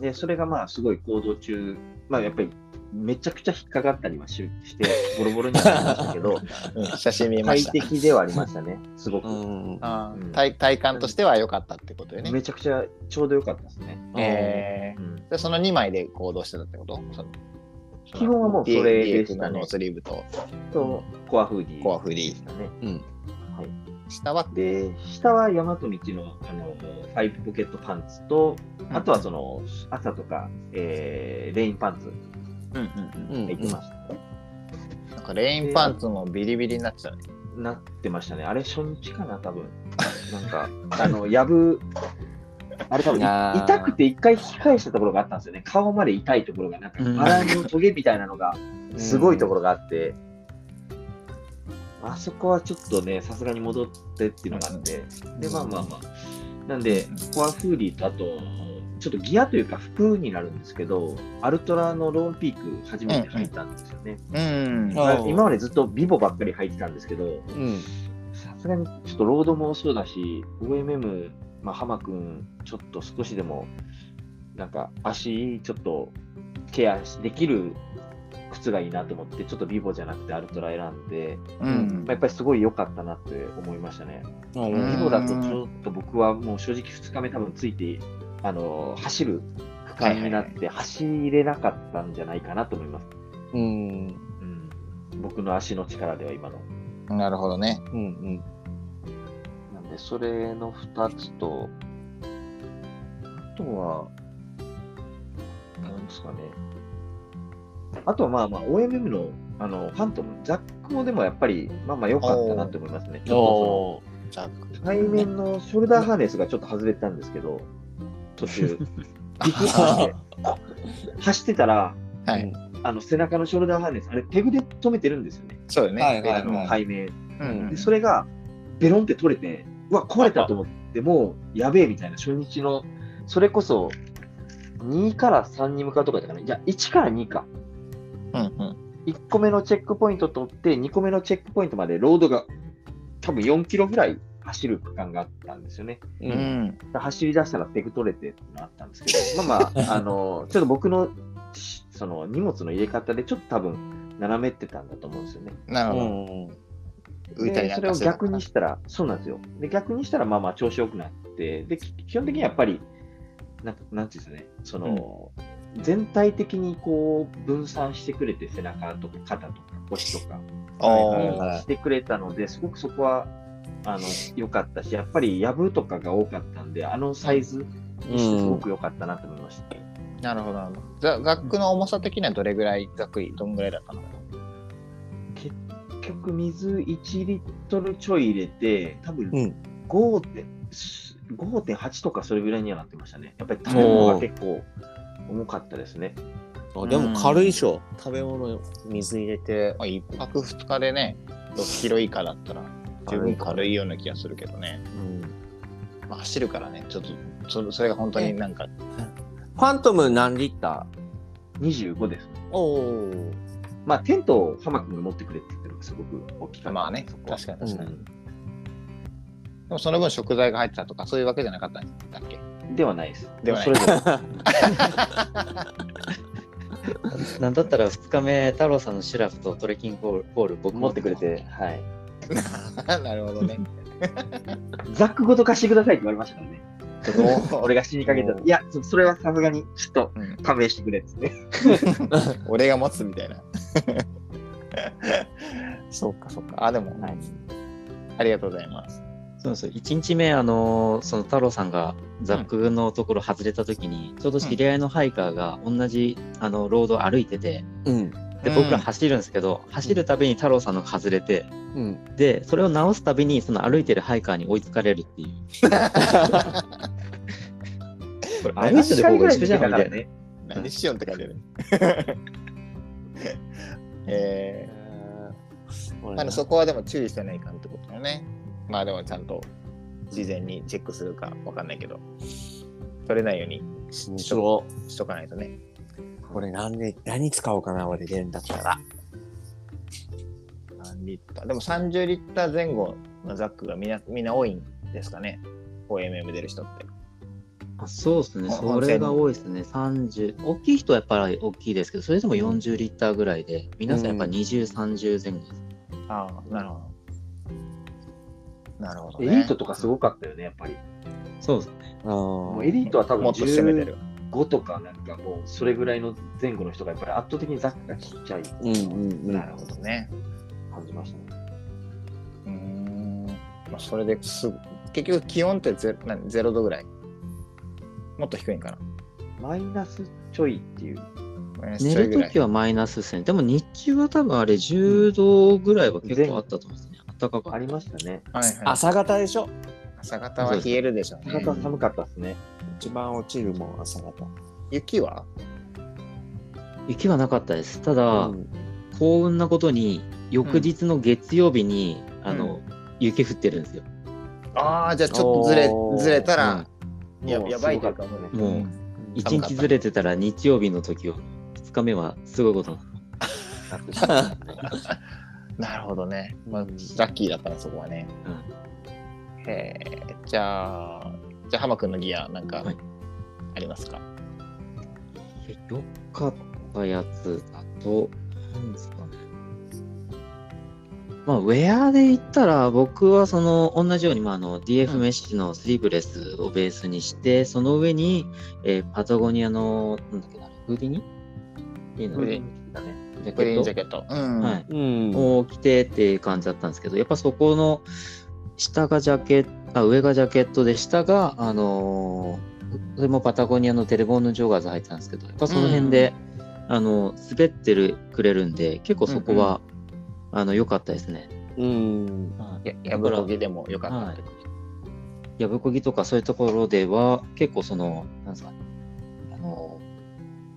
[SPEAKER 4] でそれがまあすごい行動中まあやっぱりめちゃくちゃ引っかかったりはししてボロボロにはなりましたけ ど
[SPEAKER 3] うん写真見ま
[SPEAKER 4] 快
[SPEAKER 3] した。
[SPEAKER 4] 適ではありましたねすごく、
[SPEAKER 2] うん
[SPEAKER 3] あ
[SPEAKER 4] うん
[SPEAKER 3] ー体体感としては良かったってことよね。
[SPEAKER 4] めちゃくちゃちょうど良かったですね。
[SPEAKER 3] え
[SPEAKER 4] うん
[SPEAKER 3] ー、でその2枚で行動してたってことその
[SPEAKER 4] 基本はもうそれ
[SPEAKER 3] DF
[SPEAKER 4] でしたね
[SPEAKER 3] のノースリーブと
[SPEAKER 4] とコアフーディー
[SPEAKER 3] コアフーディー
[SPEAKER 4] でしたね。
[SPEAKER 2] うん
[SPEAKER 3] 下は
[SPEAKER 4] で下は大和道のあのファイブポケットパンツとあとはその朝とか、えーレインパンツ
[SPEAKER 3] うんうんうん
[SPEAKER 2] うん
[SPEAKER 4] 履いてましたね。
[SPEAKER 3] なんかレインパンツもビリビリになっちゃうね。
[SPEAKER 4] なってましたね。あれ、初日かな、多分なんか、 あの、やぶ、あれ多分い
[SPEAKER 2] あー
[SPEAKER 4] 痛くて一回引き返したところがあったんですよね。顔まで痛いところが、なんか、
[SPEAKER 1] うん
[SPEAKER 4] 笑いのトゲみたいなのが、すごいところがあって、あそこはちょっとね、さすがに戻ってっていうのがあって、で、まあまあまあ。なんで、コアフーリーとあと、ちょっとギアというか服になるんですけど、アルトラのローンピーク初めて入ったんですよね。
[SPEAKER 3] うん。
[SPEAKER 2] うん
[SPEAKER 4] まあ
[SPEAKER 2] うん
[SPEAKER 4] 今までずっとビボばっかり入ってたんですけど、
[SPEAKER 2] うん。
[SPEAKER 4] さすがにちょっとロードもそうだし、OMM、まあ、浜君、ちょっと少しでも、なんか足、ちょっとケアできる靴がいいなと思って、ちょっとビボじゃなくてアルトラ選んで、
[SPEAKER 3] う
[SPEAKER 4] ま
[SPEAKER 3] ん
[SPEAKER 4] あ、やっぱりすごい良かったなって思いましたね。ビボだとちょっと僕はもう正直2日目多分ついて、あの走る区間になって走れなかったんじゃないかなと思います。
[SPEAKER 2] うん。
[SPEAKER 4] うん、僕の足の力では今の。
[SPEAKER 3] なるほどね。
[SPEAKER 2] うん。うん。
[SPEAKER 4] なんで、それの2つと、あとは、なんですかね。あとはまあまあ、OMM のあのファントム、ザックもでもやっぱり、まあまあ良かったなと思いますね。ちょ
[SPEAKER 2] おー
[SPEAKER 3] じゃあ
[SPEAKER 4] っとその、背面のショルダーハーネスがちょっと外れてたんですけど、途中、びっくりしまして、走ってたら、
[SPEAKER 3] はい。
[SPEAKER 4] あの背中のショルダーハーネス、あれ、ペグで止めてるんですよね、
[SPEAKER 3] そうよね。
[SPEAKER 2] はいはい
[SPEAKER 4] あの背面。
[SPEAKER 3] うん
[SPEAKER 4] でそれがベロンって取れて、うわ、壊れたと思って、もうやべえみたいな、初日の、それこそ2から3に向かうとかだから、いや、1から2か。
[SPEAKER 3] うんうん。
[SPEAKER 4] 1個目のチェックポイント取って、2個目のチェックポイントまでロードが多分4キロぐらい走る区間があったんですよね。
[SPEAKER 2] う。
[SPEAKER 3] うんん。
[SPEAKER 4] 走り出したらペグ取れてってのあったんですけど、まあ まあ、あの、ちょっと僕のしその荷物の入れ方でちょっと多分斜めってたんだと思うんですよね。
[SPEAKER 3] な
[SPEAKER 2] う
[SPEAKER 3] るほど。
[SPEAKER 2] ん。
[SPEAKER 3] 浮いたり
[SPEAKER 4] で
[SPEAKER 3] な
[SPEAKER 4] そ
[SPEAKER 3] ん
[SPEAKER 4] れを
[SPEAKER 3] か
[SPEAKER 4] 逆にしたら、そうなんですよ。で、逆にしたら、まあまあ調子良くなって、で、き基本的にやっぱり、なんかなんていうんですかね、その、全体的にこう、分散してくれて、背中とか肩とか腰とか、
[SPEAKER 3] お
[SPEAKER 2] ー
[SPEAKER 4] はいしてくれたので、すごくそこは、あの、良かったし、やっぱり、やぶとかが多かったんで、あのサイズにしてすごく良かったなと思いました。
[SPEAKER 3] なるほどなるほど。ざ学区の重さ的にはどれぐらいざっくりどんぐらいだったの
[SPEAKER 4] 結局水1リットルちょい入れて、多分
[SPEAKER 2] うん
[SPEAKER 4] 5点、5.8とかそれぐらいにはなってましたね。やっぱり食べ物が結構重かったですね。
[SPEAKER 2] あでも軽いでしょ。食べ物、水入れて。
[SPEAKER 3] まあ、一泊二日でね、6キロ以下だったら十分軽いような気がするけどね。
[SPEAKER 2] うん
[SPEAKER 3] まあ、走るからね、ちょっとそれそれが本当になんか、
[SPEAKER 2] ファントム何リッタ
[SPEAKER 4] 25です。
[SPEAKER 2] ーおお。
[SPEAKER 4] まあ、テントを浜君が持ってくれって言ってるのがすごく大きかった。
[SPEAKER 3] まあね
[SPEAKER 4] そこ、は
[SPEAKER 3] 確かに確かに。
[SPEAKER 2] う
[SPEAKER 3] でもその分食材が入ってたとかそういうわけじゃなかったんだっけ
[SPEAKER 4] ではないです。
[SPEAKER 3] ではない
[SPEAKER 4] それぞれ
[SPEAKER 1] なんだったら2日目、太郎さんのシュラフとトレッキングホール、ホール僕
[SPEAKER 4] 持ってくれて、。はい。
[SPEAKER 3] なるほどね。
[SPEAKER 4] ザックごと貸してくださいって言われましたからね。
[SPEAKER 3] お
[SPEAKER 4] 俺が死にかけたら。いや、そそれはさすがに、ちょっと
[SPEAKER 3] うん
[SPEAKER 4] 勘弁してくれっつって。
[SPEAKER 3] 俺が持つみたいな。 そうかそうか。あ、でも、
[SPEAKER 4] はい
[SPEAKER 3] ありがとうございます。
[SPEAKER 1] そうそう、1日目、あのーその太郎さんがザックのところ外れたときに、ちょうど知り合いのハイカーが同じあのロードを歩いてて、
[SPEAKER 2] うん。
[SPEAKER 1] で、
[SPEAKER 3] うん
[SPEAKER 1] 僕ら走るんですけど、走るたびに太郎さんのが外れて、
[SPEAKER 2] うん。
[SPEAKER 1] で、それを直すたびに、その歩いてるハイカーに追いつかれるって いう。これ、歩いてる方が一緒じゃんみたいな。
[SPEAKER 4] ね。
[SPEAKER 3] 何しようって感じで。 えー、あのそこはでも注意せないかんってことだね。まあでもちゃんと事前にチェックするかわかんないけど、取れないように
[SPEAKER 2] 面白
[SPEAKER 3] しとかないとね。
[SPEAKER 2] い。これ何で、何使おうかな、俺、レンだったら。
[SPEAKER 3] 何リッターでも30リッター前後のザックがみんなみんな多いんですかね。OMM 出る人って。
[SPEAKER 1] あそうですね、
[SPEAKER 3] ほ
[SPEAKER 1] それが多いですね、30、大きい人はやっぱり大きいですけど、それでも40リッターぐらいで、皆さんやっぱ
[SPEAKER 2] うん
[SPEAKER 1] 20、30前後です。
[SPEAKER 3] ああ、なるほど。なるほど、
[SPEAKER 4] エ
[SPEAKER 3] ね。
[SPEAKER 4] リートとかすごかったよね、やっぱり。
[SPEAKER 1] そうですね。
[SPEAKER 2] あ
[SPEAKER 4] も
[SPEAKER 2] あ
[SPEAKER 4] うエリートは多分
[SPEAKER 3] もっと攻めてる。
[SPEAKER 4] 5とかなんかもうそれぐらいの前後の人がやっぱり圧倒的にザックがちっちゃい
[SPEAKER 2] うんうんうん
[SPEAKER 3] なるほどね。
[SPEAKER 4] 感じましたね。
[SPEAKER 3] うーん。まあ、それですぐ結局気温ってゼ何ゼロ度ぐらいもっと低いんかな
[SPEAKER 4] マイナスちょいっていう。
[SPEAKER 3] マイナス
[SPEAKER 1] 寝
[SPEAKER 3] ちょい
[SPEAKER 1] る
[SPEAKER 3] ぐ
[SPEAKER 1] と
[SPEAKER 3] らい
[SPEAKER 1] きはマイナスですね。でも日中は多分あれ10度ぐらいは結構あったと思うんですね。暖かか
[SPEAKER 4] あ
[SPEAKER 1] っ
[SPEAKER 4] りましたね。
[SPEAKER 3] はいはい、
[SPEAKER 2] 朝方でしょ
[SPEAKER 3] 朝方は冷えるでしょう
[SPEAKER 4] 朝
[SPEAKER 3] ね。
[SPEAKER 4] 方寒かったですね。
[SPEAKER 2] 一番落ちるもん朝方
[SPEAKER 3] 雪は
[SPEAKER 1] た。雪はなかったです。ただ、
[SPEAKER 2] うん
[SPEAKER 1] 幸運なことに、翌日の月曜日に、あの、雪降ってるんですよ。
[SPEAKER 3] ああ、じゃあちょっとずれ
[SPEAKER 2] おー
[SPEAKER 3] ずれたら、や
[SPEAKER 4] もう
[SPEAKER 3] やばいというか
[SPEAKER 4] すごかった
[SPEAKER 1] もう、
[SPEAKER 3] ん
[SPEAKER 1] 1日ずれてたら日曜日の時を、2日目はすごいことになる
[SPEAKER 3] なるほどね、まあ。
[SPEAKER 2] う
[SPEAKER 3] ラ
[SPEAKER 2] ん
[SPEAKER 3] ッキーだったらそこはね。へえ、じゃあ、じゃあ、浜君のギア、なんか
[SPEAKER 1] はい
[SPEAKER 3] ありますか、
[SPEAKER 1] いやよかったやつだと、なんですかね。まあ、ウェアで言ったら、僕はその、同じように、まあ、あの、
[SPEAKER 3] う
[SPEAKER 1] DF
[SPEAKER 3] ん
[SPEAKER 1] メッシュのスリーブレスをベースにして、その上に、えーパタゴニアの、なんだっけな、フーディニっていうの
[SPEAKER 3] フーディ
[SPEAKER 1] だね。ジャ
[SPEAKER 3] グリーン
[SPEAKER 1] ケ
[SPEAKER 3] ジャ
[SPEAKER 1] ッ
[SPEAKER 3] ケット。うん。
[SPEAKER 1] トはい。
[SPEAKER 2] うん
[SPEAKER 1] を着てっていう感じだったんですけど、やっぱそこの、下がジャケット、あ、上がジャケットで、下が、あのーそれもパタゴニアのテレボンヌジョガーズ入ってたんですけど、やっぱその辺で、あの、滑ってるくれるんで、結構そこは、あの、良かったですね。
[SPEAKER 2] うん
[SPEAKER 3] ややぶこぎでもよかった。
[SPEAKER 1] はいやぶこぎとかそういうところでは、結構その、なんですかね、あの、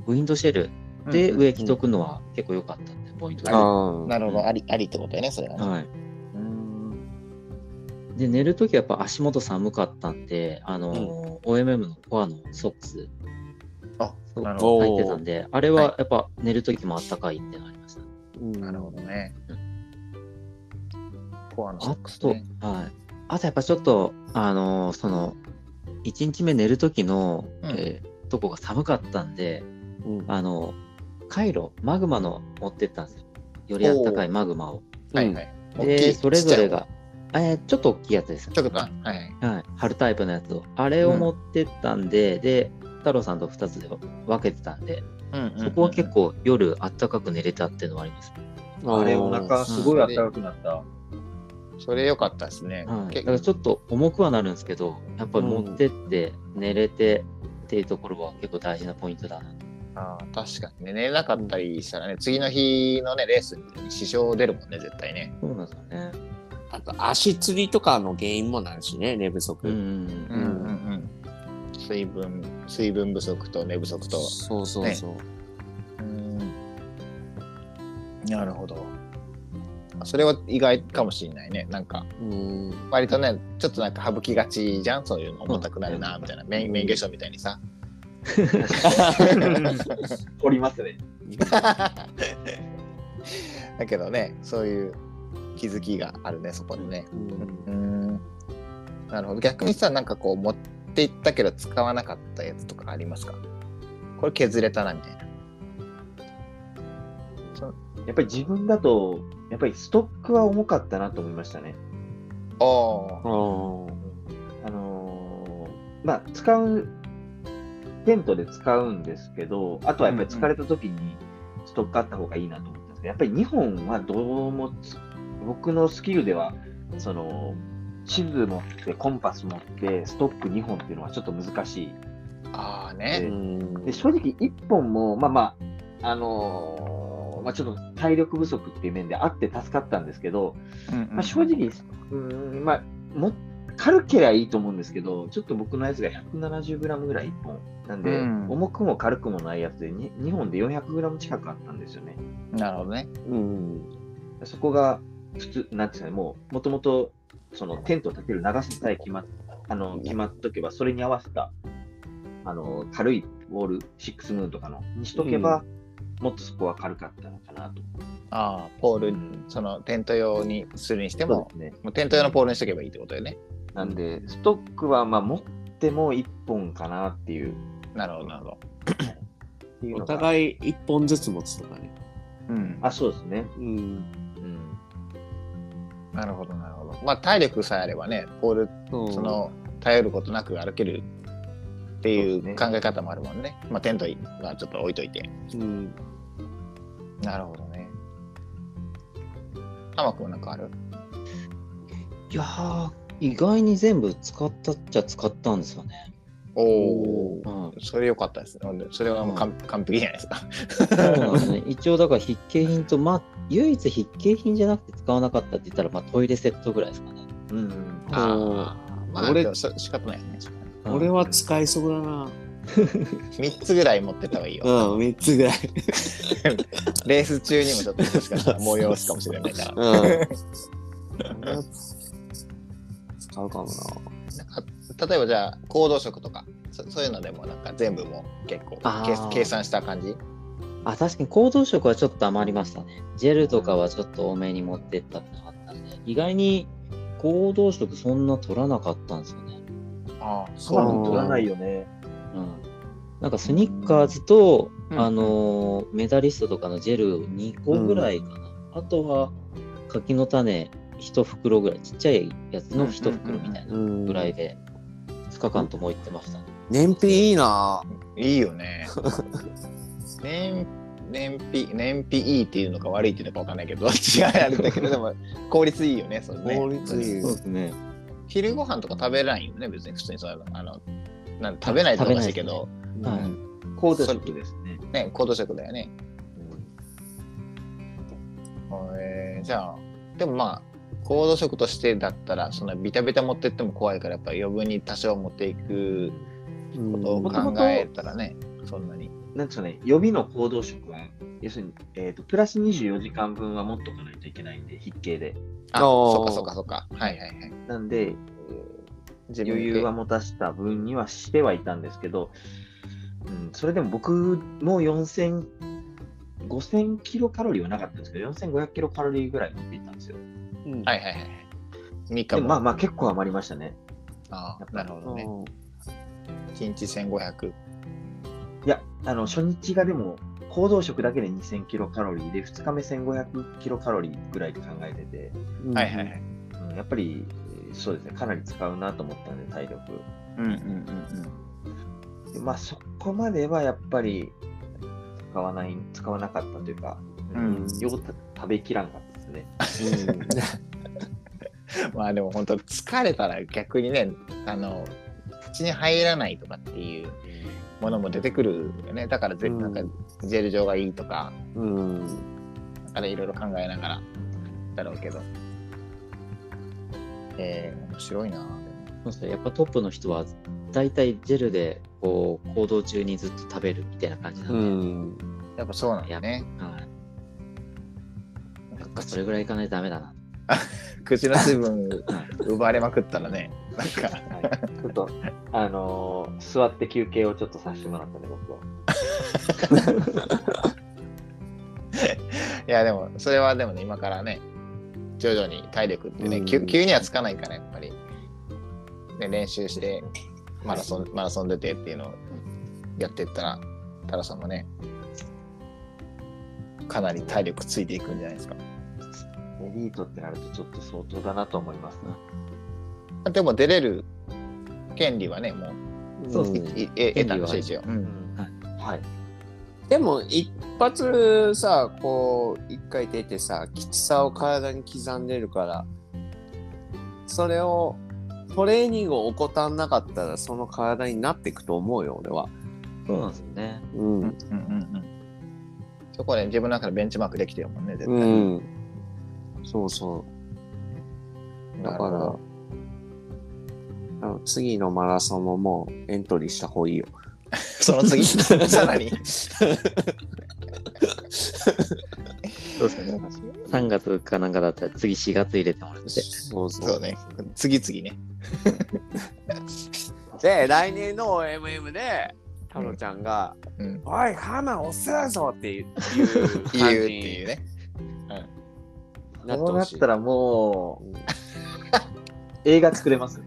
[SPEAKER 1] ウィンドシェルで
[SPEAKER 3] うん
[SPEAKER 1] 上着とくのは結構良かったんで、ポイントで。は
[SPEAKER 2] あ
[SPEAKER 3] なるほど、ありありってことよね、それはね。
[SPEAKER 1] い。
[SPEAKER 3] うん
[SPEAKER 1] で、寝るときはやっぱ足元寒かったんで、あの、OMM のコアのソックス
[SPEAKER 3] あ、なるほ
[SPEAKER 2] おー
[SPEAKER 1] 入ってたんで、あれはやっぱ寝るときもあったかいってなりました。
[SPEAKER 3] ど。なるほどね。コアのソ
[SPEAKER 1] あ
[SPEAKER 3] ックス
[SPEAKER 1] と、
[SPEAKER 3] ね。
[SPEAKER 1] はい。あとやっぱちょっと、あのーその、1日目寝る時の、
[SPEAKER 3] うん
[SPEAKER 1] えーとこが寒かったんで、
[SPEAKER 2] うん
[SPEAKER 1] あの、回路、マグマの持ってったんですよ。よりあったかいマグマを。
[SPEAKER 3] はいはい。大き
[SPEAKER 1] で、
[SPEAKER 3] い
[SPEAKER 1] それぞれ。
[SPEAKER 3] ちっ
[SPEAKER 1] が、えーちょっと大きいやつです。
[SPEAKER 3] ちゃいちょっとか。はい。
[SPEAKER 1] はい。貼るタイプのやつを。あれを持ってったんで、で、太郎さんと2つで分けてたんで、
[SPEAKER 3] うんうんうん
[SPEAKER 1] そこは結構夜あったかく寝れたっていうのはあります。
[SPEAKER 4] あれ、お腹すごい暖かくなった。
[SPEAKER 3] それ良かったですね。
[SPEAKER 1] はい、だ
[SPEAKER 3] 結
[SPEAKER 1] からちょっと重くはなるんですけど、やっぱり持ってって、寝れてっていうところは結構大事なポイントだな。
[SPEAKER 3] あー確かにね、寝れなかったりしたらね、次の日のね、レースに支障出るもんね、絶対ね。
[SPEAKER 1] そうなんですよね。
[SPEAKER 2] あと足つりとかの原因もなるしね寝不足、
[SPEAKER 1] うん
[SPEAKER 2] んうん
[SPEAKER 3] うん。水分、水分不足と寝不足と。
[SPEAKER 2] そうそうそう、
[SPEAKER 3] なるほど。それは意外かもしれないね。なんか、
[SPEAKER 2] うん
[SPEAKER 3] 割とね、ちょっとなんか省きがちじゃん、そういうの重たくなるな、みたいな。免免許証みたいに さ。
[SPEAKER 4] 凝りますね。
[SPEAKER 3] だけどね、そういう気づきがあるね、そこでね。
[SPEAKER 2] うん
[SPEAKER 3] うんなるほど逆にさなんかこう持っていったけど使わなかったやつとかありますかこれ削れたなみたいな
[SPEAKER 4] やっぱり自分だと、やっぱりストックは重かったなと思いましたね。
[SPEAKER 3] お
[SPEAKER 2] あー
[SPEAKER 4] あのーまあ、使う、テントで使うんですけど、あとはやっぱり疲れた時にストックあった方がいいなと思ったんですけど、やっぱり2本はどうもつ、僕のスキルでは、その、地図持って、コンパス持って、ストック2本っていうのはちょっと難しい
[SPEAKER 3] ああね
[SPEAKER 4] で正直1本もまあまああのーまあちょっと体力不足っていう面であって助かったんですけど、まあ、正直うーんまあも軽けりゃいいと思うんですけどちょっと僕のやつが 170g ぐらい1本なんで、
[SPEAKER 3] うん
[SPEAKER 4] 重くも軽くもないやつで 2, 本で 400g 近くあったんですよね
[SPEAKER 3] なるほどね
[SPEAKER 2] うん
[SPEAKER 4] そこが普通なんていうんですかねもうもともとそのテントを立てる長ささえ決まっあの決まっとけばそれに合わせたあの軽いウォールシックスムーンとかのにしとけば、もっとそこは軽かったのかなと。
[SPEAKER 3] ああポールそのテント用にするにしても
[SPEAKER 4] そうですね。
[SPEAKER 3] もうテント用のポールにしとけばいいってことよね
[SPEAKER 4] なんでストックはまあ持っても1本かなっていう
[SPEAKER 3] なるほどなるほど
[SPEAKER 4] っていう
[SPEAKER 2] お
[SPEAKER 4] のが
[SPEAKER 2] 互い一本ずつ持つとかね
[SPEAKER 3] うん
[SPEAKER 4] あそうですね。
[SPEAKER 2] うん
[SPEAKER 4] うん。
[SPEAKER 3] なるほどなるほどまあ体力さえあればねポール
[SPEAKER 2] そ
[SPEAKER 3] その頼ることなく歩けるってい
[SPEAKER 4] そうで
[SPEAKER 3] う考
[SPEAKER 4] すね
[SPEAKER 3] え方もあるもんねまあテントはちょっと置いといて
[SPEAKER 2] うん
[SPEAKER 3] なるほどね。浜君なんかある
[SPEAKER 1] いやー、意外に全部使ったっちゃ使ったんですよね。
[SPEAKER 3] おお
[SPEAKER 1] う。ん。
[SPEAKER 3] それ良かったですね。ほんでそれはもう完,、完璧じゃないですか。
[SPEAKER 1] そうなんですね。一応だから筆記品とマッ唯一必携品じゃなくて使わなかったって言ったら、まあ、トイレセットぐらいですかね。
[SPEAKER 4] うん。
[SPEAKER 2] あー
[SPEAKER 3] まあ、
[SPEAKER 2] 俺
[SPEAKER 3] 俺、し仕方ないよね。仕方ない
[SPEAKER 2] 俺は使いそうだな。
[SPEAKER 3] 3つぐらい持ってった方がいいよ。
[SPEAKER 2] うん、3つぐらい。
[SPEAKER 3] レース中にもちょっともしかしたら催すかもしれないから。
[SPEAKER 2] うん。使うかも
[SPEAKER 3] なんか例えばじゃあ、行動食とか、そそういうのでもなんか全部もう結構
[SPEAKER 1] あ
[SPEAKER 3] 計
[SPEAKER 1] ー
[SPEAKER 3] 計算した感じ
[SPEAKER 1] あ、確かに行動食はちょっと余りましたね。ジェルとかはちょっと多めに持ってったってのがあったんで、意外に行動食そんな取らなかったんですよね。
[SPEAKER 3] ああ、
[SPEAKER 4] そうう
[SPEAKER 2] なんだ
[SPEAKER 4] 取らないよね。
[SPEAKER 1] うん。なんかスニッカーズと、
[SPEAKER 3] うん
[SPEAKER 1] あのーメダリストとかのジェル2個ぐらいかな。あとは柿の種1袋ぐらい、ちっちゃいやつの1袋みたいな
[SPEAKER 2] な。うん
[SPEAKER 1] ぐらいで、2日間とも行ってましたね。
[SPEAKER 2] 燃費いいな。
[SPEAKER 3] いいよ ね。燃燃費燃費いいっていうのか悪いっていうのかわかんないけど、違いあれだけどでも効率いいよね。そうね。
[SPEAKER 2] 効率いい
[SPEAKER 3] うん
[SPEAKER 1] ですね。
[SPEAKER 3] 昼ご飯とか食べないよね別に普通にそうあのなん食べないとかおかしいけど、
[SPEAKER 1] はい
[SPEAKER 4] コード食ですね。
[SPEAKER 3] ね行動食だよね。えーじゃあでもまあ行動食としてだったらそんなビタビタ持ってっても怖いからやっぱ余分に多少持っていくことを
[SPEAKER 2] う
[SPEAKER 4] 元々
[SPEAKER 3] 考えたらねそんなに。
[SPEAKER 4] なんですかね、予備の行動食は、要するに、えー、とプラス24時間分は持っとかないといけないんで、筆記で。
[SPEAKER 3] あ
[SPEAKER 2] おー
[SPEAKER 3] そっかそっかそっかはいはいはい。
[SPEAKER 4] なんで、
[SPEAKER 3] 自分
[SPEAKER 4] 余
[SPEAKER 3] で
[SPEAKER 4] 裕は持たした分にはしてはいたんですけど、うん、それでも僕も4000、5000キロカロリーはなかったんですけど、4500キロカロリーぐらい持っていったんですよ。
[SPEAKER 2] ん
[SPEAKER 3] はいはいはい。3日
[SPEAKER 4] で
[SPEAKER 3] も。
[SPEAKER 4] まあまあ結構余りましたね。
[SPEAKER 3] ああなるほどね。
[SPEAKER 2] うん
[SPEAKER 3] 1日1500。
[SPEAKER 4] いや、あの、初日がでも、行動食だけで2000キロカロリーで、2日目1500キロカロリーぐらいで考えてて、
[SPEAKER 3] はいはいはい。
[SPEAKER 4] うん、やっぱり、えーそうですね、かなり使うなと思ったんで、体力。
[SPEAKER 3] うんうんうんうん。
[SPEAKER 4] でまあ、そこまではやっぱり、使わない、使わなかったというか、
[SPEAKER 3] うん
[SPEAKER 4] ようた食べきらんかったですね。
[SPEAKER 3] まあでも本当疲れたら逆にねあの口に入らないとかっていうものも出てくるよねだからぜ、
[SPEAKER 2] うん
[SPEAKER 3] なんかジェル状がいいとか
[SPEAKER 2] うん
[SPEAKER 3] あれいろいろ考えながらだろうけどえー、面白いな
[SPEAKER 1] そうですねやっぱトップの人は大体ジェルでこう行動中にずっと食べるみたいな感じなん
[SPEAKER 2] う
[SPEAKER 1] で、
[SPEAKER 2] ん
[SPEAKER 3] やっぱそうなんだね
[SPEAKER 1] はい
[SPEAKER 3] なんか
[SPEAKER 1] それぐらいいかないとダメだな。
[SPEAKER 3] 口の水分 奪われまくったらねなんか
[SPEAKER 4] はい、ちょっと、あのー座って休憩をちょっとさせてもらったね、僕は。
[SPEAKER 3] いやでもそれはでもね今からね徐々に体力ってね、
[SPEAKER 2] うん
[SPEAKER 3] 急急にはつかないからやっぱり、ね、練習してマラソン、マラソン出てっていうのをやってったらタラさんもねかなり体力ついていくんじゃないですか
[SPEAKER 4] エリートってなると、ちょっと相当だなと思いますね。
[SPEAKER 3] でも出れる権利はねも
[SPEAKER 1] そう
[SPEAKER 3] う、
[SPEAKER 1] っ
[SPEAKER 3] い
[SPEAKER 1] す
[SPEAKER 2] ん
[SPEAKER 3] いえ得たんでしょ
[SPEAKER 1] 権
[SPEAKER 3] 一応、うん
[SPEAKER 4] はい。
[SPEAKER 2] でも一発さこう一回出てさきつさを体に刻んでるからそれをトレーニングを怠んなかったらその体になっていくと思うよ俺は。
[SPEAKER 1] そうなんですよね。
[SPEAKER 2] うん
[SPEAKER 3] うんうんうん、そこで自分の中でベンチマークできてるもんね絶対、
[SPEAKER 2] うん。そうそう。だ
[SPEAKER 3] なる
[SPEAKER 2] か
[SPEAKER 3] ほど
[SPEAKER 2] ら、あの次のマラソンももうエントリーした方がいいよ。
[SPEAKER 3] その次さらに
[SPEAKER 1] そうですね。3月かなんかだったら次4月入れてもらって。
[SPEAKER 2] そうそう。
[SPEAKER 3] そうね次々ね
[SPEAKER 2] で、来年の OMM で、太郎ちゃんが、
[SPEAKER 3] うん
[SPEAKER 2] おい、ハマ押すだぞっていう感じ
[SPEAKER 3] 言うっていうね
[SPEAKER 2] になって
[SPEAKER 4] こう
[SPEAKER 2] ほ
[SPEAKER 4] なっ
[SPEAKER 2] しい。
[SPEAKER 4] たらもう、 映画作れます。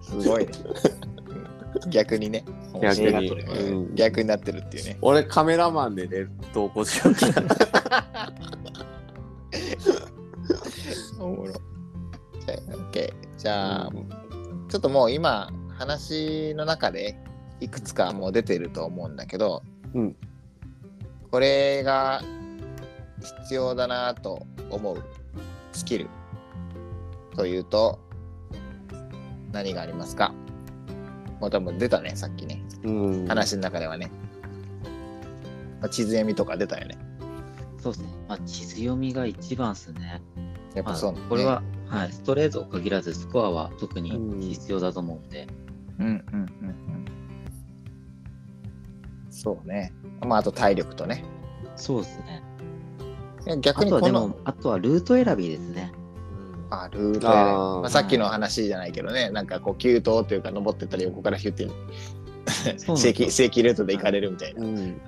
[SPEAKER 3] すご いね。逆にね。
[SPEAKER 2] 逆に
[SPEAKER 3] 映画撮れば
[SPEAKER 2] うん
[SPEAKER 3] 逆になってるっていうね。
[SPEAKER 2] 俺カメラマンでね、投稿しようかな。
[SPEAKER 3] おもろ。じゃあ、OK じゃあ、ちょっともう今、話の中でいくつかもう出てると思うんだけど、
[SPEAKER 2] うん
[SPEAKER 3] これが必要だなと思うスキルというと、何がありますかもう多分出たね、さっきね。
[SPEAKER 2] うん
[SPEAKER 3] 話の中ではね。まあ地図読みとか出たよね。
[SPEAKER 1] そうですね。まあ、地図読みが一番ですね。
[SPEAKER 3] やっぱそう、ね
[SPEAKER 1] まあこれは、はい、ストレート限らずスコアは特に必要だと思うんで。
[SPEAKER 3] うんうんうんうん。そうね。まあ、あと体力とね。
[SPEAKER 1] そうですね。
[SPEAKER 3] え
[SPEAKER 1] あ
[SPEAKER 3] 逆に
[SPEAKER 1] とは
[SPEAKER 3] こ
[SPEAKER 1] で
[SPEAKER 3] の
[SPEAKER 1] も、あとはルート選びですね。
[SPEAKER 3] あルート
[SPEAKER 2] あー
[SPEAKER 3] まあ、さっきの話じゃないけどね、なんかこう、急登というか、登ってったり、横からヒュッて
[SPEAKER 1] そうなん
[SPEAKER 3] 正
[SPEAKER 1] です
[SPEAKER 3] 規正
[SPEAKER 1] よ
[SPEAKER 3] 規ルートで行かれるみたいな。
[SPEAKER 2] うん。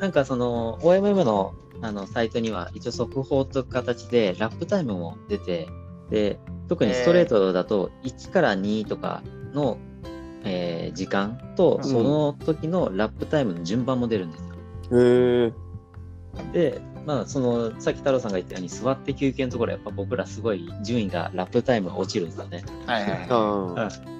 [SPEAKER 1] なんかその OMM のあのサイトには一応速報という形でラップタイムも出てで特にストレートだと1から2とかの、えー時間と
[SPEAKER 3] うん
[SPEAKER 1] その時のラップタイムの順番も出るんですよ。
[SPEAKER 2] へえ。
[SPEAKER 1] でまあそのさっき太郎さんが言ったように座って休憩のところやっぱ僕らすごい順位がラップタイムが落ちるんですよね。
[SPEAKER 3] はいはいは
[SPEAKER 2] あ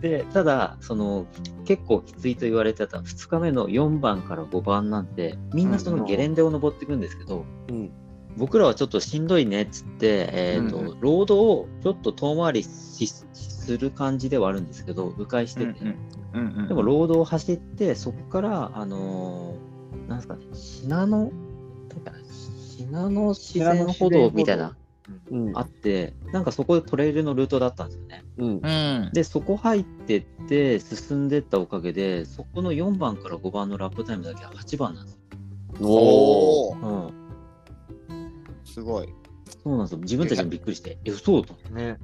[SPEAKER 1] でただその結構きついと言われてた2日目の4番から5番なんてみんなそのゲレンデを登っていくんですけど、
[SPEAKER 2] うん。
[SPEAKER 1] 僕らはちょっとしんどいねっつって、えーと
[SPEAKER 3] うん
[SPEAKER 1] ロードをちょっと遠回りしする感じではあるんですけど迂回し
[SPEAKER 3] い。
[SPEAKER 1] てて、
[SPEAKER 3] うんうんうんうん
[SPEAKER 1] でもロードを走ってそこからあのーなんですかね信濃信濃自然歩道みたいな
[SPEAKER 2] うん
[SPEAKER 1] あってなんかそこでトレイルのルートだったんですよね
[SPEAKER 2] うん。
[SPEAKER 3] うん
[SPEAKER 1] でそこ入ってって進んでったおかげでそこの4番から5番のラップタイムだけは8番なんですよ、
[SPEAKER 2] おお。
[SPEAKER 3] おー
[SPEAKER 1] うん、
[SPEAKER 3] すごい
[SPEAKER 1] そうなんですよ自分たちもびっくりしてえそうと思って
[SPEAKER 4] ね。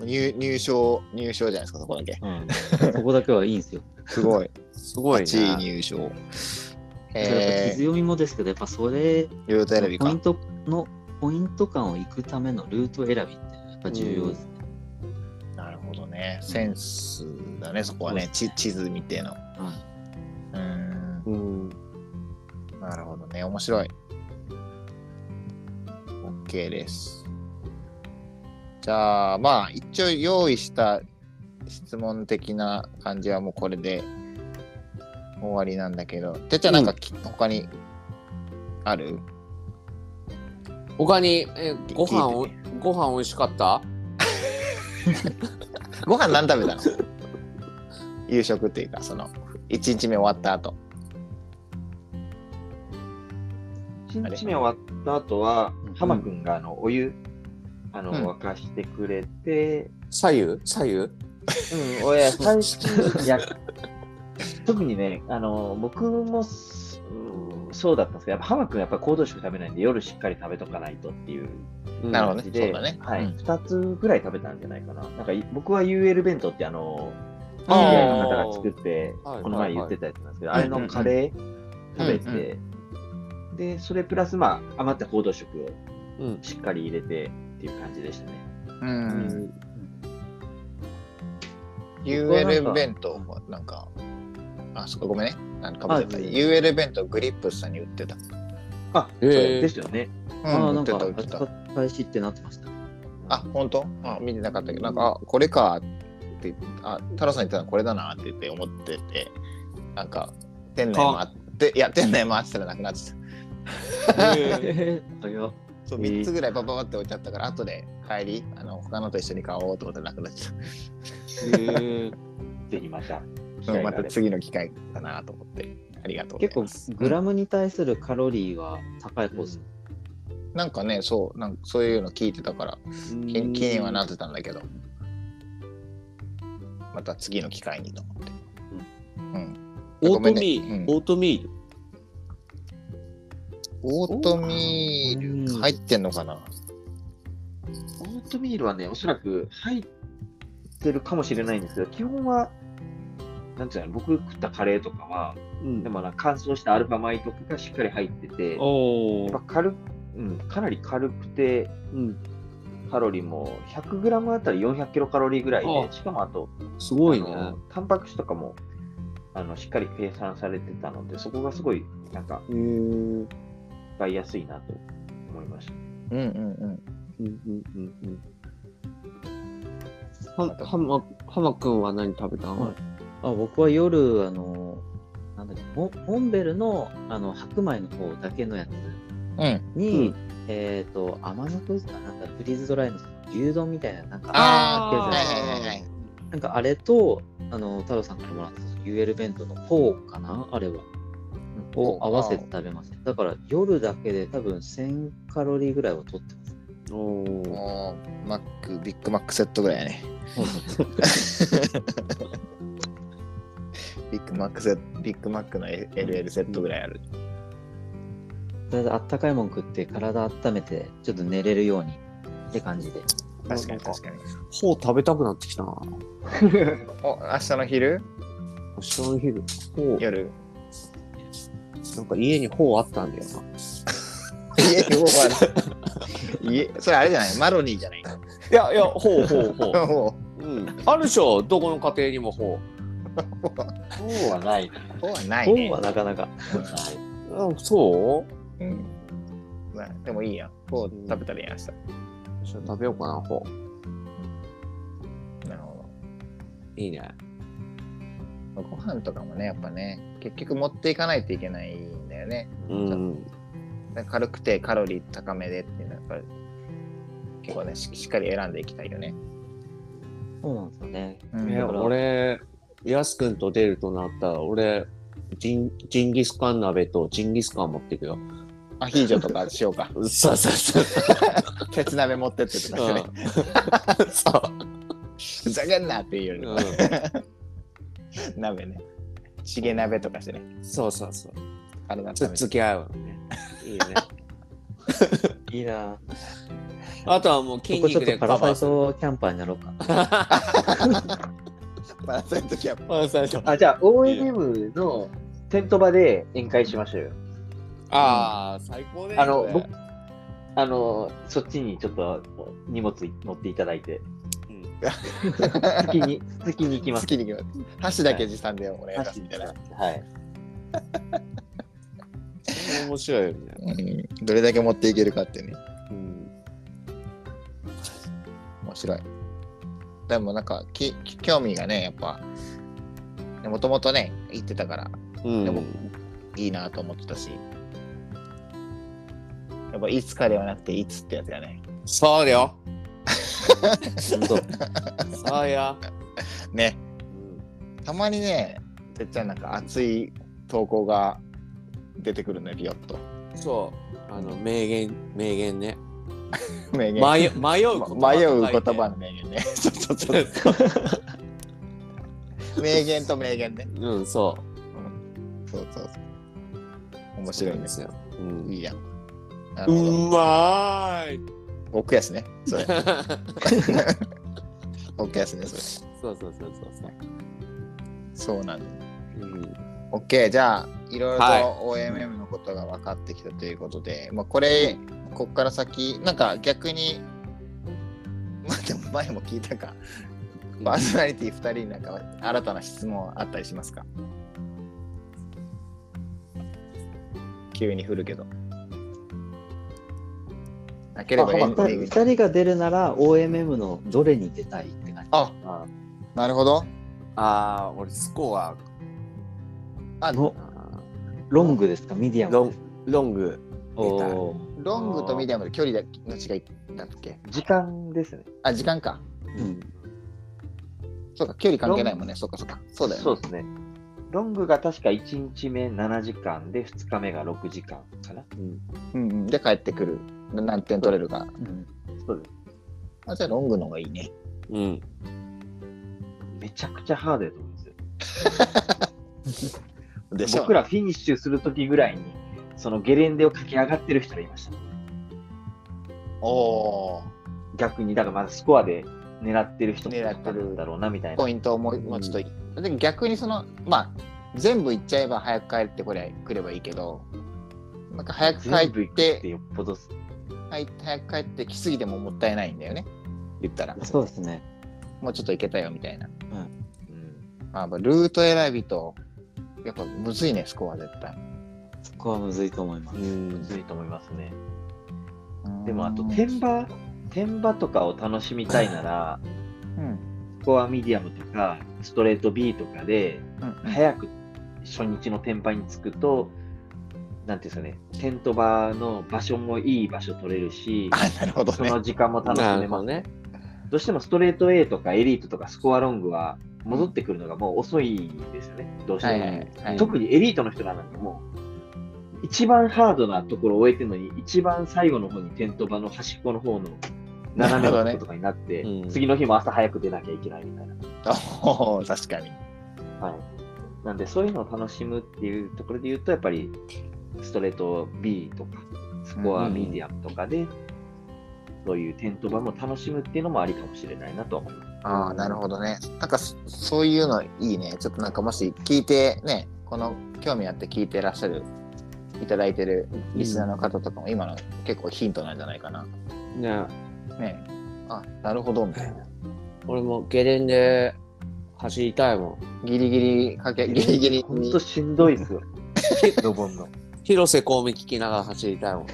[SPEAKER 3] 入入賞入賞じゃないですかそこだけ
[SPEAKER 1] うん、そこだけはいいんですよ。
[SPEAKER 3] すご い
[SPEAKER 2] すごい
[SPEAKER 3] 8位
[SPEAKER 2] ね。
[SPEAKER 3] 入賞
[SPEAKER 1] だからやっぱ
[SPEAKER 3] え
[SPEAKER 1] 地図読みもですけど、やっぱそれ、
[SPEAKER 3] ー、ルート選び
[SPEAKER 1] ポイ
[SPEAKER 3] か
[SPEAKER 1] ントの、ポイント感をいくためのルート選びってやっぱ重要ですね。
[SPEAKER 3] なるほどねセンスだねそこはねち地図見ての
[SPEAKER 1] うん
[SPEAKER 3] うーん
[SPEAKER 2] うん。
[SPEAKER 3] なるほどね面白い OK ですじゃあまあ一応用意した質問的な感じはもうこれで終わりなんだけどてっちゃんなんかき、他にある
[SPEAKER 2] 他に、え
[SPEAKER 3] き
[SPEAKER 2] ご飯お
[SPEAKER 3] 聞いて
[SPEAKER 2] ご飯美味しかった
[SPEAKER 3] ご飯何食べたの夕食っていうかその1日目終わった後
[SPEAKER 4] 1日目終わった後は
[SPEAKER 1] うん、
[SPEAKER 4] ハマくんがあのお湯、あの、
[SPEAKER 3] うん
[SPEAKER 4] 沸かしてくれて、
[SPEAKER 2] 左右左右
[SPEAKER 4] うん、おや、最近、いや、特にね、あの、僕もす、うんそうだったんですけど、やっぱハマくんやっぱ行動食食べないんで、夜しっかり食べとかないとっていう
[SPEAKER 3] なるほどね
[SPEAKER 4] 感じで、
[SPEAKER 3] そうだね
[SPEAKER 4] はい、
[SPEAKER 1] うん
[SPEAKER 4] 2つぐらい食べたんじゃないかな。なんかい、僕は UL 弁当ってあの、知
[SPEAKER 3] あ
[SPEAKER 4] り
[SPEAKER 3] ー
[SPEAKER 4] 合いの方が作って、
[SPEAKER 2] はい
[SPEAKER 4] この前言ってたやつなんですけど、
[SPEAKER 3] はい
[SPEAKER 4] あれのカレー
[SPEAKER 3] うん
[SPEAKER 4] 食べて、で、それプラス、まあ、余った行動食を
[SPEAKER 2] うん。
[SPEAKER 4] しっかり入れてっていう感じでしたね。
[SPEAKER 3] う
[SPEAKER 2] うんん。
[SPEAKER 3] UL 弁当もなんかあそこごめんねなんかぶってた
[SPEAKER 1] あいい
[SPEAKER 3] UL 弁当グリップスさんに売ってた
[SPEAKER 4] あ、
[SPEAKER 2] へー
[SPEAKER 4] そうですよね。
[SPEAKER 1] ああ、
[SPEAKER 3] うん
[SPEAKER 1] な
[SPEAKER 3] 売っ
[SPEAKER 1] ん
[SPEAKER 3] て
[SPEAKER 1] か
[SPEAKER 3] た売って、た
[SPEAKER 1] 開始ってなってました。
[SPEAKER 3] あ本当あ見てなかったけどなんかあこれかってあ太郎さん言ってたのこれだなって言って思っててなんか店内もあっていや店内もあってたらなくなってた
[SPEAKER 1] えー早っ
[SPEAKER 3] そう
[SPEAKER 4] えー
[SPEAKER 3] 3つぐらいパパパって置いてあったから後で帰りあの他のと一緒に買おうと思ってなくなっちゃ った
[SPEAKER 4] ぜひまた。
[SPEAKER 3] うんまた次の機会だなと思って。ありがとうご
[SPEAKER 1] 結
[SPEAKER 3] ざい
[SPEAKER 1] 構
[SPEAKER 3] ます。、
[SPEAKER 1] グラムに対するカロリーは高い方です。
[SPEAKER 3] なんかね、そう、なんかそういうの聞いてたから、気気にはなってたんだけど、また次の機会にと思って。うん。
[SPEAKER 2] オ
[SPEAKER 3] ご
[SPEAKER 2] ート
[SPEAKER 3] めん
[SPEAKER 2] ミ
[SPEAKER 3] ね
[SPEAKER 2] ール、オートミール。
[SPEAKER 3] オートミール入ってんのかな
[SPEAKER 4] オートミールはね、おそらく入ってるかもしれないんですけど、基本は、なんていうの、僕食ったカレーとかは、
[SPEAKER 2] うん
[SPEAKER 4] でもな乾燥したアルファ米とかがしっかり入ってて、やっ
[SPEAKER 2] お
[SPEAKER 4] ぱ
[SPEAKER 2] ー
[SPEAKER 4] 軽く、うん、かなり軽くて、
[SPEAKER 2] うん。
[SPEAKER 4] カロリーも 100g あたり400キロカロリーぐらい
[SPEAKER 2] あ
[SPEAKER 4] で、しかもあと、
[SPEAKER 2] すごいね
[SPEAKER 4] あ。のタンパク質とかもあのしっかり計算されてたので、そこがすごい、なんか、
[SPEAKER 2] へー
[SPEAKER 4] 使いやすいなと思いました。
[SPEAKER 3] うんうん
[SPEAKER 2] うんうんうんうん。は、はま、はまくんは何食べたの、
[SPEAKER 1] はいあ僕は夜、あの、なんだっけ、モモンベルのあの白米の方だけのやつ。
[SPEAKER 3] うん。うん。
[SPEAKER 1] に、
[SPEAKER 2] うん
[SPEAKER 1] えっ、と、甘酢くずかなんかフリーズドライの牛丼みたいな、なんか、
[SPEAKER 3] あ
[SPEAKER 1] ー
[SPEAKER 3] はいはいはいはい
[SPEAKER 1] なんかあれと、あの、太郎さんからもらったその UL 弁当のフォーかなあれは。を合わせて食べます。だから夜だけで多分1000カロリーぐらいは取ってます。
[SPEAKER 2] おー
[SPEAKER 3] もう、マック、ビッグマックセットぐらいやね。ビッグマックセビッグマックの LL セットぐらいある。
[SPEAKER 1] とりあえずあったかいもん食って体温めてちょっと寝れるようにって感じで。
[SPEAKER 3] 確かに確かに。
[SPEAKER 2] ほう食べたくなってきたな。
[SPEAKER 3] お、明日の昼
[SPEAKER 2] 明日の昼、ほう、
[SPEAKER 3] 夜
[SPEAKER 2] なんか家にほうあったんだよな。
[SPEAKER 3] 家にオーバー家、それあれじゃないマロニーじゃない
[SPEAKER 2] いやいや、ほうほうほう。
[SPEAKER 3] も
[SPEAKER 2] うん、あるでしょ、どこの家庭にもほ
[SPEAKER 1] そうはない。
[SPEAKER 3] う、ほうはない
[SPEAKER 1] 本
[SPEAKER 3] ね。
[SPEAKER 1] はなかなか。
[SPEAKER 2] う。あそう
[SPEAKER 3] うん。まあ、でもいいやん。フォー食べたらいいやん、明
[SPEAKER 2] 一緒に食べようかな、ほう。
[SPEAKER 3] 日。なるほ
[SPEAKER 2] いいね。
[SPEAKER 3] ど。ご飯とかもね、やっぱね、結局持っていかないといけないんだよね。
[SPEAKER 2] うん。
[SPEAKER 3] だから軽くてカロリー高めでっていうのは、やっぱり結構ねし、しっかり選んでいきたいよね。
[SPEAKER 1] そうなんですよね。
[SPEAKER 3] うん
[SPEAKER 2] ね、
[SPEAKER 1] だから
[SPEAKER 2] 俺、やすくんと出るとなったら、俺、ジンジンギスカン鍋とジンギスカン持ってくよ。。
[SPEAKER 3] アヒージョとかしようか
[SPEAKER 2] そうそうそう。
[SPEAKER 3] 鉄鍋持ってってとかね。
[SPEAKER 2] そう。
[SPEAKER 3] ふざけんなっていうよりも、
[SPEAKER 2] う
[SPEAKER 3] 鍋ね。チゲ鍋とかしてね。
[SPEAKER 2] ん、そうそうそう。
[SPEAKER 3] 体
[SPEAKER 2] つっ
[SPEAKER 3] 温めて
[SPEAKER 2] つ。き合うのね。いいよね。
[SPEAKER 1] いいな。
[SPEAKER 2] あとはもう
[SPEAKER 1] そ
[SPEAKER 2] 筋
[SPEAKER 1] こちょ
[SPEAKER 2] 肉
[SPEAKER 1] っ
[SPEAKER 2] で
[SPEAKER 1] とパ
[SPEAKER 2] カ
[SPEAKER 1] ラサ
[SPEAKER 2] バ
[SPEAKER 1] イ
[SPEAKER 2] ーする。
[SPEAKER 1] トキャンパーになろうか。
[SPEAKER 3] パラサイトキャップ。
[SPEAKER 2] パラサイト
[SPEAKER 4] あ、じゃあ ONM のテント場で宴会しましょうよ。
[SPEAKER 2] ああ、最高だよ。
[SPEAKER 4] あの
[SPEAKER 2] これ
[SPEAKER 4] 僕あの、そっちにちょっと荷物乗っていただいて、月に、月に行きます
[SPEAKER 3] 好。きに行きます。箸だけ持参でお願いしますみたいな。
[SPEAKER 4] はい。
[SPEAKER 2] 面白いよね。
[SPEAKER 3] うんどれだけ持っていけるかってね。
[SPEAKER 2] うん。
[SPEAKER 3] 面白い。でもなんかきき興味がねやっぱもともとね行ってたから
[SPEAKER 2] うん
[SPEAKER 3] でもいいなと思ってたしやっぱいつかではなくていつってやつだね
[SPEAKER 2] そうだよ。
[SPEAKER 1] 本当。
[SPEAKER 2] そうや。
[SPEAKER 3] ね
[SPEAKER 2] うん
[SPEAKER 3] たまにねてっちゃんなんか熱い投稿が出てくるのよぴよっと
[SPEAKER 2] そう。あの、名言、名言ね。
[SPEAKER 3] 名言
[SPEAKER 2] 迷迷う
[SPEAKER 3] ま 迷う言
[SPEAKER 2] と書いて
[SPEAKER 3] 葉の名言ね そうそうそう 名言と名言ね
[SPEAKER 2] うん、そ
[SPEAKER 3] そうそうそう
[SPEAKER 2] う。
[SPEAKER 3] 面白いんです
[SPEAKER 2] すよ。う
[SPEAKER 3] い
[SPEAKER 2] ん。
[SPEAKER 3] いやんなるほど
[SPEAKER 2] うまーい。
[SPEAKER 3] 奥安ねそれ OK ですね、それ。
[SPEAKER 2] そうそうそうそうそう。
[SPEAKER 3] そうなんだ。
[SPEAKER 2] うん。
[SPEAKER 3] OK、じゃあ、いろいろと
[SPEAKER 2] はい
[SPEAKER 3] OMM のことが分かってきたということで、まあ、これ、こっから先、なんか逆に、まあでも前も聞いたか、パーソナリティ2人になんか新たな質問あったりしますか急に振るけど。なければ
[SPEAKER 1] あ
[SPEAKER 3] エンディング
[SPEAKER 1] 二人が出るなら OMM のどれに出たいって感じ。
[SPEAKER 3] あ、なるほど。
[SPEAKER 2] ああ、俺、スコア。
[SPEAKER 1] あのロングですかミディアム
[SPEAKER 2] ロ
[SPEAKER 1] です
[SPEAKER 2] ンロング。
[SPEAKER 1] かおー
[SPEAKER 3] ロングとミディアムで距離だの違いだっけ
[SPEAKER 4] 時間ですね。
[SPEAKER 3] あ、時間か。
[SPEAKER 1] うん
[SPEAKER 3] そうか、距離関係ないもんね。そうか、そうか。そうだよ、ね。
[SPEAKER 4] そうですね。ロングが確か1日目7時間で2日目が6時間かな。
[SPEAKER 3] うんうん、で、帰ってくる。何点取れるか。
[SPEAKER 1] うん
[SPEAKER 4] そうです。
[SPEAKER 3] あじゃあ、ロングの方がいいね。
[SPEAKER 2] うん。
[SPEAKER 4] めちゃくちゃハードやと思うんですよ。
[SPEAKER 3] でしょ
[SPEAKER 4] 僕らフィニッシュするときぐらいに、そのゲレンデを駆け上がってる人がいました。
[SPEAKER 3] おー
[SPEAKER 4] 逆に、だからまだスコアで狙ってる人もい
[SPEAKER 3] 狙ってる
[SPEAKER 4] たんだろうなみたいな
[SPEAKER 3] ポ。イントをもうもうちょっといい。で逆にその、まあ、全部行っちゃえば早く帰ってこれ来ればいいけど、なんか早く帰
[SPEAKER 4] 全部
[SPEAKER 3] っ
[SPEAKER 4] 行くって
[SPEAKER 3] て、
[SPEAKER 4] よっぽど、
[SPEAKER 3] はい早く帰ってきすぎてももったいないんだよね。言ったら、
[SPEAKER 1] そうですね。
[SPEAKER 3] もうちょっと行けたよみたいな。
[SPEAKER 4] うん、
[SPEAKER 3] まあ、ルート選びと、やっぱむずいね、スコア絶対。
[SPEAKER 1] そこはむずいと思います
[SPEAKER 2] う。
[SPEAKER 4] む
[SPEAKER 2] ん。
[SPEAKER 4] ずいと思いますね。でもあと、天場、天場とかを楽しみたいなら、
[SPEAKER 3] うん、
[SPEAKER 4] スコアミディアムとか、ストレート B とかで、
[SPEAKER 3] うん、
[SPEAKER 4] 早く初日の天場に着くと、なんていうんですかね、テント場の場所もいい場所取れるし、
[SPEAKER 3] あ、なるほど
[SPEAKER 4] そ
[SPEAKER 3] ね。
[SPEAKER 4] の時間も楽し
[SPEAKER 2] な
[SPEAKER 4] め
[SPEAKER 2] るほ
[SPEAKER 4] ま
[SPEAKER 2] ど
[SPEAKER 4] す。
[SPEAKER 2] ね。
[SPEAKER 4] どうしてもストレート A とかエリートとかスコアロングは戻ってくるのがもう遅いですよね、どうして
[SPEAKER 3] はい
[SPEAKER 4] も。
[SPEAKER 3] はいはい。
[SPEAKER 4] 特にエリートの人なんかもう一番ハードなところを終えてるのに、一番最後の方にテント場の端っこの方の斜めのとことかになっ
[SPEAKER 2] な
[SPEAKER 4] て、
[SPEAKER 2] るほどねうん
[SPEAKER 4] 次の日も朝早く出なきゃいけないみたいな。
[SPEAKER 3] おー確かに。
[SPEAKER 4] はい。なんで、そういうのを楽しむっていうところで言うと、やっぱり、ストレート B とか、スコアミディアムとかで、そういうテント場も楽しむっていうのもありかもしれないなと思います。
[SPEAKER 3] ああ、なるほどね。なんかそ、そういうのいいね。ちょっとなんか、もし聞いてね、この興味あって聞いてらっしゃる、いただいてるリスナーの方とかも、今の結構ヒントなんじゃないかな。
[SPEAKER 2] ね
[SPEAKER 3] ね。あ、なるほど、みたいな。
[SPEAKER 2] 俺もゲレンデ走りたいもん。
[SPEAKER 3] ギリギリかけ、ギリギリ
[SPEAKER 4] 本
[SPEAKER 3] に
[SPEAKER 4] 当しんどい ですよ。登んの。
[SPEAKER 2] 広瀬香美聞きながら走りたいもん。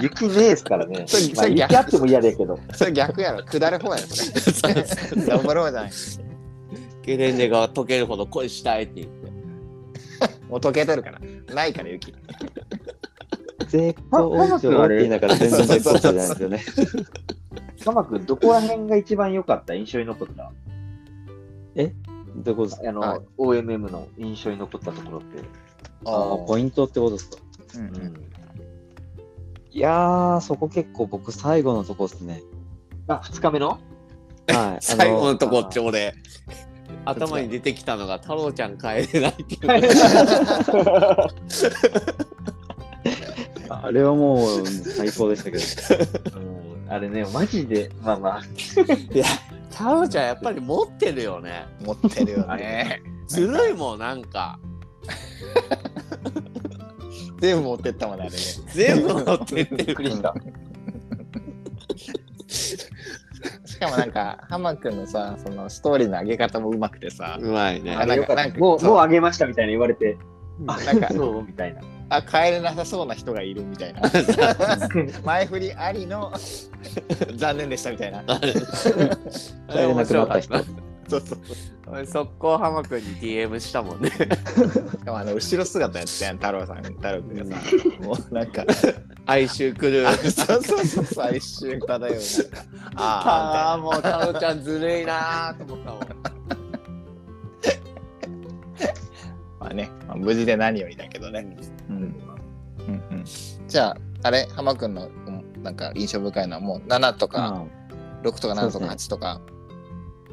[SPEAKER 4] 雪ねえですからね。
[SPEAKER 3] それ
[SPEAKER 4] まあ、
[SPEAKER 3] それ
[SPEAKER 4] 雪あっても嫌だけど。
[SPEAKER 3] それ逆やろ。下る方やろ、それ。 頑張ろうじゃない。
[SPEAKER 2] ゲレンデが溶けるほど恋したいって言って。
[SPEAKER 3] もう溶けとるから。ないから、雪。
[SPEAKER 1] 絶好調って言いながら全然絶好調じゃないです よね。
[SPEAKER 4] ママ君、どこら辺が一番良かった印象に残った
[SPEAKER 1] どこですか
[SPEAKER 4] あの、
[SPEAKER 3] はい
[SPEAKER 4] OMM の印象に残ったところって。
[SPEAKER 1] ああ、ポイントってことですか
[SPEAKER 3] うんうん
[SPEAKER 1] いやー、そこ結構僕最後のとこです ね。
[SPEAKER 4] あ、2日目の
[SPEAKER 1] はい。
[SPEAKER 2] 最後
[SPEAKER 1] あ
[SPEAKER 2] のとこって俺、頭に出てきたのが太郎ちゃん帰れないっていう。
[SPEAKER 1] のあれは もう最高でしたけど。
[SPEAKER 4] うんあれね、マジで、まあまあ、
[SPEAKER 2] 太郎ちゃんやっぱり持ってるよね。
[SPEAKER 3] 持ってるよね。
[SPEAKER 2] ずるいもんなんか。
[SPEAKER 3] 全部持ってったもんね、あれね。
[SPEAKER 2] 全部持ってってる。
[SPEAKER 4] リした。
[SPEAKER 3] しかもなんか、ハマ君のさ、そのストーリーの上げ方もうまくてさ、
[SPEAKER 2] うまいね。
[SPEAKER 3] あ
[SPEAKER 4] れ
[SPEAKER 3] なん
[SPEAKER 4] よ
[SPEAKER 3] か
[SPEAKER 4] かっ
[SPEAKER 3] な
[SPEAKER 4] た
[SPEAKER 3] んか
[SPEAKER 4] もう、
[SPEAKER 3] そう
[SPEAKER 4] もうあげましたみたいに言われて、あ
[SPEAKER 3] なんか、
[SPEAKER 4] そうみたいな。
[SPEAKER 3] あ、帰れなさそうな人がいるみた いな。前振りありの、残念でしたみたいな。
[SPEAKER 1] 帰れなくなっ た人。
[SPEAKER 3] そうそう。
[SPEAKER 2] 俺速攻浜君に DM したもんね。
[SPEAKER 3] しかもあの、後ろ姿やってたやん、太郎さん、太郎君がさ、もうなんか、
[SPEAKER 2] 哀愁狂う。
[SPEAKER 3] あそうそうそう、最終漂う。
[SPEAKER 2] ああ
[SPEAKER 3] あ
[SPEAKER 2] もう太郎ちゃんずるいなーと思ったもん。
[SPEAKER 3] あ、みたいな。まあね、まあ、無事で何よりだけどね。うん。うんうん、じゃあ、あれ、ハマ君の、うんなんか印象深いのは、もう7とか、
[SPEAKER 1] うん
[SPEAKER 3] 6とか7と
[SPEAKER 1] そう
[SPEAKER 3] か
[SPEAKER 1] ですね
[SPEAKER 3] 8とか。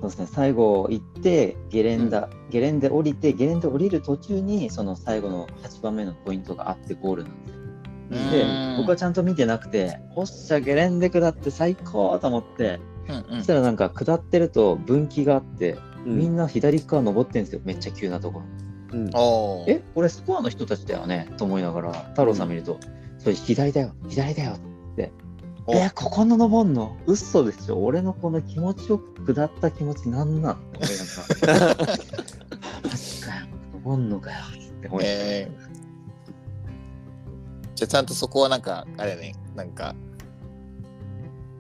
[SPEAKER 1] そうですね、最後行って、ゲレンダ、ゲレンデ降りて、ゲレンデ降りる途中に、その最後の8番目のポイントがあってゴールなんですよ。で
[SPEAKER 3] うん、
[SPEAKER 1] 僕はちゃんと見てなくて、おっしゃ、ゲレンデ下って最高と思って、
[SPEAKER 3] うんう
[SPEAKER 1] そ
[SPEAKER 3] ん
[SPEAKER 1] したらなんか下ってると分岐があって、み
[SPEAKER 2] うん
[SPEAKER 1] な左側登ってんですよ、めっちゃ急なところ。
[SPEAKER 2] ん
[SPEAKER 3] おー
[SPEAKER 1] え、これスコアの人たちだよねと思いながら、太郎さん見ると、それ左だよ、左だよって。
[SPEAKER 3] お
[SPEAKER 1] え、ここの登んの嘘でしょ俺のこの気持ちよく下った気持ちなんなんって思いながら。 マジかよ、登んのかよって思いながら。
[SPEAKER 3] えーじゃあちゃんとそこはなんかあれねなんか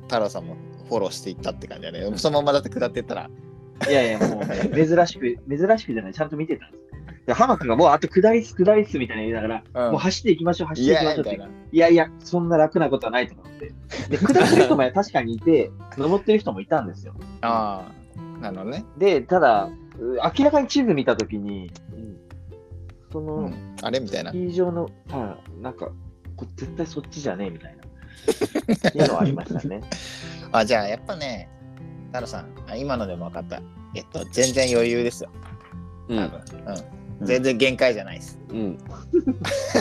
[SPEAKER 3] 太郎さんもフォローしていったって感じだねそのままだって下ってったら
[SPEAKER 4] いやいや、もう、珍しく、珍しくじゃない、ちゃんと見てたんです。で、浜君がもう、あと下りっす、下りっすみたいな言いながら、
[SPEAKER 3] うん
[SPEAKER 4] もう走っていきましょう、走っ
[SPEAKER 3] い
[SPEAKER 4] ていきま
[SPEAKER 3] や
[SPEAKER 4] しょう
[SPEAKER 3] み
[SPEAKER 4] ったて
[SPEAKER 3] いな
[SPEAKER 4] いやいや、そんな楽なことはないと思って。で、下って る人も確かにいて、登ってる人もいたんですよ。
[SPEAKER 3] ああなるほどね、
[SPEAKER 4] で、ただ、う明らかに地図見たときに、そうの、
[SPEAKER 3] ん、あれみたいな
[SPEAKER 4] スキー場の、さあ、なんか、こ絶対そっちじゃねえみたいな。っていうのはあり ましたね。
[SPEAKER 3] あじゃあやっぱね太郎さんあ今のでも分かったえっと全然余裕ですよ
[SPEAKER 2] う
[SPEAKER 3] 多
[SPEAKER 2] ん
[SPEAKER 3] 分、うん、全然限界じゃないです、
[SPEAKER 2] うん。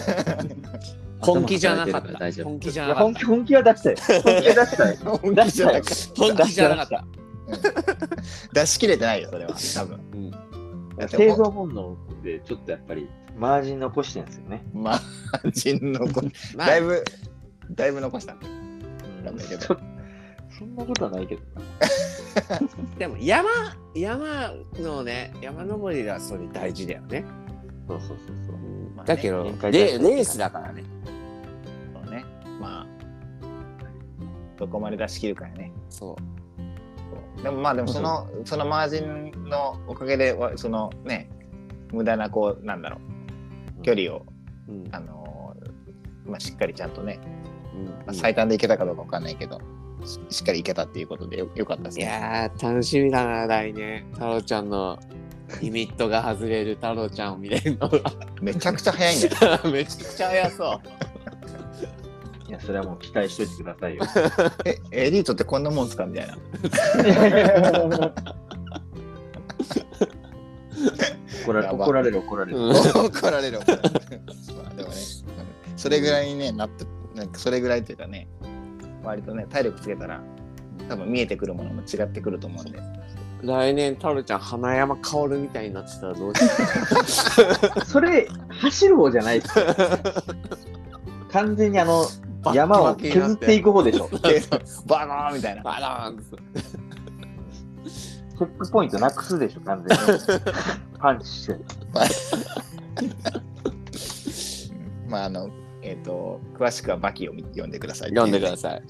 [SPEAKER 2] 本気じゃなかっ
[SPEAKER 1] 頭働いてるら
[SPEAKER 2] た。
[SPEAKER 1] 大丈夫。
[SPEAKER 2] 本気じ
[SPEAKER 4] い
[SPEAKER 2] ゃな
[SPEAKER 4] や
[SPEAKER 2] かっ。
[SPEAKER 4] 本気本気は出したよ。本気は出したよ。
[SPEAKER 3] 本気じゃなかった
[SPEAKER 2] 本気じゃなかった。
[SPEAKER 3] た出し切れてないよそれは多分だって
[SPEAKER 4] 製造本能でちょっとやっぱりマージン残してるんですよね。
[SPEAKER 3] まあ人のこ
[SPEAKER 2] まあ
[SPEAKER 3] だいぶだいぶ残したなんだけど
[SPEAKER 4] ちょっとそんなことはないけどな。
[SPEAKER 2] でも山山のね山登りがそれ大事だよね。
[SPEAKER 4] そうそうそうそう。
[SPEAKER 3] まあね
[SPEAKER 2] だけど
[SPEAKER 4] 限界だ
[SPEAKER 2] レレースだからね。
[SPEAKER 3] そうね。まあ、どこまで出し切るかやね。
[SPEAKER 2] そ
[SPEAKER 3] でもまあ、でもその、そのマージンのおかげで、わそのね、無駄な、こう、なんだろう、距離を、
[SPEAKER 2] う。うん
[SPEAKER 3] あのーまあ、しっかりちゃんとね、ま
[SPEAKER 2] う
[SPEAKER 3] あ
[SPEAKER 2] ん
[SPEAKER 3] 最短でいけたかどうかわかんないけど、ししっかりいけたっていうことでよよかったです
[SPEAKER 2] い
[SPEAKER 3] ね。
[SPEAKER 2] やー楽しみだな来年太郎ちゃんのリミットが外れる太郎ちゃんを見れるの
[SPEAKER 3] めちゃくちゃ早いんだよ。
[SPEAKER 2] がめちゃくちゃ早そう。
[SPEAKER 4] いや、それはもう期待しといてくださいよ。
[SPEAKER 3] え、エリートってこんなもんすかみたいな。
[SPEAKER 4] 怒られ
[SPEAKER 3] やば
[SPEAKER 4] 怒られる、怒られる。
[SPEAKER 3] 怒られる。怒られる まあでもね、うんそれぐらいにね、なって、なんかそれぐらいというかね、割とね、体力つけたら、多分見えてくるものも違ってくると思うんで。
[SPEAKER 2] 来年太郎ちゃん花山薫みたいになってたらどうしよ
[SPEAKER 4] それ、走る方じゃないですよ。完全にあの、
[SPEAKER 2] う。
[SPEAKER 4] 山を削ってい
[SPEAKER 2] く。
[SPEAKER 4] く方でしょ。
[SPEAKER 3] でバナーンみたいな。
[SPEAKER 2] バランス。
[SPEAKER 4] チェックポイントなくすでしょ、完全に。 パンチして。
[SPEAKER 3] うんまああの、えっ、と、詳しくはバキを読んでください。
[SPEAKER 2] 読んでください。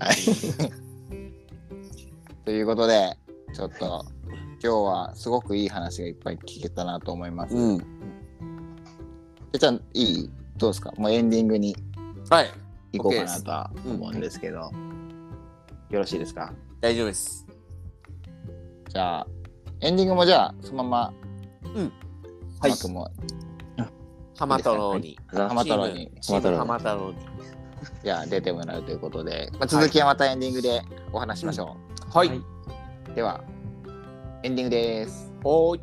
[SPEAKER 3] ということで、ちょっと今日はすごくいい話がいっぱい聞けたなと思います。
[SPEAKER 2] うん。
[SPEAKER 3] てっちゃん、いいどうですかもうエンディングに
[SPEAKER 2] はい。
[SPEAKER 3] 行こうか
[SPEAKER 2] OK
[SPEAKER 3] なとは思うんですけど、よろしいですか
[SPEAKER 2] 大丈夫です。
[SPEAKER 3] じゃあ、エンディングもじゃあ、そのまま、
[SPEAKER 2] うん。
[SPEAKER 3] はくも、
[SPEAKER 2] 浜太郎に。
[SPEAKER 3] 浜太郎に、
[SPEAKER 2] チーム浜太郎に。
[SPEAKER 3] じゃあ出てもらうということで、まあ、続きはまたエンディングでお話ししましょ
[SPEAKER 2] は
[SPEAKER 1] はい
[SPEAKER 2] い。
[SPEAKER 3] う。では、エンディングです。
[SPEAKER 2] おーい。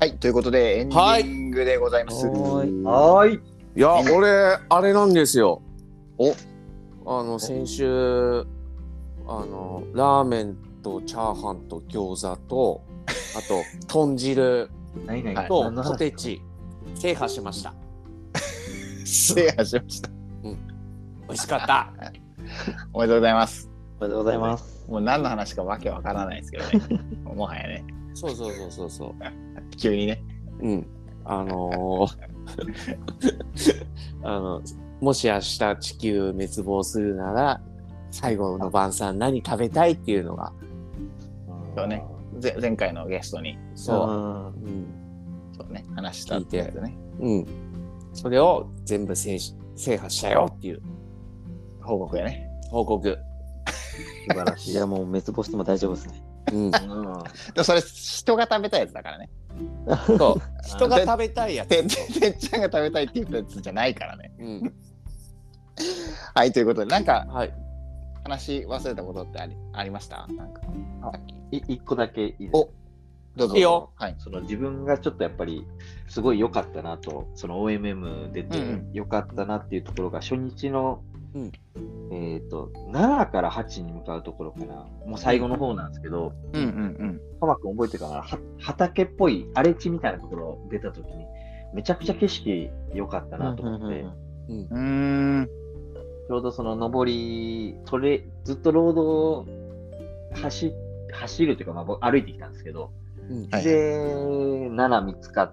[SPEAKER 3] はい、ということで、エンディングでございます。
[SPEAKER 1] はい
[SPEAKER 4] はーい。
[SPEAKER 2] いや、俺、あれなんですよ。
[SPEAKER 3] お
[SPEAKER 2] あの、先週、あの、ラーメンとチャーハンと餃子と、あと、 豚汁
[SPEAKER 4] 何々
[SPEAKER 3] はい
[SPEAKER 2] と
[SPEAKER 4] 何の話
[SPEAKER 2] ポテチ、制覇しました。
[SPEAKER 3] 失礼しました。
[SPEAKER 2] 美味しかった。
[SPEAKER 3] おめでとうございます。
[SPEAKER 1] おめでとうございます。
[SPEAKER 3] もう何の話かわけわからないですけどね。 もはやね、
[SPEAKER 2] そうそうそうそうそ
[SPEAKER 3] 急にね。
[SPEAKER 2] う。うん。あのー あの、もし明日地球滅亡するなら、最後の晩餐何食べたいっていうのが、
[SPEAKER 3] そうね。ぜ前回のゲストに、
[SPEAKER 2] そうう。うん
[SPEAKER 3] そうね、話したってやつね。
[SPEAKER 2] うん。それを全部制し制覇したよっていう
[SPEAKER 3] 報告やね。
[SPEAKER 2] 報告。
[SPEAKER 4] ん。素晴らし
[SPEAKER 1] ん。いや、もう滅亡しても大丈夫ですね。
[SPEAKER 2] うん。
[SPEAKER 4] い。う
[SPEAKER 3] でもそれ、人が食べたやつだからね。
[SPEAKER 2] そう。人が食べたいや
[SPEAKER 3] て
[SPEAKER 2] つ。
[SPEAKER 3] ててっちゃんが食べたいって言ったやつじゃないからね。
[SPEAKER 2] うん。
[SPEAKER 3] はい、ということで、なんか
[SPEAKER 2] はい。
[SPEAKER 3] 話し忘れたことってありありましたなんか、
[SPEAKER 4] あ
[SPEAKER 3] さっき。
[SPEAKER 4] んい一個だけいいですか
[SPEAKER 3] おどうぞ。
[SPEAKER 2] いいよ
[SPEAKER 3] はい。
[SPEAKER 4] その自分がちょっとやっぱりすごい良かったなと、その OMM 出て
[SPEAKER 3] うん
[SPEAKER 4] 良かったなっていうところが初日の、
[SPEAKER 2] うん
[SPEAKER 4] えっ、と、7から8に向かうところかな、もう最後の方なんですけど、
[SPEAKER 3] うんうん
[SPEAKER 4] 浜君覚えてるかな、は畑っぽい荒れ地みたいなところ出た時に、めちゃくちゃ景色良かったなと思って、
[SPEAKER 3] うん。うーん。
[SPEAKER 4] ちょうどその上り、トレずっとロードを走走るというか、まあ僕、歩いてきたんですけど、
[SPEAKER 2] うん。
[SPEAKER 3] はい
[SPEAKER 4] で、7見つか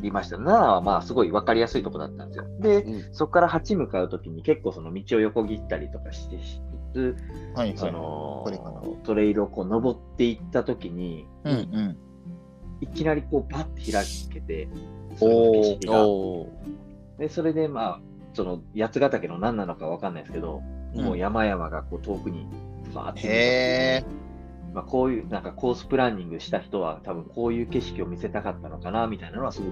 [SPEAKER 4] りました。7はまあすごい分かりやすいとこだったんですよ。で、
[SPEAKER 2] うん
[SPEAKER 4] そこから8向かうときに結構その道を横切ったりとかしてしつ
[SPEAKER 3] はい
[SPEAKER 4] つ、そ
[SPEAKER 3] は
[SPEAKER 4] の
[SPEAKER 3] これかな
[SPEAKER 4] トレイルをこう登っていったときに、
[SPEAKER 3] い。うんうん。
[SPEAKER 4] いきなりこうバッて開けて、その景
[SPEAKER 3] おー
[SPEAKER 4] 色が
[SPEAKER 2] おー
[SPEAKER 4] で、それでまあ、その八ヶ岳の何なのか分かんないですけど、もう山々がこう遠くにバーって見え
[SPEAKER 3] へ
[SPEAKER 4] てまあ、こういうなんかコースプランニングした人は多分こういう景色を見せたかったのかなみたいなのはすごく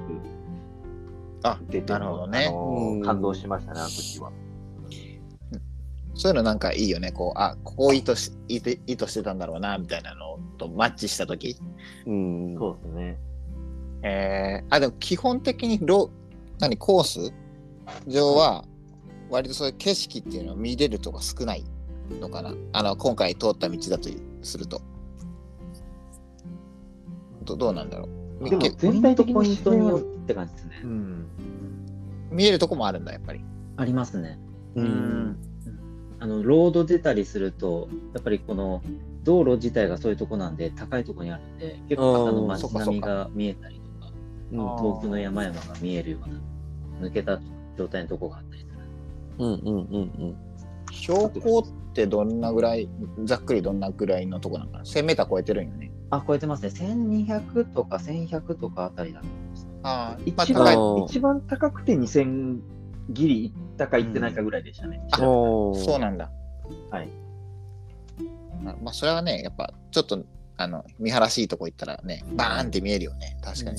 [SPEAKER 3] あ
[SPEAKER 4] 出て
[SPEAKER 3] なるほどね
[SPEAKER 4] あのー
[SPEAKER 2] うん
[SPEAKER 4] 感動しましたねあの時は
[SPEAKER 3] ー。そういうのなんかいいよね。こう、あ、こう意図し意図意図してたんだろうな、みたいなのとマッチしたとき。
[SPEAKER 2] うん。
[SPEAKER 4] そうですね
[SPEAKER 3] えー、あでも基本的にロ何コース上は割とそういう景色っていうのを見れるとか少ないのかなあの今回通った道だとするとどどうなんだろうみ
[SPEAKER 4] でも
[SPEAKER 3] け
[SPEAKER 4] 全体的に
[SPEAKER 1] ポイントによって感じですね。
[SPEAKER 4] うん
[SPEAKER 3] 見えるとこもあるんだやっぱり
[SPEAKER 1] ありますね。
[SPEAKER 2] う。
[SPEAKER 3] うん
[SPEAKER 1] あの、ロード出たりすると、やっぱりこの道路自体がそういうとこなんで、高いとこにあるんで、結構あの
[SPEAKER 2] うん
[SPEAKER 1] 街
[SPEAKER 3] そっかそっか
[SPEAKER 1] 並みが見えたりとか、
[SPEAKER 2] うん
[SPEAKER 1] 遠くの山々が見えるような、抜けた状態のとこがあったりする。
[SPEAKER 2] うんうんうん
[SPEAKER 3] 標高ってどんなぐらいざっくりどんなぐらいのとこなのかな 1000m 超えてるんよね
[SPEAKER 1] あ、超えてますね。1200とか1100とかあたりだと思います。
[SPEAKER 3] あ
[SPEAKER 4] 一
[SPEAKER 3] 高い
[SPEAKER 2] あー
[SPEAKER 4] 番一番高くて2000ギリ行ったか行ってないかぐらいでしたね。
[SPEAKER 3] あ
[SPEAKER 2] お
[SPEAKER 3] そう
[SPEAKER 2] な
[SPEAKER 3] なんだ。
[SPEAKER 4] はい。
[SPEAKER 3] まあまあ、それはね、やっぱ、ちょっと、あの、見晴らしいとこ行ったらね、バーンって見えるよね。確かに。う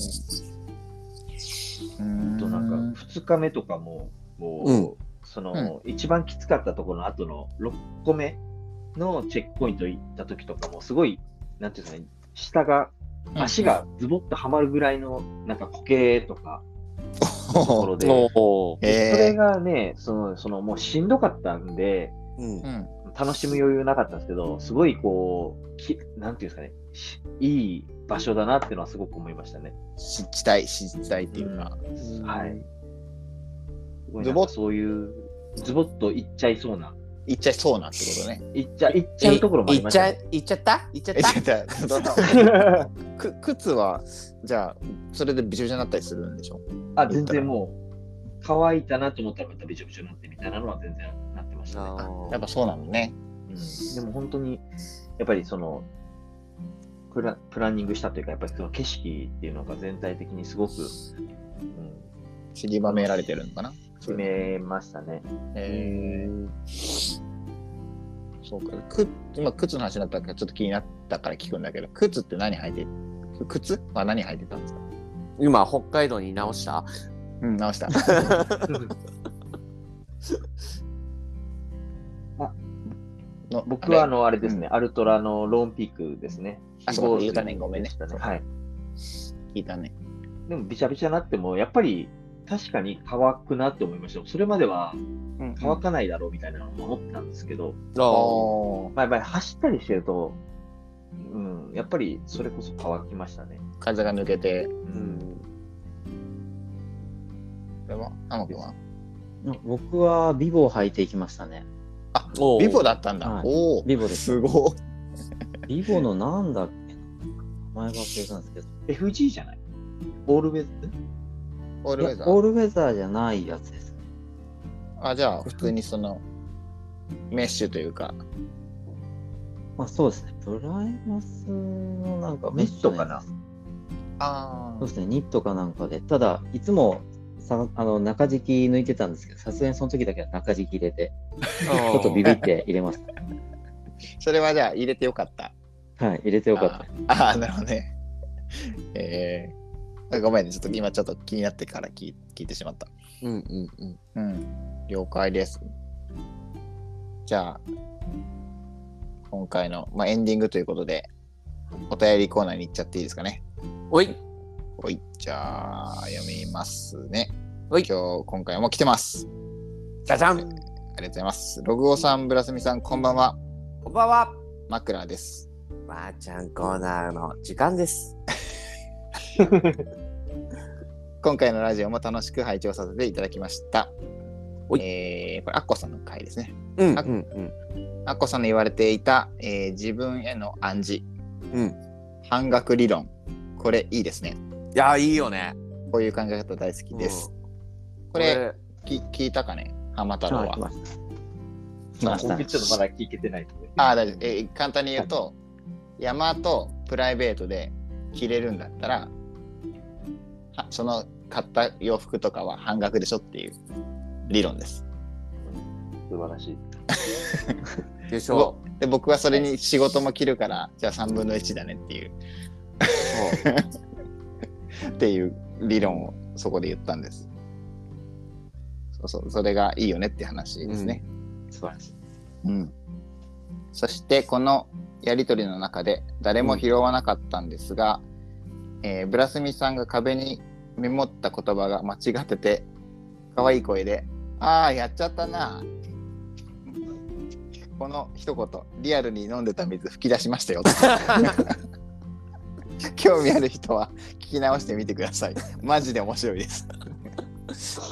[SPEAKER 3] ー
[SPEAKER 4] あ
[SPEAKER 3] ん
[SPEAKER 4] と なんか2日目とかも、もう、
[SPEAKER 2] うん
[SPEAKER 4] その、一番きつかったところの後の6個目のチェックポイント行った時とかも、すごい、なんていうんですかね、下が、足。がズボッとはまるぐらいの、なんか苔とか、
[SPEAKER 3] うん
[SPEAKER 4] ところで、
[SPEAKER 2] おー
[SPEAKER 3] えー
[SPEAKER 4] それがね、その、その、もうしんどかったんで、
[SPEAKER 2] うん
[SPEAKER 3] うん。
[SPEAKER 4] 楽しむ余裕なかったんですけど、すごいこう、きなんていうんですかねし、いい場所だなっていうのはすごく思いましたね。
[SPEAKER 3] 湿地帯、湿地帯っていうか。
[SPEAKER 4] うんはい。すごい
[SPEAKER 3] ズ
[SPEAKER 4] なん
[SPEAKER 3] ボッ
[SPEAKER 4] かそういう、ズボッといっちゃいそうな、
[SPEAKER 3] 行っちゃいそうなってこと ね。
[SPEAKER 4] いっちゃいっちゃうところもあり
[SPEAKER 2] いっ
[SPEAKER 4] まし
[SPEAKER 2] ち
[SPEAKER 4] た、
[SPEAKER 2] ゃ
[SPEAKER 4] ね。
[SPEAKER 2] いっちゃったいっちゃっ
[SPEAKER 3] え、
[SPEAKER 2] た
[SPEAKER 3] じゃあどんどん く靴は、じゃあ、それでびちょびちょになったりするんでしょ
[SPEAKER 4] あ、全然もう、乾いたなと思ったらまたびちょびちょになってみたいなのは全然なってましたね。
[SPEAKER 2] あー
[SPEAKER 3] やっぱそうなのね。
[SPEAKER 4] うんでも本当に、やっぱりそのプラ、プランニングしたというか、やっぱりその景色っていうのが全体的にすごく、うん、
[SPEAKER 3] 散りばめられてるのかな。
[SPEAKER 4] 決めましたね。
[SPEAKER 3] えーそうか。く今、靴の話になったからちょっと気になったから聞くんだけど、靴って何履いてく靴は何履いてたんですか
[SPEAKER 2] 今北海道に直した
[SPEAKER 3] うん、直した。の
[SPEAKER 4] 僕はあ
[SPEAKER 3] あれ
[SPEAKER 4] の、あれですね、
[SPEAKER 3] う
[SPEAKER 4] アルトラのローンピークですね。
[SPEAKER 3] あそうか
[SPEAKER 4] 非
[SPEAKER 3] 言
[SPEAKER 4] 合
[SPEAKER 3] うたねごめんね
[SPEAKER 4] でしたはい。
[SPEAKER 3] 聞いたね。
[SPEAKER 4] でも、びちゃびちゃになっても、やっぱり確かに乾くなって思いました。それまでは乾かないだろうみたいなのも思ってたんですけど、
[SPEAKER 3] あ
[SPEAKER 2] あ
[SPEAKER 3] ー
[SPEAKER 4] まあ、やっぱり走ったりしてると、うん、やっぱりそれこそ乾きましたね。
[SPEAKER 3] 風が抜けて、
[SPEAKER 4] う。
[SPEAKER 2] ーうんん
[SPEAKER 3] これは天君は
[SPEAKER 1] 僕はビボを履いていきましたね。
[SPEAKER 2] お
[SPEAKER 3] ビボ
[SPEAKER 2] だ
[SPEAKER 3] だったんだ。
[SPEAKER 1] はい
[SPEAKER 3] おお。
[SPEAKER 1] ビボです。
[SPEAKER 3] すごい。
[SPEAKER 1] ビボのなんだっけな名前忘れたんですけど。
[SPEAKER 4] FG じゃないオールウェイズ
[SPEAKER 3] オールウェザ
[SPEAKER 1] いやオー
[SPEAKER 3] ー。
[SPEAKER 1] ルウェザーじゃないやつです。
[SPEAKER 3] あ、じゃあ、普通にその、メッシュというか、
[SPEAKER 1] まあそうですね。プライマスのなんかメッシュ
[SPEAKER 4] ニットかな
[SPEAKER 3] あ
[SPEAKER 1] そうですね、ニットかなんかで、ただ、いつもさあの中敷き抜いてたんですけど、さすがにその時だけは中敷き入れて、
[SPEAKER 2] ち
[SPEAKER 1] ちょっとビビって入れまし
[SPEAKER 3] それはじゃあ、入れてよかった。
[SPEAKER 1] た。 はい、入れてよかった。
[SPEAKER 3] ああ、なるほどね。えー、ごめんね、ちょっと今ちょっと気になってから聞い聞いてしまった。
[SPEAKER 2] うんうんうん
[SPEAKER 3] うん、了解です。じゃあ、今回の、まあ、エンディングということで、お便りコーナーに行っちゃっていいですかね。
[SPEAKER 2] おい
[SPEAKER 3] おい、じゃあ、読みますね。
[SPEAKER 2] おい
[SPEAKER 3] 今日、今回も来てます。
[SPEAKER 2] じゃじゃん
[SPEAKER 3] ありがとうございます。ログオさん、ブラスミさん、こんばんは。
[SPEAKER 2] こんばんは
[SPEAKER 3] マクラです。
[SPEAKER 2] まーちゃんコーナーの時間です
[SPEAKER 3] 今回のラジオも楽しく拝聴させていただきました
[SPEAKER 2] お。い
[SPEAKER 3] えー、これ、アッコさんの回ですね。
[SPEAKER 2] うん
[SPEAKER 3] あ
[SPEAKER 2] うん
[SPEAKER 3] アッコさんの言われていた、えー自分への暗示、
[SPEAKER 2] うん
[SPEAKER 3] 半額理論、これいいですね。
[SPEAKER 2] いやいいよね
[SPEAKER 3] こういう考え方大好きです。こ
[SPEAKER 2] こ
[SPEAKER 3] れ
[SPEAKER 2] れ
[SPEAKER 3] き聞いたかね、浜太郎
[SPEAKER 1] はい来ま
[SPEAKER 3] は。
[SPEAKER 4] ち
[SPEAKER 1] した
[SPEAKER 4] ょ
[SPEAKER 1] ま
[SPEAKER 4] っ
[SPEAKER 1] したね
[SPEAKER 4] とまだ聞けてないと思います
[SPEAKER 3] ああー、大丈夫。えー簡単に言うと、山とプライベートで着れるんだったら、はその買った洋服とかは半額でしょっていう理論です。
[SPEAKER 4] 素晴らしい。
[SPEAKER 2] でしょ
[SPEAKER 3] で僕はそれに仕事も着るから、じゃあ3分の1だねっていう
[SPEAKER 2] そう
[SPEAKER 3] っていう理論をそこで言ったんです。そうそう、それがいいよねって話ですね。
[SPEAKER 1] 素晴らしい。
[SPEAKER 3] うん。そして、このやりとりの中で、誰も拾わなかったんですが、えーブラスミさんが壁にメモった言葉が間違ってて、可愛い声で、ああ、やっちゃったな。この一言、リアルに飲んでた水吹き出しましたよ。興味ある人は聞き直してみてください。マジで面白いです。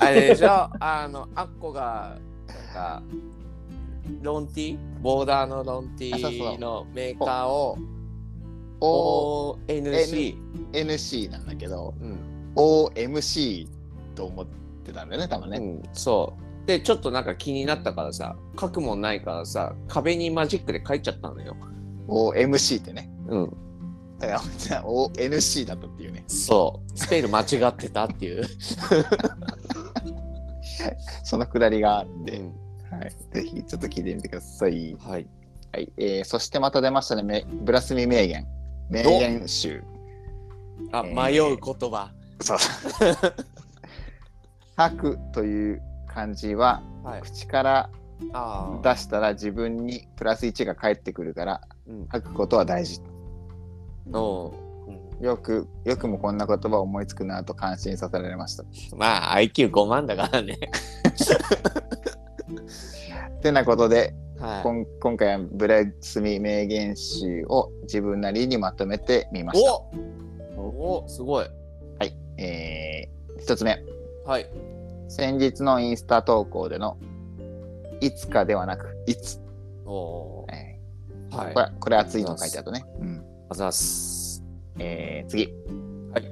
[SPEAKER 2] あれでしょあのアッコがなんかロンティボーダーのロンテ
[SPEAKER 3] あそうそ
[SPEAKER 2] ィ
[SPEAKER 3] う
[SPEAKER 2] のメーカーを
[SPEAKER 3] ONC
[SPEAKER 2] ONC
[SPEAKER 3] NC なんだけど、
[SPEAKER 2] うん、
[SPEAKER 3] OMC と思ってたんだよね、多分ね。
[SPEAKER 2] うん、そうでちょっとなんか気になったからさ書くもんないからさ壁にマジックで書いちゃったのよ
[SPEAKER 3] OMC ってね。
[SPEAKER 2] うん
[SPEAKER 3] だからじゃあ ONC だったっていうね。
[SPEAKER 2] そうスペル間違ってたっていう
[SPEAKER 3] そのくだりがあるんで、
[SPEAKER 2] うん
[SPEAKER 3] はい、ぜひちょっと聞いてみてください。
[SPEAKER 2] はい。
[SPEAKER 3] はいえー、そしてまた出ましたね、めブラスミ名言。名言集。
[SPEAKER 2] あ、
[SPEAKER 3] えー
[SPEAKER 2] 迷う言葉。
[SPEAKER 3] そう。 吐くという漢字は、
[SPEAKER 2] はい。
[SPEAKER 3] 口から
[SPEAKER 2] ああ。
[SPEAKER 3] 出したら自分にプラス1が返ってくるから、
[SPEAKER 2] うん。
[SPEAKER 3] 吐くことは大事。
[SPEAKER 2] お
[SPEAKER 3] よく、よくもこんな言葉を思いつくなと感心させられました。
[SPEAKER 2] うまあ、IQ5 万だからね。
[SPEAKER 3] てなことで、こ
[SPEAKER 2] は
[SPEAKER 3] ん今回はブラスミ名言集を自分なりにまとめてみま
[SPEAKER 2] い。
[SPEAKER 3] した。
[SPEAKER 2] おおすごい。
[SPEAKER 3] えー、1つ目
[SPEAKER 2] はい。
[SPEAKER 3] 先日のインスタ投稿での「いつか」ではなく「いつ
[SPEAKER 2] おお」ー。
[SPEAKER 3] えー
[SPEAKER 2] はい。
[SPEAKER 3] こ
[SPEAKER 2] あ
[SPEAKER 3] れこれ熱いの書いてあるね、うん
[SPEAKER 2] ざっす。
[SPEAKER 3] えー次、
[SPEAKER 2] はい、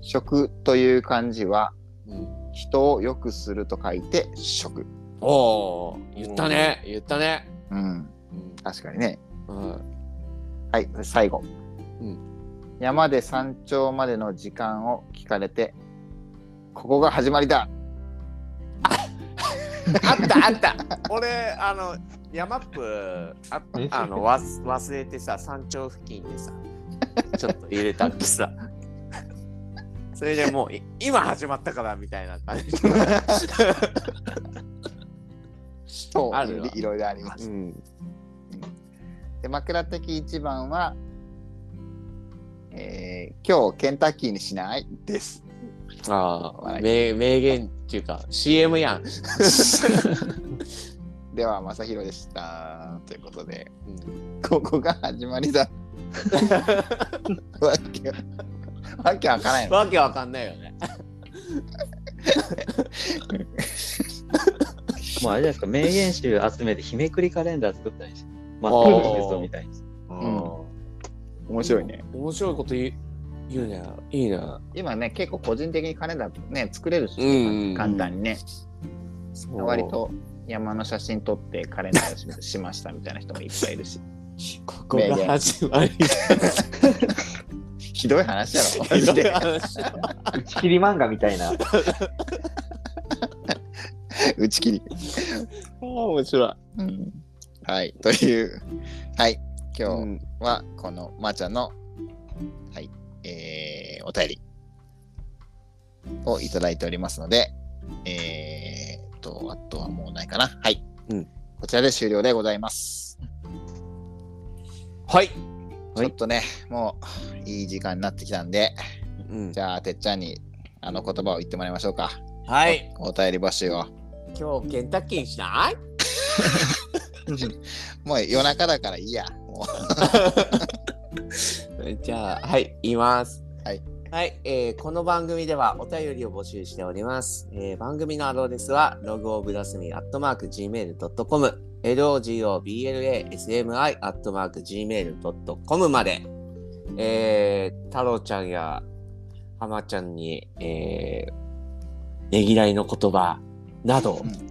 [SPEAKER 3] 食という漢字は
[SPEAKER 2] うん、
[SPEAKER 3] 人を良くすると書いて食
[SPEAKER 2] おお。言ったね。言ったね。
[SPEAKER 3] うん
[SPEAKER 2] うん。
[SPEAKER 3] 確かにね
[SPEAKER 2] うん。
[SPEAKER 3] はい最後、
[SPEAKER 2] うん
[SPEAKER 3] 山で山頂までの時間を聞かれてここが始まりだ
[SPEAKER 2] あったあった。俺、あの、山っぷ、あ
[SPEAKER 4] え
[SPEAKER 2] あの、わす忘れてさ、山頂付近でさ、ちょっと入れたっけさ。 それでもう、い今始まったからみたいな感じ。
[SPEAKER 3] と
[SPEAKER 2] あるわ
[SPEAKER 3] いろいろあります
[SPEAKER 2] うん。
[SPEAKER 3] で枕的一番は、えー今日ケンタッキーにしないです。
[SPEAKER 2] あ
[SPEAKER 3] は
[SPEAKER 2] あ、
[SPEAKER 3] い
[SPEAKER 2] 名名言っていうか、CM やん。
[SPEAKER 3] では、まさひろでした。ということで、
[SPEAKER 2] うん
[SPEAKER 3] ここが始ま りだ。わけわわけわかんないの。
[SPEAKER 2] わけわかんないよね。
[SPEAKER 1] もうあれじゃないですか、名言集集めて、日めくりカレンダー作ったりして、まあ、
[SPEAKER 2] お
[SPEAKER 1] そ
[SPEAKER 2] ー
[SPEAKER 1] ういうのみたいに。
[SPEAKER 3] 面白いね。
[SPEAKER 2] 面白いこと言う言うね。いいね。
[SPEAKER 3] 今ね、結構個人的にカレンダーね、作れるし、
[SPEAKER 2] うんうん
[SPEAKER 3] 簡単にね、
[SPEAKER 2] そう
[SPEAKER 3] 割と山の写真撮ってカレンダーししましたみたいな人もいっぱいいるし、
[SPEAKER 2] ここが始まり。
[SPEAKER 3] ひどい話やろ、マジで。
[SPEAKER 4] 打ち切り漫画みたいな。
[SPEAKER 3] 打ち切り。
[SPEAKER 2] 面白い。
[SPEAKER 3] うんはい、という、はい、
[SPEAKER 2] う
[SPEAKER 3] 今
[SPEAKER 2] ん
[SPEAKER 3] 日はこのまー、ちゃんの、はい、えーお便りをいただいておりますので、えーっと、あとはもうないかな。はい、
[SPEAKER 2] うん
[SPEAKER 3] こちらで終了でございます。
[SPEAKER 2] はい。
[SPEAKER 1] は
[SPEAKER 3] ち
[SPEAKER 1] い
[SPEAKER 3] ょっとね、もういい時間になってきたんで、
[SPEAKER 2] うん
[SPEAKER 3] じゃあ、てっちゃんにあの言葉を言ってもらいましょうか。
[SPEAKER 2] はい。
[SPEAKER 3] おお便り募集を。
[SPEAKER 2] 今日ケンタッキーにしない
[SPEAKER 3] もう夜中だからいいや。も
[SPEAKER 2] じゃあ、はい、言います。
[SPEAKER 3] はい。
[SPEAKER 2] はい、えーこの番組ではお便りを募集しております。えー番組のアドレスは、ログオブラスミアットマーク Gmail.com、logoblasmi アットマーク Gmail.com まで、えー、太郎ちゃんや浜ちゃんに、えー、ねぎらいの言葉など、
[SPEAKER 3] うん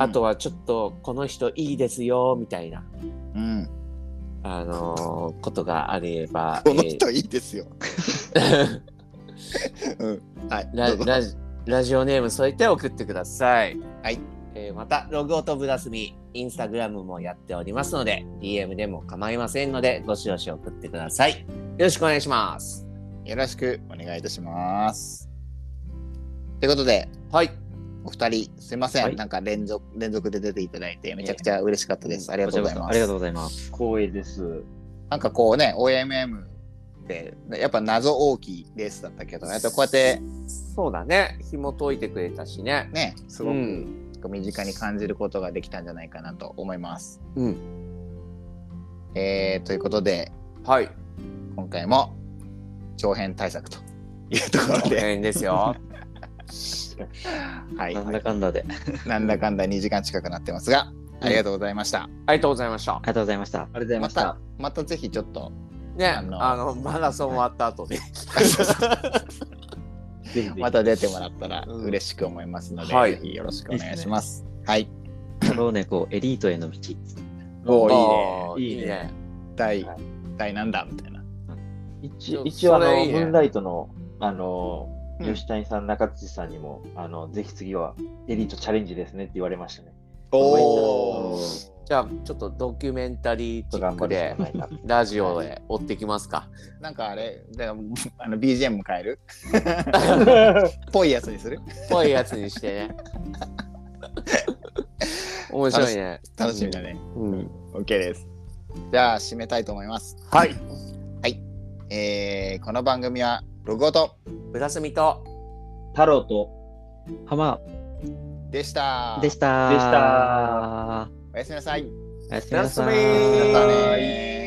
[SPEAKER 2] あとはちょっとこの人いいですよ、みたいな、
[SPEAKER 3] う、うん、
[SPEAKER 2] あのーことがあれば、
[SPEAKER 3] この
[SPEAKER 2] えー
[SPEAKER 3] 人いいですよ。うん、はい。
[SPEAKER 2] ラ
[SPEAKER 3] どうぞ
[SPEAKER 2] ラジラジオネーム添えて送ってください。
[SPEAKER 3] はい。
[SPEAKER 2] えーまた、ログオとブラスミ、インスタグラムもやっておりますので、DM でも構いませんので、どしどし送ってください。よろしくお願いします。
[SPEAKER 3] よろしくお願いいたします。ということで、
[SPEAKER 2] はい。
[SPEAKER 3] お二人、すいません、
[SPEAKER 1] はい
[SPEAKER 3] なんか連続連続で出ていただいて、めちゃくちゃ嬉しかったです。ありが
[SPEAKER 1] ことち
[SPEAKER 3] う
[SPEAKER 1] ら
[SPEAKER 3] ございま
[SPEAKER 1] こそ
[SPEAKER 3] す。
[SPEAKER 1] ありがとうございます。
[SPEAKER 4] 光栄です。
[SPEAKER 3] なんかこうね、OMM って、やっぱ謎大きいレースだったけど、やっぱこうやって
[SPEAKER 2] そうだね。紐解いてくれたしね。
[SPEAKER 3] ね、すご
[SPEAKER 2] う
[SPEAKER 3] く
[SPEAKER 2] ん。
[SPEAKER 3] 身近に感じることができたんじゃないかなと思います。
[SPEAKER 2] うん。
[SPEAKER 3] えー、ということで、
[SPEAKER 2] はい。
[SPEAKER 3] 今回も長編対策というところで、
[SPEAKER 2] 大変です よ。
[SPEAKER 3] はい、
[SPEAKER 1] なんだかんだで。あり
[SPEAKER 3] なんだかんだ2時間近くなってますが、ありがとうございました。
[SPEAKER 2] ありがとうございました。
[SPEAKER 1] がとうございました。
[SPEAKER 4] ありがとうございま
[SPEAKER 3] ま
[SPEAKER 4] した
[SPEAKER 3] た。、またぜひちょっ と、
[SPEAKER 2] ね、
[SPEAKER 3] あ
[SPEAKER 2] あ
[SPEAKER 3] の
[SPEAKER 2] の、マラソン終わった後で。
[SPEAKER 4] ぜひぜひ
[SPEAKER 3] また出てもらったら
[SPEAKER 2] うん
[SPEAKER 3] 嬉しく思いますので、
[SPEAKER 2] はい
[SPEAKER 3] ぜひよろしくお願いします。はい。
[SPEAKER 1] 太郎猫、エリートへの道。
[SPEAKER 3] おー
[SPEAKER 2] あー
[SPEAKER 3] いいね
[SPEAKER 4] いいね。
[SPEAKER 3] 第、
[SPEAKER 4] はい
[SPEAKER 3] 第何弾みたいな。
[SPEAKER 4] 一
[SPEAKER 2] そ
[SPEAKER 4] 一応あ
[SPEAKER 2] そ
[SPEAKER 4] の、
[SPEAKER 2] れいいね
[SPEAKER 4] ムーンライトのあの
[SPEAKER 3] うん
[SPEAKER 4] 吉谷さん、中辻さんにも、あの、ぜひ次はエリートチャレンジですねって言われましたね。
[SPEAKER 3] おお。
[SPEAKER 2] じゃあちょっとドキュメンタリーチッ
[SPEAKER 4] 頑張
[SPEAKER 2] ク
[SPEAKER 4] るし
[SPEAKER 2] で
[SPEAKER 4] かないな。
[SPEAKER 2] ラジオへ追ってきますか。
[SPEAKER 3] なんかあれ、だからあの BGM も変える ぽいやつにする
[SPEAKER 2] ぽいやつにしてね。面白いね。
[SPEAKER 3] 楽しみだね。
[SPEAKER 2] うん。うん
[SPEAKER 3] OK です。じゃあ、締めたいと思います。
[SPEAKER 2] はい。
[SPEAKER 3] はい。えー、この番組は、ロゴと
[SPEAKER 2] 村住と。
[SPEAKER 4] 太郎と、
[SPEAKER 1] 浜
[SPEAKER 3] でした。
[SPEAKER 1] でした。
[SPEAKER 4] でした
[SPEAKER 3] おやすみなさい。
[SPEAKER 1] おやすみなさ
[SPEAKER 2] おやすみなさい
[SPEAKER 1] い。
[SPEAKER 3] またねー